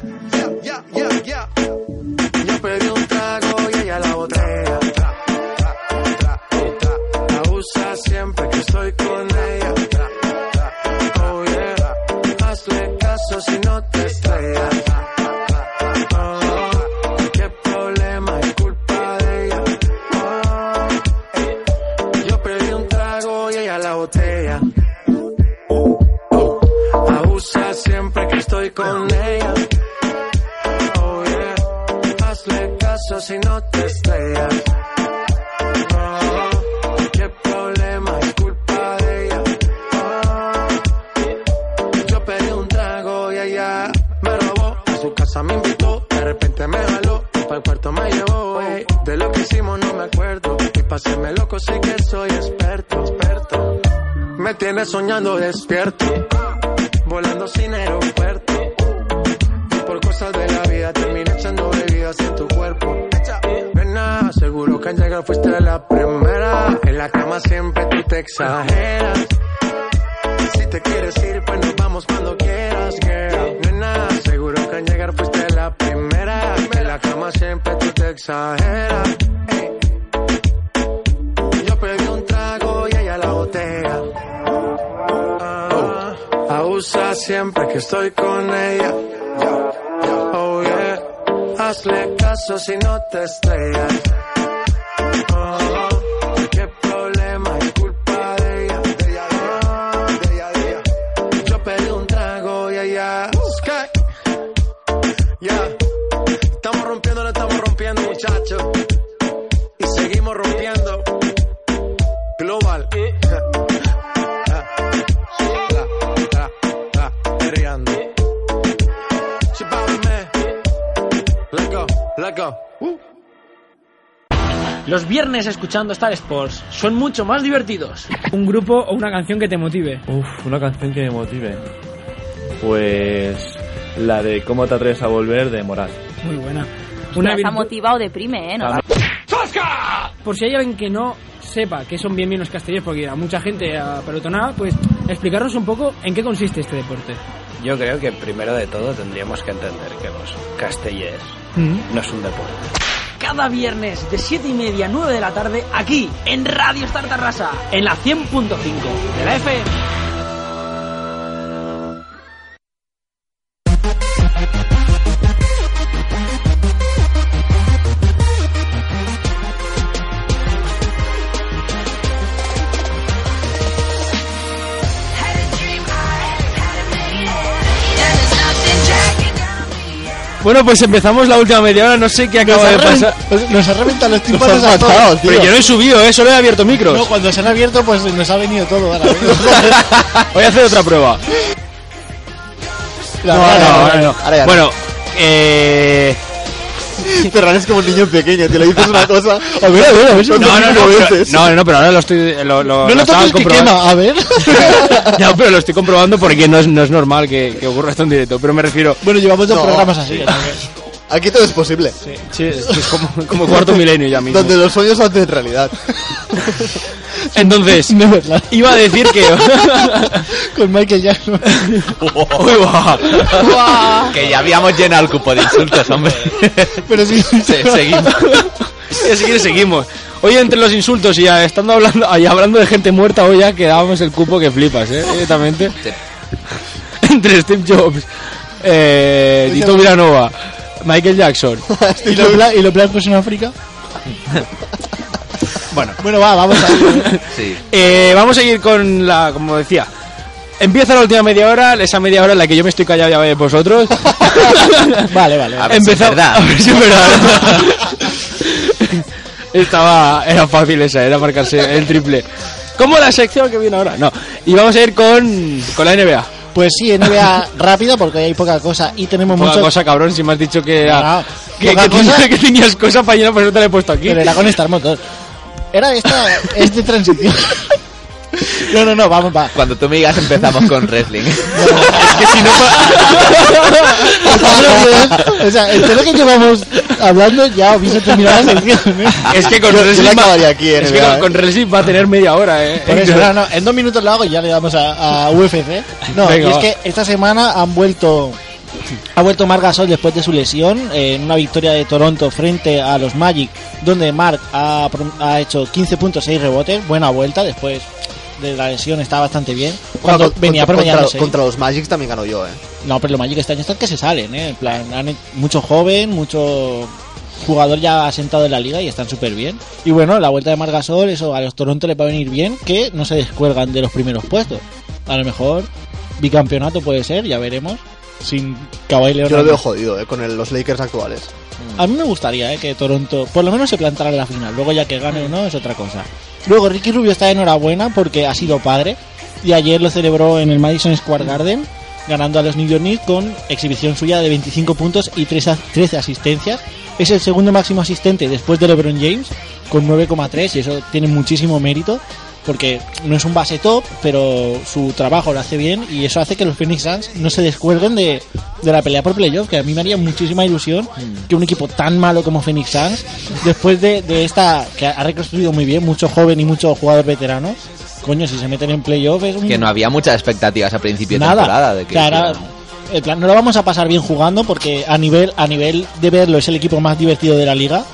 Speaker 10: Yo pedí un trago y ella la botella. Tra, tra, tra, tra. La usa siempre que estoy con ella. Tra, tra, oh yeah. Hazle caso si no te estrellas. Oh, qué problema es culpa de ella. Oh, yo pedí un trago y ella la botella. Abusa siempre que estoy con ella. Oh, yeah. Hazle caso si no te estrellas. No, qué problema es culpa de ella. Oh, yo pedí un trago y ella me robó. A su casa me invitó, de repente me jaló. Para el cuarto me llevó. ey. De lo que hicimos no me acuerdo. Y pa' hacerme loco, sé que soy experto, experto. Me tiene soñando despierto, volando sin aeropuerto. Y por cosas de la vida terminé echando bebidas en tu cuerpo. Nena, seguro que al llegar fuiste la primera. En la cama siempre tú te exageras. Si te quieres ir, pues nos vamos cuando quieras, girl. Nena, seguro que al llegar fuiste la primera. En la cama siempre tú te exageras. Ey. Yo pedí un trago y ella la botella. Ah, abusa siempre que estoy con ella. Oh yeah. Hazle caso si no te estrellas. Ah, qué problema es culpa de ella. De ella, de ella, de ella. Yo pedí un trago y ella. Sky. Ya. Estamos rompiendo, le estamos rompiendo, muchachos. Y seguimos rompiendo. Global. Ah, ah, ah, ah, perreando. She bobbing, man. Let go, let go.
Speaker 7: Los viernes escuchando Star Sports son mucho más divertidos. Un grupo o una canción que te motive.
Speaker 11: Uf, una canción que me motive. Pues la de ¿Cómo te atreves a volver? de Morat.
Speaker 7: Muy buena.
Speaker 12: Una está
Speaker 7: virtu-
Speaker 12: motivado deprime, ¿eh? No.
Speaker 7: Por si hay alguien que no sepa que son bien bien los castellers, porque a mucha gente a pelotonada, pues explicarnos un poco en qué consiste este deporte.
Speaker 13: Yo creo que primero de todo tendríamos que entender que los castellers no es un deporte.
Speaker 7: Cada viernes de 7 y media a 9 de la tarde, aquí en Radio Star Tarrasa, en la 100.5 de la F.
Speaker 3: Bueno, pues empezamos la última media hora, no sé qué acaba de pasar.
Speaker 4: pues, eh, Nos ha reventado los tímpanos
Speaker 3: han
Speaker 4: a todos.
Speaker 3: matado, tío. Pero yo no he subido, ¿eh? Solo he abierto micros.
Speaker 4: No, cuando se han abierto, pues nos ha venido todo. ahora mismo.
Speaker 3: Voy a hacer otra prueba.
Speaker 4: La-
Speaker 3: No,
Speaker 4: ahora,
Speaker 3: no,
Speaker 4: ahora,
Speaker 3: ahora no.
Speaker 4: ahora ya no.
Speaker 3: Bueno, eh...
Speaker 5: Ferran es como un niño pequeño, te le dices una cosa. A ver, a ver, a ver si
Speaker 3: No,
Speaker 5: me
Speaker 3: no, no,
Speaker 5: cinco
Speaker 3: pero,
Speaker 5: veces.
Speaker 3: no, no, pero ahora lo estoy... Lo, lo,
Speaker 4: No
Speaker 3: lo
Speaker 4: lo
Speaker 3: estaba
Speaker 4: toques que
Speaker 3: comprobando.
Speaker 4: quema, a ver.
Speaker 3: No, pero lo estoy comprobando porque no es, no es normal que, que ocurra esto en directo. Pero me refiero...
Speaker 4: Bueno, llevamos dos
Speaker 3: No.
Speaker 4: programas así.
Speaker 5: Aquí todo es posible.
Speaker 3: Sí, es que es como, como cuarto milenio ya mismo.
Speaker 5: Donde los sueños se hacen realidad.
Speaker 3: Entonces, iba a decir que...
Speaker 4: Con Michael Jackson.
Speaker 6: Uy, guau. que ya habíamos llenado el cupo de insultos, hombre.
Speaker 4: Pero sí.
Speaker 6: seguimos.
Speaker 3: Si quieres, seguimos. Hoy entre los insultos y ya estando hablando, ahí hablando de gente muerta, hoy ya quedábamos el cupo que flipas, ¿eh? Directamente. entre Steve Jobs, eh, Tito Villanova, Michael Jackson.
Speaker 4: y, lo bla- y lo blancos en África.
Speaker 3: Bueno.
Speaker 4: Bueno, va, vamos a ir.
Speaker 3: Eh, vamos a seguir con la, como decía. Empieza la última media hora, esa media hora en la que yo me estoy callado ya vais vosotros.
Speaker 4: vale, vale.
Speaker 3: A ver si es verdad. A ver si es verdad. Estaba, era fácil esa, era marcarse el triple. Como la sección que viene ahora, no. Y vamos a ir con, con la NBA.
Speaker 4: Pues sí, NBA rápido porque hoy hay poca cosa y tenemos
Speaker 3: Poca
Speaker 4: mucho.
Speaker 3: cosa, cabrón, si me has dicho que,
Speaker 4: No, no.
Speaker 3: que,
Speaker 4: Poca
Speaker 3: que tenías-
Speaker 4: cosa.
Speaker 3: que tenías cosas para llenar, pues no te la he puesto aquí.
Speaker 4: Pero era con Star Motor. Era esta, es de transición. No, no, no, vamos, va.
Speaker 6: Cuando tú me digas empezamos con wrestling.
Speaker 4: o sea, el tema que llevamos hablando ya hubiese terminado la sección. ¿eh?
Speaker 3: es que con
Speaker 5: Yo- yo la
Speaker 3: wrestling va-
Speaker 5: acabaría aquí en
Speaker 3: es que
Speaker 5: NBA, ¿eh?
Speaker 3: con, con wrestling va a tener media hora, eh.
Speaker 4: Por eso, no, no, en dos minutos lo hago y ya le damos a, a UFC. No,
Speaker 3: Venga,
Speaker 4: y es
Speaker 3: va.
Speaker 4: que esta semana han vuelto. Ha vuelto Marc Gasol después de su lesión eh, en una victoria de Toronto frente a los Magic, donde Marc ha, pro- ha hecho 15.6 rebotes. Buena vuelta después de la lesión, está bastante bien. Cuando
Speaker 5: Bueno, con-
Speaker 4: venía
Speaker 5: contra,
Speaker 4: promediando
Speaker 5: contra,
Speaker 4: seis.
Speaker 5: contra los Magics también ganó yo, eh.
Speaker 4: No, pero los Magic este año están que se salen, ¿eh? En plan, han, mucho joven, mucho jugador ya asentado en la liga y están súper bien. Y bueno, la vuelta de Margasol, eso a los Toronto les va a venir bien, que no se descuelgan de los primeros puestos. A lo mejor bicampeonato puede ser, ya veremos. Sin Kawhi Leonard.
Speaker 5: Yo lo veo jodido, eh, con el- los Lakers actuales.
Speaker 4: A mí me gustaría eh, que Toronto por lo menos se plantara en la final. Luego ya que gane o no es otra cosa. Luego Ricky Rubio está de enhorabuena porque ha sido padre y ayer lo celebró en el Madison Square Garden ganando a los New York Knicks con exhibición suya de 25 puntos y 3, 13 asistencias. Es el segundo máximo asistente después de LeBron James con 9,3 y eso tiene muchísimo mérito porque no es un base top, pero su trabajo lo hace bien y eso hace que los Phoenix Suns no se descuelguen de, de la pelea por playoff, que a mí me haría muchísima ilusión que un equipo tan malo como Phoenix Suns, después de, de esta, que ha reconstruido muy bien, mucho joven y mucho jugador veterano, coño, si se meten en playoff es un...
Speaker 6: Que no había muchas expectativas a principio de
Speaker 4: nada.
Speaker 6: temporada. De que
Speaker 4: O sea, era- el plan, no lo vamos a pasar bien jugando porque a nivel, a nivel de verlo es el equipo más divertido de la liga.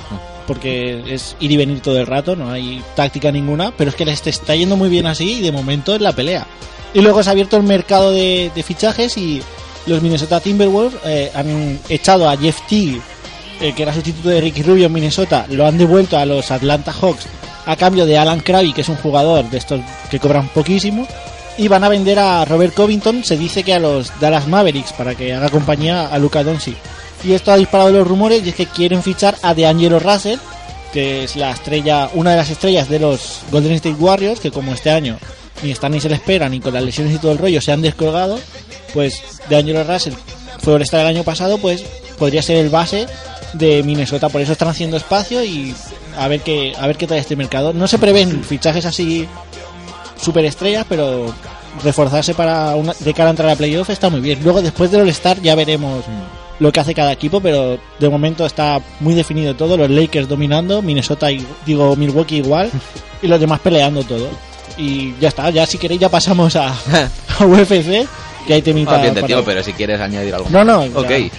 Speaker 4: Porque es ir y venir todo el rato, no hay táctica ninguna. Pero es que les está yendo muy bien así y de momento es la pelea. Y luego se ha abierto el mercado de, de fichajes y los Minnesota Timberwolves eh, han echado a Jeff Teague, eh, que era sustituto de Ricky Rubio en Minnesota, lo han devuelto a los Atlanta Hawks a cambio de Alan Crabby, que es un jugador de estos que cobran poquísimo. Y van a vender a Robert Covington, se dice que a los Dallas Mavericks, para que haga compañía a Luca Doncic. Y esto ha disparado los rumores y es que quieren fichar a DeAngelo Russell, que es la estrella, una de las estrellas de los Golden State Warriors, que como este año ni están ni se les espera, ni con las lesiones y todo el rollo se han descolgado, pues DeAngelo Russell fue el del año pasado, pues podría ser el base de Minnesota, por eso están haciendo espacio y a ver qué a ver qué trae este mercado. No se prevén fichajes así superestrellas, pero reforzarse para una, de cara a entrar a playoff está muy bien. Luego después del All-Star ya veremos lo que hace cada equipo, pero de momento está muy definido todo, los Lakers dominando, Minnesota y, digo Milwaukee igual y los demás peleando todo. Y ya está, ya si queréis ya pasamos a, a UFC, que hay temita
Speaker 6: Ah, bien te
Speaker 4: para-
Speaker 6: digo, pero si quieres añadir algo.
Speaker 4: No,
Speaker 6: más.
Speaker 4: no, ya.
Speaker 6: Ok.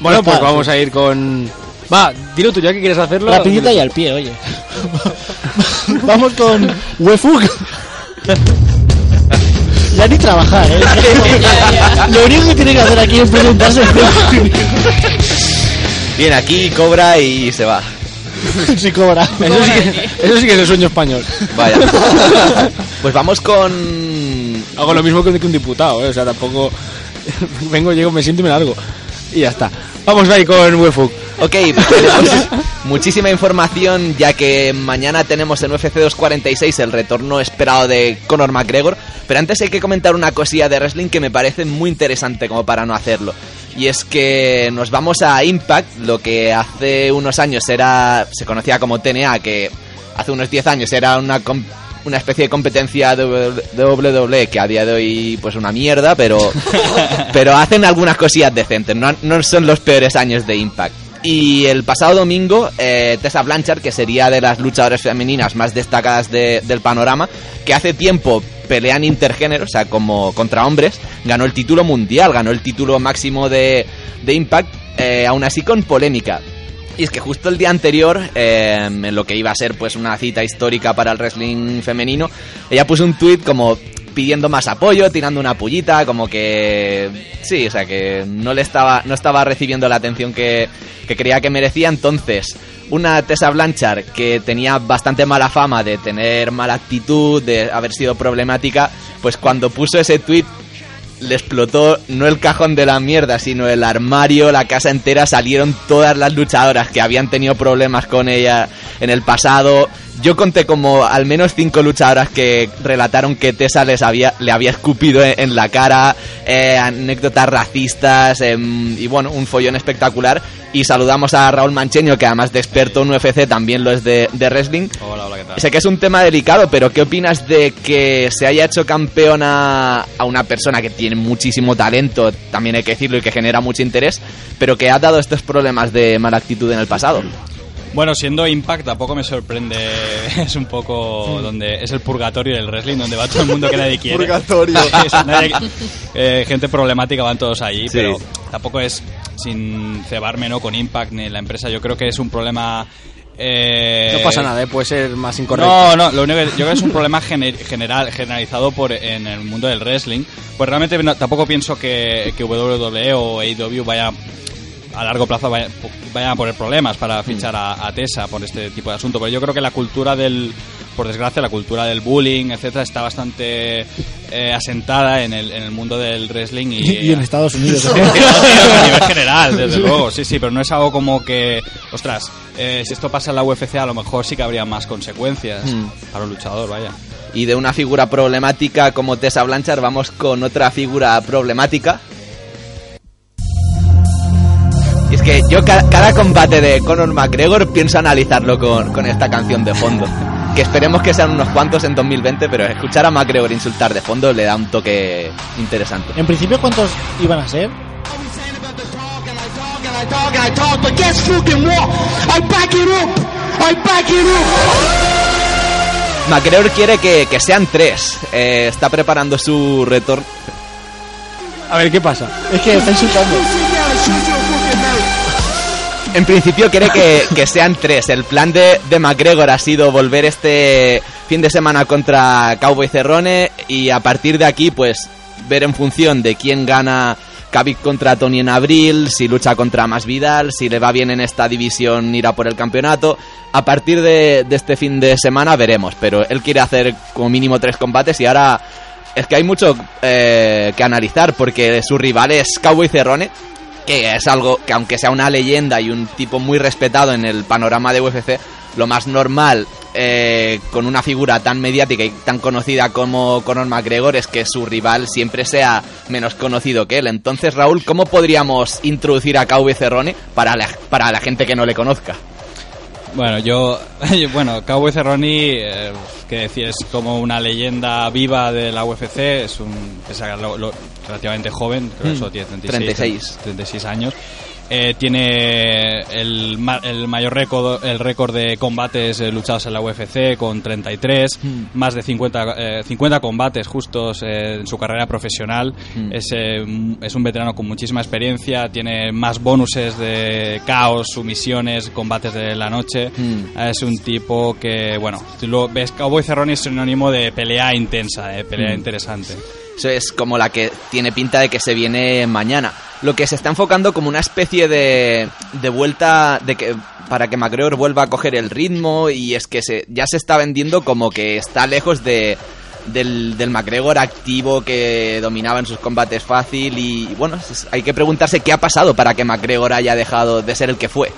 Speaker 3: Bueno, pues
Speaker 4: Está,
Speaker 3: vamos a ir con. Va, dilo tú ya que quieres hacerlo.
Speaker 4: Rapidita y al pie, oye. Vamos con Wefug. Ya ni trabajar, ¿eh? Lo único que tiene que hacer aquí es presentarse.
Speaker 6: Bien, aquí cobra y se va.
Speaker 4: Sí, cobra.
Speaker 3: Eso sí, que, eso sí que es el sueño español.
Speaker 6: Vaya. Pues vamos con.
Speaker 3: Hago lo mismo que un, que un diputado, ¿eh? O sea, tampoco. Vengo, llego, me siento y me largo. Y ya está. Vamos ahí con Wefuk.
Speaker 6: Ok, tenemos muchísima información ya que mañana tenemos en UFC 246 el retorno esperado de Conor McGregor, pero antes hay que comentar una cosilla de wrestling que me parece muy interesante como para no hacerlo. Y es que nos vamos a Impact, lo que hace unos años era se conocía como TNA, que hace unos 10 años era una com- una especie de competencia de WWE que a día de hoy pues una mierda, pero pero hacen algunas cosillas decentes, no, no son los peores años de Impact. Y el pasado domingo, eh, Tessa Blanchard, que sería de las luchadoras femeninas más destacadas de- del panorama, que hace tiempo pelean intergénero, o sea, como contra hombres, ganó el título mundial, ganó el título máximo de, de Impact, eh, aún así con polémica. Y es que justo el día anterior, eh, en lo que iba a ser pues una cita histórica para el wrestling femenino, ella puso un tuit como pidiendo más apoyo, tirando una pullita, como que sí, o sea que no le estaba, no estaba recibiendo la atención que, que creía que merecía. Entonces, una Tessa Blanchard que tenía bastante mala fama de tener mala actitud, de haber sido problemática, pues cuando puso ese tuit le explotó no el cajón de la mierda, sino el armario, la casa entera, salieron todas las luchadoras que habían tenido problemas con ella en el pasado. Yo conté como al menos cinco luchadoras que relataron que Tessa les había, le había escupido en, en la cara, eh, anécdotas racistas em, y bueno, un follón espectacular. Y saludamos a Raúl Mancheño, que además de experto en UFC también lo es de, de wrestling.
Speaker 14: Hola, hola, ¿qué tal?
Speaker 6: Sé que es un tema delicado, pero ¿qué opinas de que se haya hecho campeona a una persona que tiene muchísimo talento, también hay que decirlo, y que genera mucho interés, pero que ha dado estos problemas de mala actitud en el pasado?
Speaker 13: Bueno, siendo Impact tampoco me sorprende. Es un poco donde es el purgatorio del wrestling, donde va todo el mundo que nadie quiere.
Speaker 5: Purgatorio.
Speaker 13: Es- nadie- eh, gente problemática van todos allí, pero tampoco es sin cebarme no con Impact ni la empresa. Yo creo que es un problema. eh,
Speaker 3: No pasa nada, ¿eh? puede ser más incorrecto.
Speaker 13: no, no, lo único que yo creo que es un problema gener- general, generalizado por en el mundo del wrestling. Pues realmente no- tampoco pienso que, que WWE o AEW vaya a largo plazo vaya- vayan a poner problemas
Speaker 3: Mm.
Speaker 13: para fichar a, a Tessa por este tipo de asunto. Pero yo creo que la cultura del, por desgracia, la cultura del bullying, etcétera, está bastante eh, asentada en el, en el mundo del wrestling y,
Speaker 4: Y en Estados Unidos. ¿eh?
Speaker 13: Sí, a nivel general, desde luego, sí, sí, pero no es algo como que, ostras, eh, si esto pasa en la UFC a lo mejor sí que habría más consecuencias
Speaker 3: Hmm.
Speaker 6: Mm.
Speaker 13: para un luchador, vaya.
Speaker 6: Y de una figura problemática como Tessa Blanchard, vamos con otra figura problemática. Y es que yo ca- cada combate de Conor McGregor pienso analizarlo con, con esta canción de fondo. Que esperemos que sean unos cuantos en 2020, pero escuchar a McGregor insultar de fondo le da un toque interesante.
Speaker 4: En principio, ¿cuántos iban a ser?
Speaker 15: dog I talk, but guess fucking what? I back it up. I back it up.
Speaker 6: McGregor quiere que, que sean tres. Eh, está preparando su retorno.
Speaker 3: A ver, ¿qué pasa?
Speaker 4: Es que está insultando.
Speaker 6: En principio quiere que, que sean tres. El plan de, de McGregor ha sido volver este fin de semana contra Cowboy Cerrone y a partir de aquí, pues, ver en función de quién gana Khabib contra Tony en abril, si lucha contra Masvidal, si le va bien en esta división irá por el campeonato. A partir de, de este fin de semana veremos, pero él quiere hacer como mínimo tres combates y ahora es que hay mucho eh, que analizar porque su rival es Cowboy Cerrone, que es algo que aunque sea una leyenda y un tipo muy respetado en el panorama de UFC, lo más normal eh, con una figura tan mediática y tan conocida como Conor McGregor es que su rival siempre sea menos conocido que él. Entonces, Raúl, ¿cómo podríamos introducir a Cowboy Cerrone para la, para la gente que no le conozca?
Speaker 13: Bueno, yo, bueno, Cowboy Cerrone, eh, que decir, es como una leyenda viva de la UFC, es un, pese a que lo- lo- relativamente joven, creo que
Speaker 3: Hmm.
Speaker 6: Mm,
Speaker 13: solo tiene
Speaker 6: 36.
Speaker 13: 36, 36 años. Eh, tiene el, ma- el mayor récord el récord de combates eh, luchados en la UFC con 33 más de 50 eh, 50 combates justos eh, en su carrera profesional
Speaker 6: Mm.
Speaker 13: es, eh, un- es un veterano con muchísima experiencia tiene más bonuses de caos sumisiones combates de la noche es un tipo que bueno tú lo ves Cowboy Cerrone es sinónimo de pelea intensa eh, pelea
Speaker 6: Mm.
Speaker 13: interesante
Speaker 6: Eso es como la que tiene pinta de que se viene mañana. Lo que se está enfocando como una especie de, de vuelta de que para que McGregor vuelva a coger el ritmo y es que se, ya se está vendiendo como que está lejos de del, del McGregor activo que dominaba en sus combates fácil y bueno, es- hay que preguntarse qué ha pasado para que McGregor haya dejado de ser el que fue.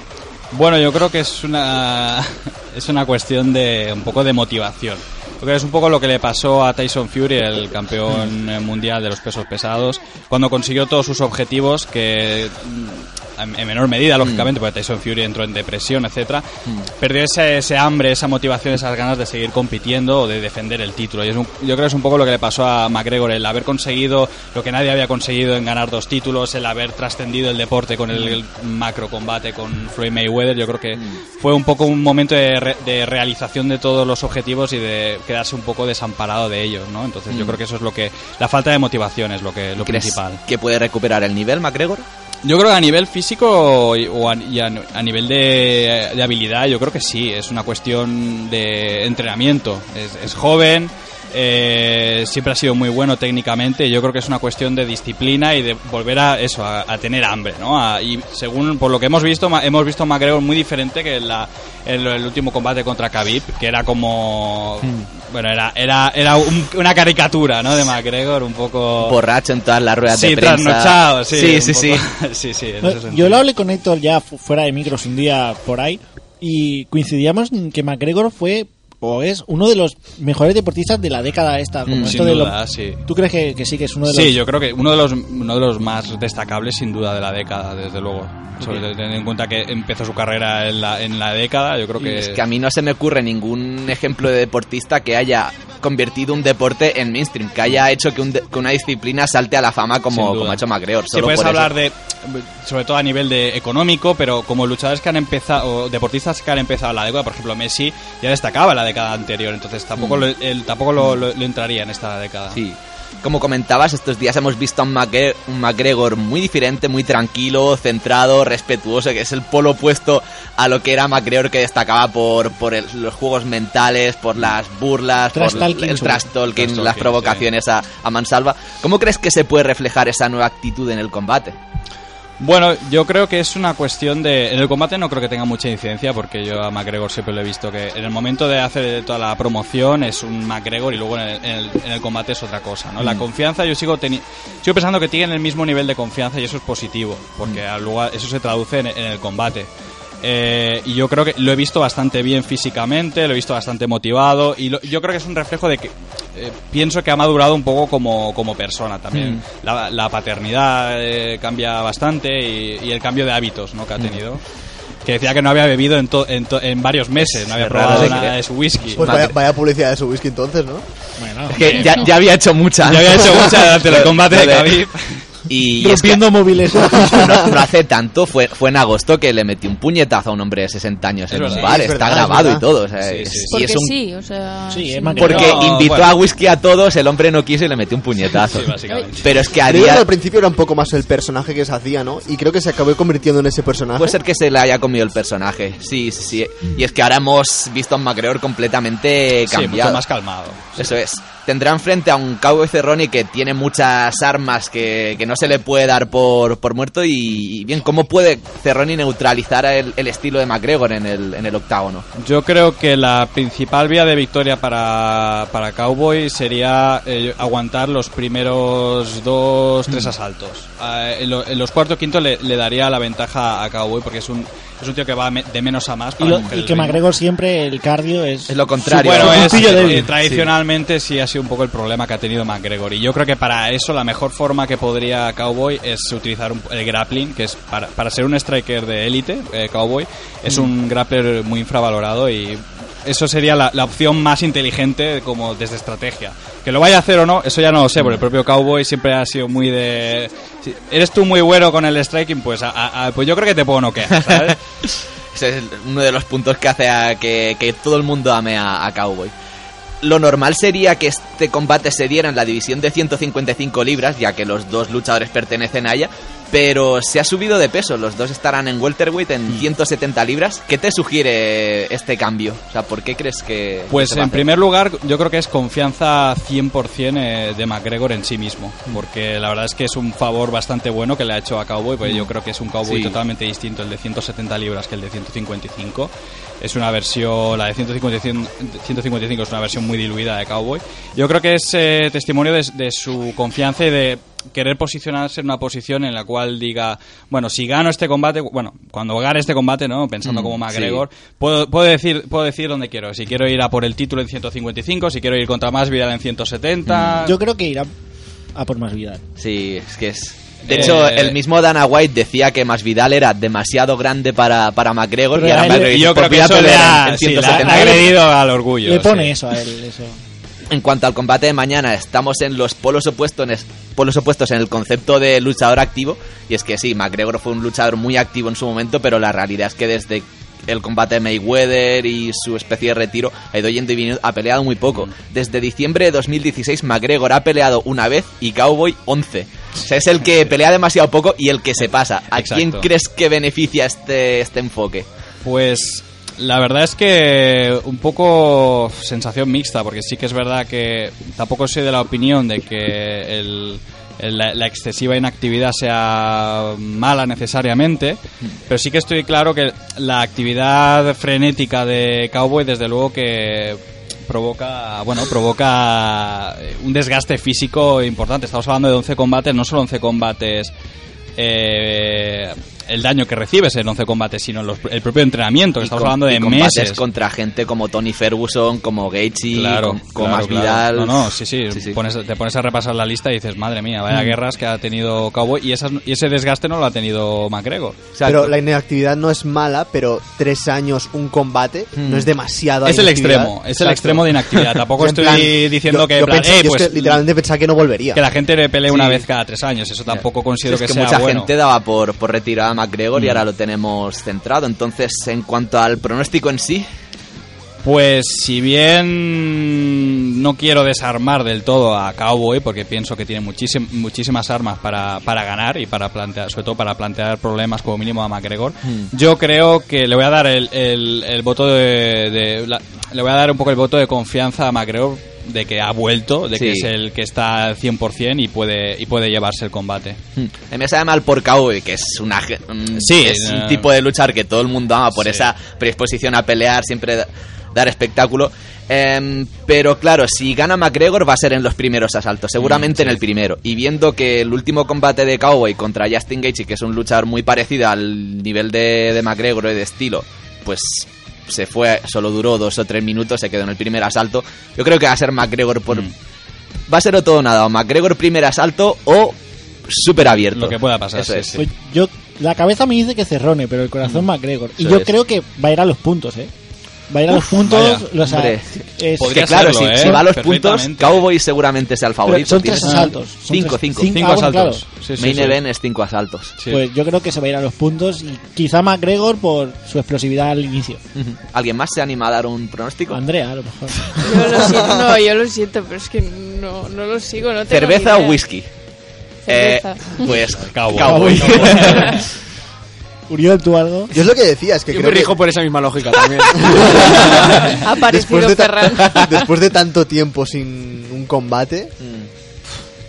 Speaker 13: Bueno, yo creo que es una es una cuestión de un poco de motivación. Yo creo que es un poco lo que le pasó a Tyson Fury, el campeón eh, mundial de los pesos pesados, cuando consiguió todos sus objetivos que mm, en en menor medida, lógicamente, porque Tyson Fury entró en depresión, etcétera, perdió ese, ese hambre, esa motivación, esas ganas de seguir compitiendo o de defender el título. Y es un- yo creo que es un poco lo que le pasó a McGregor, el haber conseguido lo que nadie había conseguido en ganar dos títulos, el haber trascendido el deporte con el, el macro combate con Floyd Mayweather. Yo creo que fue un poco un momento de, re- de realización de todos los objetivos y de quedarse un poco desamparado de ellos, ¿no? Entonces yo
Speaker 6: Mm.
Speaker 13: creo que eso es lo que... La falta de motivación es lo, que, lo
Speaker 6: ¿Crees
Speaker 13: principal.
Speaker 6: que puede recuperar el nivel McGregor?
Speaker 13: Yo creo que a nivel físico y, o a, y a- a nivel de, de habilidad, yo creo que sí, es una cuestión de entrenamiento. Es, es joven, eh, siempre ha sido muy bueno técnicamente, yo creo que es una cuestión de disciplina y de volver a eso, a, a tener hambre, ¿no? A- y según por lo que hemos visto, ma- hemos visto a McGregor muy diferente que en la, en lo- el último combate contra Khabib, que era como... Bueno, era, era, era un- una caricatura, ¿no? De McGregor, un poco...
Speaker 6: Borracho en todas las ruedas
Speaker 13: sí,
Speaker 6: de prensa.
Speaker 13: trasnochado, sí.
Speaker 6: Sí,
Speaker 13: un
Speaker 6: sí,
Speaker 13: poco-
Speaker 6: sí.
Speaker 13: sí, sí, en
Speaker 4: No,
Speaker 13: ese sentido.
Speaker 4: Yo lo hablé con Héctor ya fu- fuera de micros un día por ahí y coincidíamos en que McGregor fue o es uno de los mejores deportistas de la década esta. como
Speaker 13: Mm,
Speaker 4: esto
Speaker 13: sin
Speaker 4: de lo-
Speaker 13: duda, sí.
Speaker 4: ¿Tú crees que, que sí que es uno de los...?
Speaker 13: Sí, yo creo que uno de los uno de los más destacables sin duda de la década, desde luego. Sobre todo teniendo en cuenta que empezó su carrera en la, en la década, yo creo que
Speaker 6: Es que a mí no se me ocurre ningún ejemplo de deportista que haya convertido un deporte en mainstream, que haya hecho que, un de- que una disciplina salte a la fama como,
Speaker 13: Sin duda.
Speaker 6: como ha hecho McGregor.
Speaker 13: Sí,
Speaker 6: Solo
Speaker 13: puedes
Speaker 6: por eso.
Speaker 13: hablar de, sobre todo a nivel de económico, pero como luchadores que han empezado, o deportistas que han empezado la década, por ejemplo Messi, ya destacaba en la década anterior, entonces tampoco,
Speaker 6: Mm.
Speaker 13: lo, él tampoco lo, lo- lo entraría en esta década.
Speaker 6: Sí. Como comentabas, estos días hemos visto a un, McGre- un McGregor muy diferente, muy tranquilo, centrado, respetuoso, que es el polo opuesto a lo que era McGregor que destacaba por, por el- los juegos mentales, por las burlas, por
Speaker 4: Trash talking,
Speaker 6: el
Speaker 4: sobre-
Speaker 6: trash talking,
Speaker 4: trash
Speaker 6: las
Speaker 4: talking,
Speaker 6: provocaciones a, a mansalva. ¿Cómo crees que se puede reflejar esa nueva actitud en el combate?
Speaker 13: Bueno, yo creo que es una cuestión de... En el combate no creo que tenga mucha incidencia porque yo a McGregor siempre lo he visto que en el momento de hacer toda la promoción es un McGregor y luego en el, en el- en el combate es otra cosa, ¿no? La
Speaker 6: Mm.
Speaker 13: confianza yo sigo teni- sigo pensando que tienen el mismo nivel de confianza y eso es positivo porque
Speaker 6: Mm.
Speaker 13: al lugar, eso se traduce en, en el combate. Eh, y yo creo que lo he visto bastante bien físicamente, lo he visto bastante motivado y lo- yo creo que es un reflejo de que eh, pienso que ha madurado un poco como, como persona también.
Speaker 6: Mm.
Speaker 13: La, la paternidad eh, cambia bastante y, y el cambio de hábitos ¿no? que ha tenido. Que decía que no había bebido en, to- en, to- en varios meses, no había
Speaker 6: Es raro
Speaker 13: probado
Speaker 6: de
Speaker 13: nada
Speaker 6: creer.
Speaker 13: de su whisky.
Speaker 5: Pues vaya, vaya publicidad de su whisky entonces, ¿no?
Speaker 6: Es que ya, ya había hecho mucha.
Speaker 13: Ya había hecho mucha durante el combate de
Speaker 6: Lo
Speaker 13: Khabib.
Speaker 6: Y, y es que-
Speaker 4: Rompiendo móviles.
Speaker 6: no, no hace tanto, fue, fue en agosto que le metí un puñetazo a un hombre de 60 años en
Speaker 4: verdad.
Speaker 6: un bar.
Speaker 4: Sí, es
Speaker 6: Está
Speaker 4: verdad,
Speaker 6: grabado
Speaker 4: es
Speaker 6: y todo. o sea,
Speaker 4: verdad.
Speaker 6: es- y
Speaker 7: Porque
Speaker 6: es un-
Speaker 7: sí, o sea... sí.
Speaker 6: Porque
Speaker 5: No,
Speaker 6: invitó
Speaker 5: bueno.
Speaker 6: a whisky a todos, el hombre no quiso y le metió un puñetazo.
Speaker 5: básicamente.
Speaker 6: Pero es que a
Speaker 5: Creo que
Speaker 6: día,
Speaker 5: al principio era un poco más el personaje que se hacía, ¿no? Y creo que se acabó convirtiendo en ese personaje.
Speaker 6: Puede ser que se le haya comido el personaje. Sí, sí, sí. Y es que ahora hemos visto a un MacGregor completamente
Speaker 13: Sí,
Speaker 6: cambiado.
Speaker 13: mucho más calmado.
Speaker 6: Pues Eso es. Tendrán frente a un cowboy cerrone que tiene muchas armas que, que no se le puede dar por, por muerto. Y, y bien, ¿cómo puede Cerrone neutralizar el, el estilo de MacGregor en el, en el octágono?
Speaker 13: Yo creo que la principal vía de victoria para, para Cowboy sería eh, aguantar los primeros dos, tres
Speaker 16: Mm.
Speaker 13: asaltos. Eh, en, lo- en los cuarto quinto le, le daría la ventaja a Cowboy porque es un, es un tío que va me- de menos a más.
Speaker 4: Y,
Speaker 13: Para
Speaker 4: lo-
Speaker 13: coger
Speaker 4: y
Speaker 13: el
Speaker 4: que
Speaker 13: ritmo.
Speaker 4: McGregor siempre el cardio es.
Speaker 6: Es lo
Speaker 13: Sí,
Speaker 4: su
Speaker 13: Bueno, es,
Speaker 4: puntillo
Speaker 13: eh,
Speaker 4: débil.
Speaker 13: tradicionalmente sí ha sido un poco el problema que ha tenido McGregor. Y yo creo que para eso la mejor forma que podría Cowboy es utilizar un- el grappling, que es para, para ser un striker de élite, eh, Cowboy, es
Speaker 16: Mm.
Speaker 13: un grappler muy infravalorado y eso sería la, la opción más inteligente como desde estrategia. Que lo vaya a hacer o no, eso ya no lo sé, porque el propio Cowboy siempre ha sido muy de... si eres tú muy bueno con el striking, pues, a- a- a- pues yo creo que te puedo noquear, ¿sabes?
Speaker 6: Ese es uno de los puntos que hace a que, que todo el mundo ame a, a Cowboy. Lo normal sería que este combate se diera en la división de 155 libras, ya que los dos luchadores pertenecen a ella, pero se ha subido de peso, los dos estarán en welterweight
Speaker 4: Mm.
Speaker 6: en 170 libras. ¿Qué te sugiere este cambio? O sea, ¿por qué crees que... que
Speaker 13: Pues
Speaker 6: se va a
Speaker 13: en
Speaker 6: hacer?
Speaker 13: primer lugar, yo creo que es confianza 100% eh, de McGregor en sí mismo,
Speaker 16: Mm.
Speaker 13: porque la verdad es que es un favor bastante bueno que le ha hecho a Cowboy, porque
Speaker 16: Mm.
Speaker 13: yo creo que es un Cowboy
Speaker 16: Sí.
Speaker 13: totalmente distinto el de 170 libras que el de 155. Es una versión, la de 155, 155 es una versión muy diluida de Cowboy. Yo creo que es eh, testimonio de, de su confianza y de querer posicionarse en una posición en la cual diga, bueno, si gano este combate, bueno, cuando gane este combate, ¿no? Pensando
Speaker 16: Mm,
Speaker 13: como
Speaker 16: sí.
Speaker 13: McGregor, Puedo, puedo decir puedo decir dónde quiero. Si quiero ir a por el título en 155, si quiero ir contra más Vidal en 170.
Speaker 4: Mm, Yo creo que irá a por más vida.
Speaker 6: Sí, es que es... De
Speaker 13: Eh,
Speaker 6: hecho, el mismo Dana White decía que Masvidal era demasiado grande para, para McGregor
Speaker 4: Pero
Speaker 6: y ahora
Speaker 4: a él-
Speaker 6: McGregor
Speaker 4: y
Speaker 6: dice,
Speaker 4: yo
Speaker 6: "Pues
Speaker 4: creo que
Speaker 6: voy a
Speaker 4: eso le
Speaker 6: pelear
Speaker 4: ha-
Speaker 6: en
Speaker 4: sí, le ha-
Speaker 6: 170".
Speaker 4: le ha agredido
Speaker 13: al orgullo.
Speaker 4: Le pone eso a él, eso.
Speaker 6: En cuanto al combate de mañana, estamos en los polos opuestos, en es- polos opuestos en el concepto de luchador activo. Y es que sí, McGregor fue un luchador muy activo en su momento, pero la realidad es que desde el combate de Mayweather y su especie de retiro ha ido yendo y viniendo, ha peleado muy poco. Desde diciembre de 2016, McGregor ha peleado una vez y Cowboy 11. O sea, es el que pelea demasiado poco y el que se pasa. ¿A quién
Speaker 13: Exacto.
Speaker 6: crees que beneficia este, este enfoque?
Speaker 13: Pues la verdad es que un poco sensación mixta, porque sí que es verdad que tampoco soy de la opinión de que el- el- la, la excesiva inactividad sea mala necesariamente, pero sí que estoy claro que la actividad frenética de Cowboy desde luego que provoca bueno provoca un desgaste físico importante estamos hablando de 11 combates no solo 11 combates eh, el daño que recibes en 11 combates, sino los- el propio entrenamiento, que estamos
Speaker 6: com-
Speaker 13: hablando
Speaker 6: y
Speaker 13: de
Speaker 6: combates
Speaker 13: meses.
Speaker 6: contra gente como Tony Ferguson, como Gaethje, com-
Speaker 13: claro,
Speaker 6: como
Speaker 13: claro.
Speaker 6: Masvidal.
Speaker 13: No, no, sí, sí. pones- te pones a repasar la lista y dices, madre mía, vaya
Speaker 5: Mm.
Speaker 13: guerras que ha tenido Cowboy y, esas- y ese desgaste no lo ha tenido McGregor.
Speaker 5: Pero la inactividad no es mala, pero tres años un combate
Speaker 13: Mm.
Speaker 5: no es demasiado.
Speaker 13: Es el
Speaker 5: inactividad.
Speaker 13: extremo, es el extremo de inactividad. Tampoco
Speaker 5: Yo en
Speaker 13: estoy diciendo
Speaker 5: yo-
Speaker 13: que, en
Speaker 5: yo
Speaker 13: plan,
Speaker 5: pensé-
Speaker 13: eh,
Speaker 5: yo es
Speaker 13: pues,
Speaker 5: que literalmente pensaba que no volvería.
Speaker 13: Que la gente le pelee una
Speaker 6: Sí.
Speaker 13: vez cada tres años, eso tampoco considero
Speaker 6: Es que,
Speaker 13: que, sea
Speaker 6: mucha
Speaker 13: bueno.
Speaker 6: gente daba por, por retirada a McGregor y
Speaker 13: Mm.
Speaker 6: ahora lo tenemos centrado. Entonces, en cuanto al pronóstico en sí,
Speaker 13: Pues si bien no quiero desarmar del todo a Cowboy, porque pienso que tiene muchísim- muchísimas armas para, para ganar y para plantear, sobre todo para plantear problemas como mínimo a McGregor,
Speaker 5: Hmm.
Speaker 13: yo creo que le voy a dar el, el- el voto de, de- la- le voy a dar un poco el voto de confianza a McGregor de que ha vuelto, de que
Speaker 6: Sí.
Speaker 13: es el que está al 100% y puede y puede llevarse el combate.
Speaker 6: a mí me sabe mal por Cowboy, que es, una, ge- mm,
Speaker 13: Sí,
Speaker 6: es un
Speaker 13: eh.
Speaker 6: tipo de luchar que todo el mundo ama por
Speaker 13: Sí.
Speaker 6: esa predisposición a pelear, siempre da- dar espectáculo. Em, pero claro, si gana McGregor va a ser en los primeros asaltos, seguramente
Speaker 13: Mm,
Speaker 6: en el primero. Y viendo que el último combate de Cowboy contra Justin Gaethje, que es un luchador muy parecido al nivel de, de McGregor y de estilo, pues se fue, solo duró dos o tres minutos, se quedó en el primer asalto. Yo creo que va a ser McGregor por...
Speaker 13: Mm.
Speaker 6: Va a ser o todo o nada, o McGregor primer asalto o súper abierto.
Speaker 13: Lo que pueda pasar,
Speaker 6: Eso
Speaker 13: sí,
Speaker 6: es.
Speaker 4: Pues yo, la cabeza me dice que Cerrone, pero el corazón McGregor. Y
Speaker 6: Eso
Speaker 4: yo
Speaker 6: es.
Speaker 4: creo que va a ir a los puntos, ¿eh? Va a ir a los
Speaker 6: Uf,
Speaker 4: puntos.
Speaker 6: vaya,
Speaker 4: los- o sea,
Speaker 6: hombre. ¿eh?
Speaker 4: es-
Speaker 6: Es que claro, si,
Speaker 4: ¿eh?
Speaker 6: si va a los puntos, Cowboy seguramente sea el favorito.
Speaker 4: son tres
Speaker 6: Tienes-
Speaker 4: asaltos, son
Speaker 6: cinco,
Speaker 4: tres-
Speaker 6: cinco.
Speaker 4: cinco, Cinco ah, bueno, asaltos. claro. Sí, sí,
Speaker 6: Main
Speaker 4: sí.
Speaker 6: event es cinco asaltos.
Speaker 4: Pues yo creo que se va a ir a los puntos. Y quizá McGregor por su explosividad al inicio.
Speaker 6: Ujú. ¿Alguien más se anima a dar un pronóstico?
Speaker 4: Andrea, a lo mejor.
Speaker 15: Yo lo siento, no, yo lo siento, pero es que no, no lo sigo. No tengo
Speaker 6: ¿Cerveza
Speaker 15: ni
Speaker 6: o
Speaker 15: idea.
Speaker 6: whisky?
Speaker 15: Cerveza.
Speaker 6: Eh, pues
Speaker 3: Cowboy.
Speaker 6: Cowboy.
Speaker 4: Uriel, tú algo.
Speaker 5: Yo es lo que decía, es que
Speaker 3: Yo me
Speaker 5: creo que-
Speaker 3: rijo por esa misma lógica también.
Speaker 5: después de, ta- después de tanto tiempo sin un combate,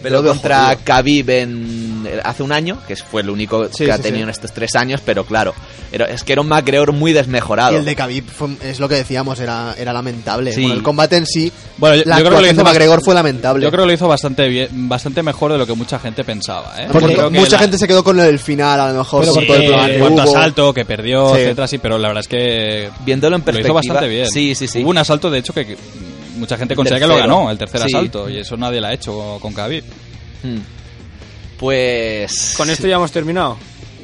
Speaker 6: Pero
Speaker 5: Lo veo
Speaker 6: contra
Speaker 5: jodido.
Speaker 6: Khabib en- eh, hace un año, que fue el único
Speaker 5: Sí,
Speaker 6: que ha
Speaker 5: sí,
Speaker 6: tenido
Speaker 5: sí.
Speaker 6: en estos tres años, pero claro, era- es que era un McGregor muy desmejorado.
Speaker 5: y el de Khabib fue- es lo que decíamos, era, era lamentable.
Speaker 6: Sí.
Speaker 5: Bueno, el combate en sí,
Speaker 6: Bueno, yo-
Speaker 5: la
Speaker 6: yo creo que lo
Speaker 5: actuación
Speaker 6: hizo
Speaker 5: de
Speaker 6: bast-
Speaker 5: McGregor fue lamentable.
Speaker 13: Yo creo que lo hizo bastante bien, bastante mejor de lo que mucha gente pensaba. ¿eh?
Speaker 5: Porque
Speaker 13: Yo creo que
Speaker 5: mucha
Speaker 13: la-
Speaker 5: gente se quedó con el final, a lo mejor,
Speaker 13: Pero
Speaker 5: con
Speaker 13: sí,
Speaker 5: todo el problema
Speaker 13: en
Speaker 5: que
Speaker 13: cuanto a
Speaker 5: hubo.
Speaker 13: asalto que perdió,
Speaker 5: Sí.
Speaker 13: etcétera, sí, pero la verdad es que
Speaker 6: viéndolo en
Speaker 13: lo hizo
Speaker 6: perspectiva,
Speaker 13: bastante bien.
Speaker 6: sí,
Speaker 13: Hubo un asalto de hecho que que mucha gente
Speaker 6: El
Speaker 13: considera que lo
Speaker 6: tercero.
Speaker 13: ganó, el tercer
Speaker 6: Sí.
Speaker 13: asalto y eso nadie lo ha hecho con Khabib.
Speaker 3: Hmm.
Speaker 6: Pues
Speaker 3: ¿Con esto ya hemos terminado?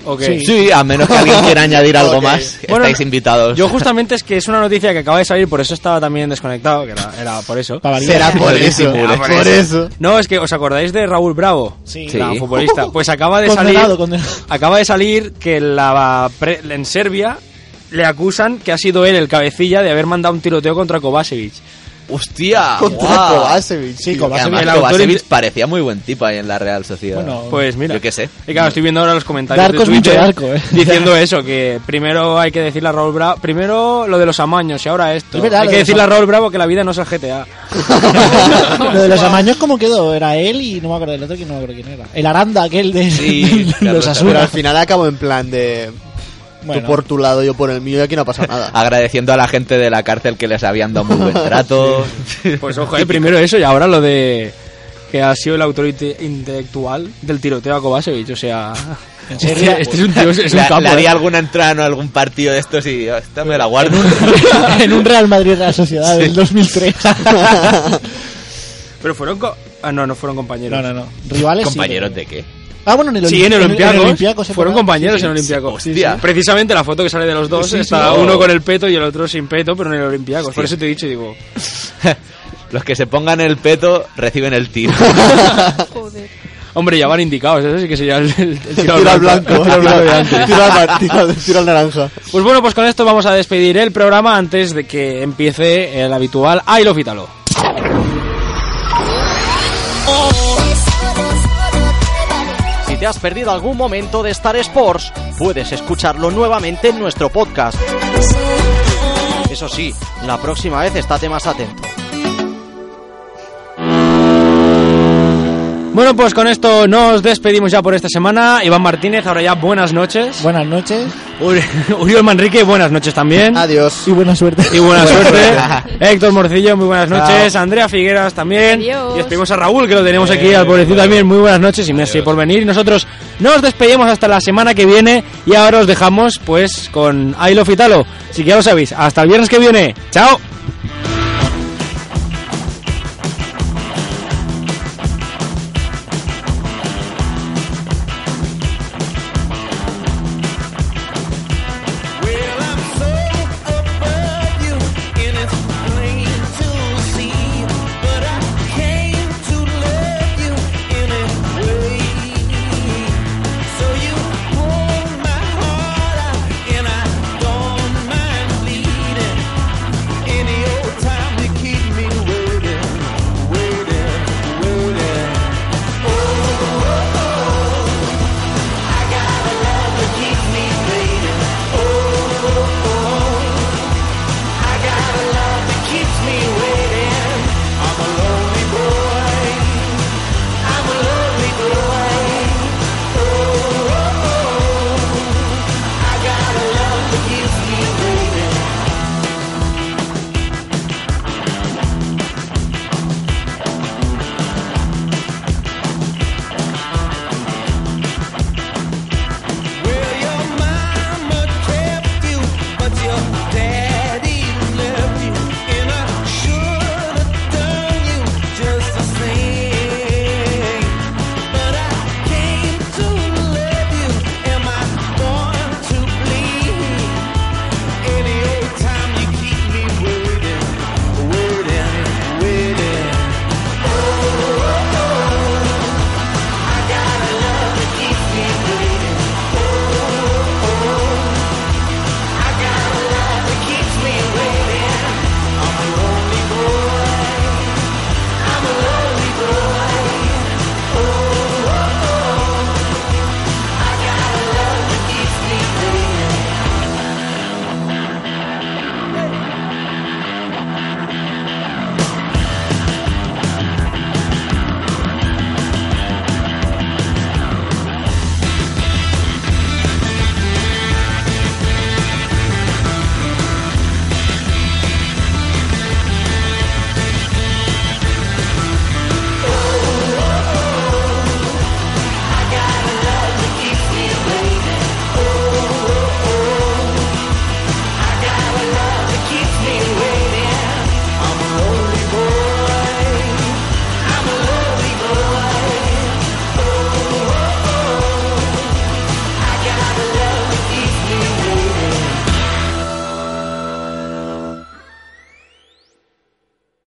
Speaker 3: ¿O qué?
Speaker 6: Sí. Sí, a menos que alguien quiera añadir algo Ok. más, estáis
Speaker 3: no,
Speaker 6: invitados.
Speaker 3: Yo justamente es que es una noticia que acaba de salir, por eso estaba también desconectado, que era, era por Ah, eso.
Speaker 4: variar. Será por eso,
Speaker 3: Era
Speaker 4: por eso.
Speaker 3: No, es que os acordáis de Raúl Bravo,
Speaker 4: Sí.
Speaker 3: la
Speaker 4: Sí.
Speaker 3: futbolista. Pues acaba de
Speaker 4: Condenado,
Speaker 3: salir acaba de salir que la pre- en Serbia le acusan que ha sido él el cabecilla de haber mandado un tiroteo contra Kovacevic.
Speaker 6: ¡Hostia!
Speaker 3: guau.
Speaker 6: Ah, Sí,
Speaker 3: Kovacevic.
Speaker 6: Kovacevic.
Speaker 3: El autor
Speaker 6: Kovacevic
Speaker 3: in-
Speaker 6: parecía muy buen tipo ahí en la Real Sociedad.
Speaker 3: Bueno, Pues mira.
Speaker 6: Yo qué sé.
Speaker 3: Y claro, estoy viendo ahora los comentarios
Speaker 4: Darko
Speaker 3: de
Speaker 4: es mucho
Speaker 3: Twitter
Speaker 4: Darko, eh.
Speaker 3: diciendo eso, que primero hay que decirle a Raúl Bravo, primero lo de los amaños y ahora esto.
Speaker 4: Es verdad,
Speaker 3: hay
Speaker 4: lo
Speaker 3: que
Speaker 4: de los
Speaker 3: decirle a
Speaker 4: ama-
Speaker 3: Raúl Bravo que la vida no es el GTA.
Speaker 4: lo de los amaños, ¿cómo quedó? Era él y no me acuerdo del otro, que no me acuerdo quién era. El Aranda, aquel de los
Speaker 5: Pero
Speaker 4: Asuna.
Speaker 5: al final acabó en plan de...
Speaker 4: Bueno.
Speaker 5: Tú por tu lado, yo por el mío, y aquí no ha pasado nada.
Speaker 6: Agradeciendo a la gente de la cárcel que les habían dado muy buen trato.
Speaker 3: Pues ojo, eh, primero eso y ahora lo de que ha sido el autor inte- intelectual del tiroteo a Kovacevic, o sea...
Speaker 6: serio?
Speaker 3: Este, este es un tío, es un
Speaker 6: Le-
Speaker 3: capo.
Speaker 6: Le haría
Speaker 3: eh.
Speaker 6: alguna entrada en algún partido de estos y yo, esta me la guardo.
Speaker 4: en un Real Madrid de la Sociedad del 2003.
Speaker 3: Pero fueron... co- ah, no, no fueron compañeros.
Speaker 4: No, no, Rivales sí,
Speaker 6: ¿Compañeros
Speaker 4: pero-
Speaker 6: de qué?
Speaker 4: ah, bueno, en el
Speaker 3: sí, en el Olympiacos.
Speaker 4: Olympiacos, ¿se
Speaker 3: fueron
Speaker 4: acuerdan?
Speaker 3: compañeros
Speaker 4: Sí,
Speaker 3: en
Speaker 4: sí.
Speaker 3: el Olympiacos.
Speaker 4: Hostia.
Speaker 3: Precisamente la foto que sale de los dos
Speaker 4: Sí, sí,
Speaker 3: está
Speaker 4: sí.
Speaker 3: uno con el peto y el otro sin peto, pero en el Olympiacos. Por eso te he dicho, digo...
Speaker 6: Los que se pongan el peto reciben el tiro.
Speaker 3: Hombre, ya van indicados, eso sí que sería el, el- el
Speaker 5: Tiro
Speaker 3: tiro
Speaker 5: al
Speaker 3: al
Speaker 5: blanco,
Speaker 3: el tiro al blanco de antes.
Speaker 5: Tiro al mar- tiro al- tiro al naranja.
Speaker 3: Pues bueno, pues con esto vamos a despedir el programa antes de que empiece el habitual I Love Italo.
Speaker 2: Si te has perdido algún momento de Star Sports, puedes escucharlo nuevamente en nuestro podcast. Eso sí, la próxima vez estate más atento.
Speaker 3: Bueno, pues con esto nos despedimos ya por esta semana. Iván Martínez, ahora ya buenas noches.
Speaker 4: Buenas noches.
Speaker 3: Uriel Manrique, buenas noches también.
Speaker 5: Adiós.
Speaker 4: Y buena suerte.
Speaker 3: Y buena
Speaker 6: pues
Speaker 3: suerte. Héctor Morcillo, muy buenas noches. Andrea Figueras también.
Speaker 15: Adiós.
Speaker 3: Y despedimos a Raúl, que lo tenemos aquí, al pobrecito también. Muy buenas noches y merci por venir. Y nosotros nos despedimos hasta la semana que viene. Y ahora os dejamos pues con I Love Italo. Si que ya lo sabéis, hasta el viernes que viene. Chao.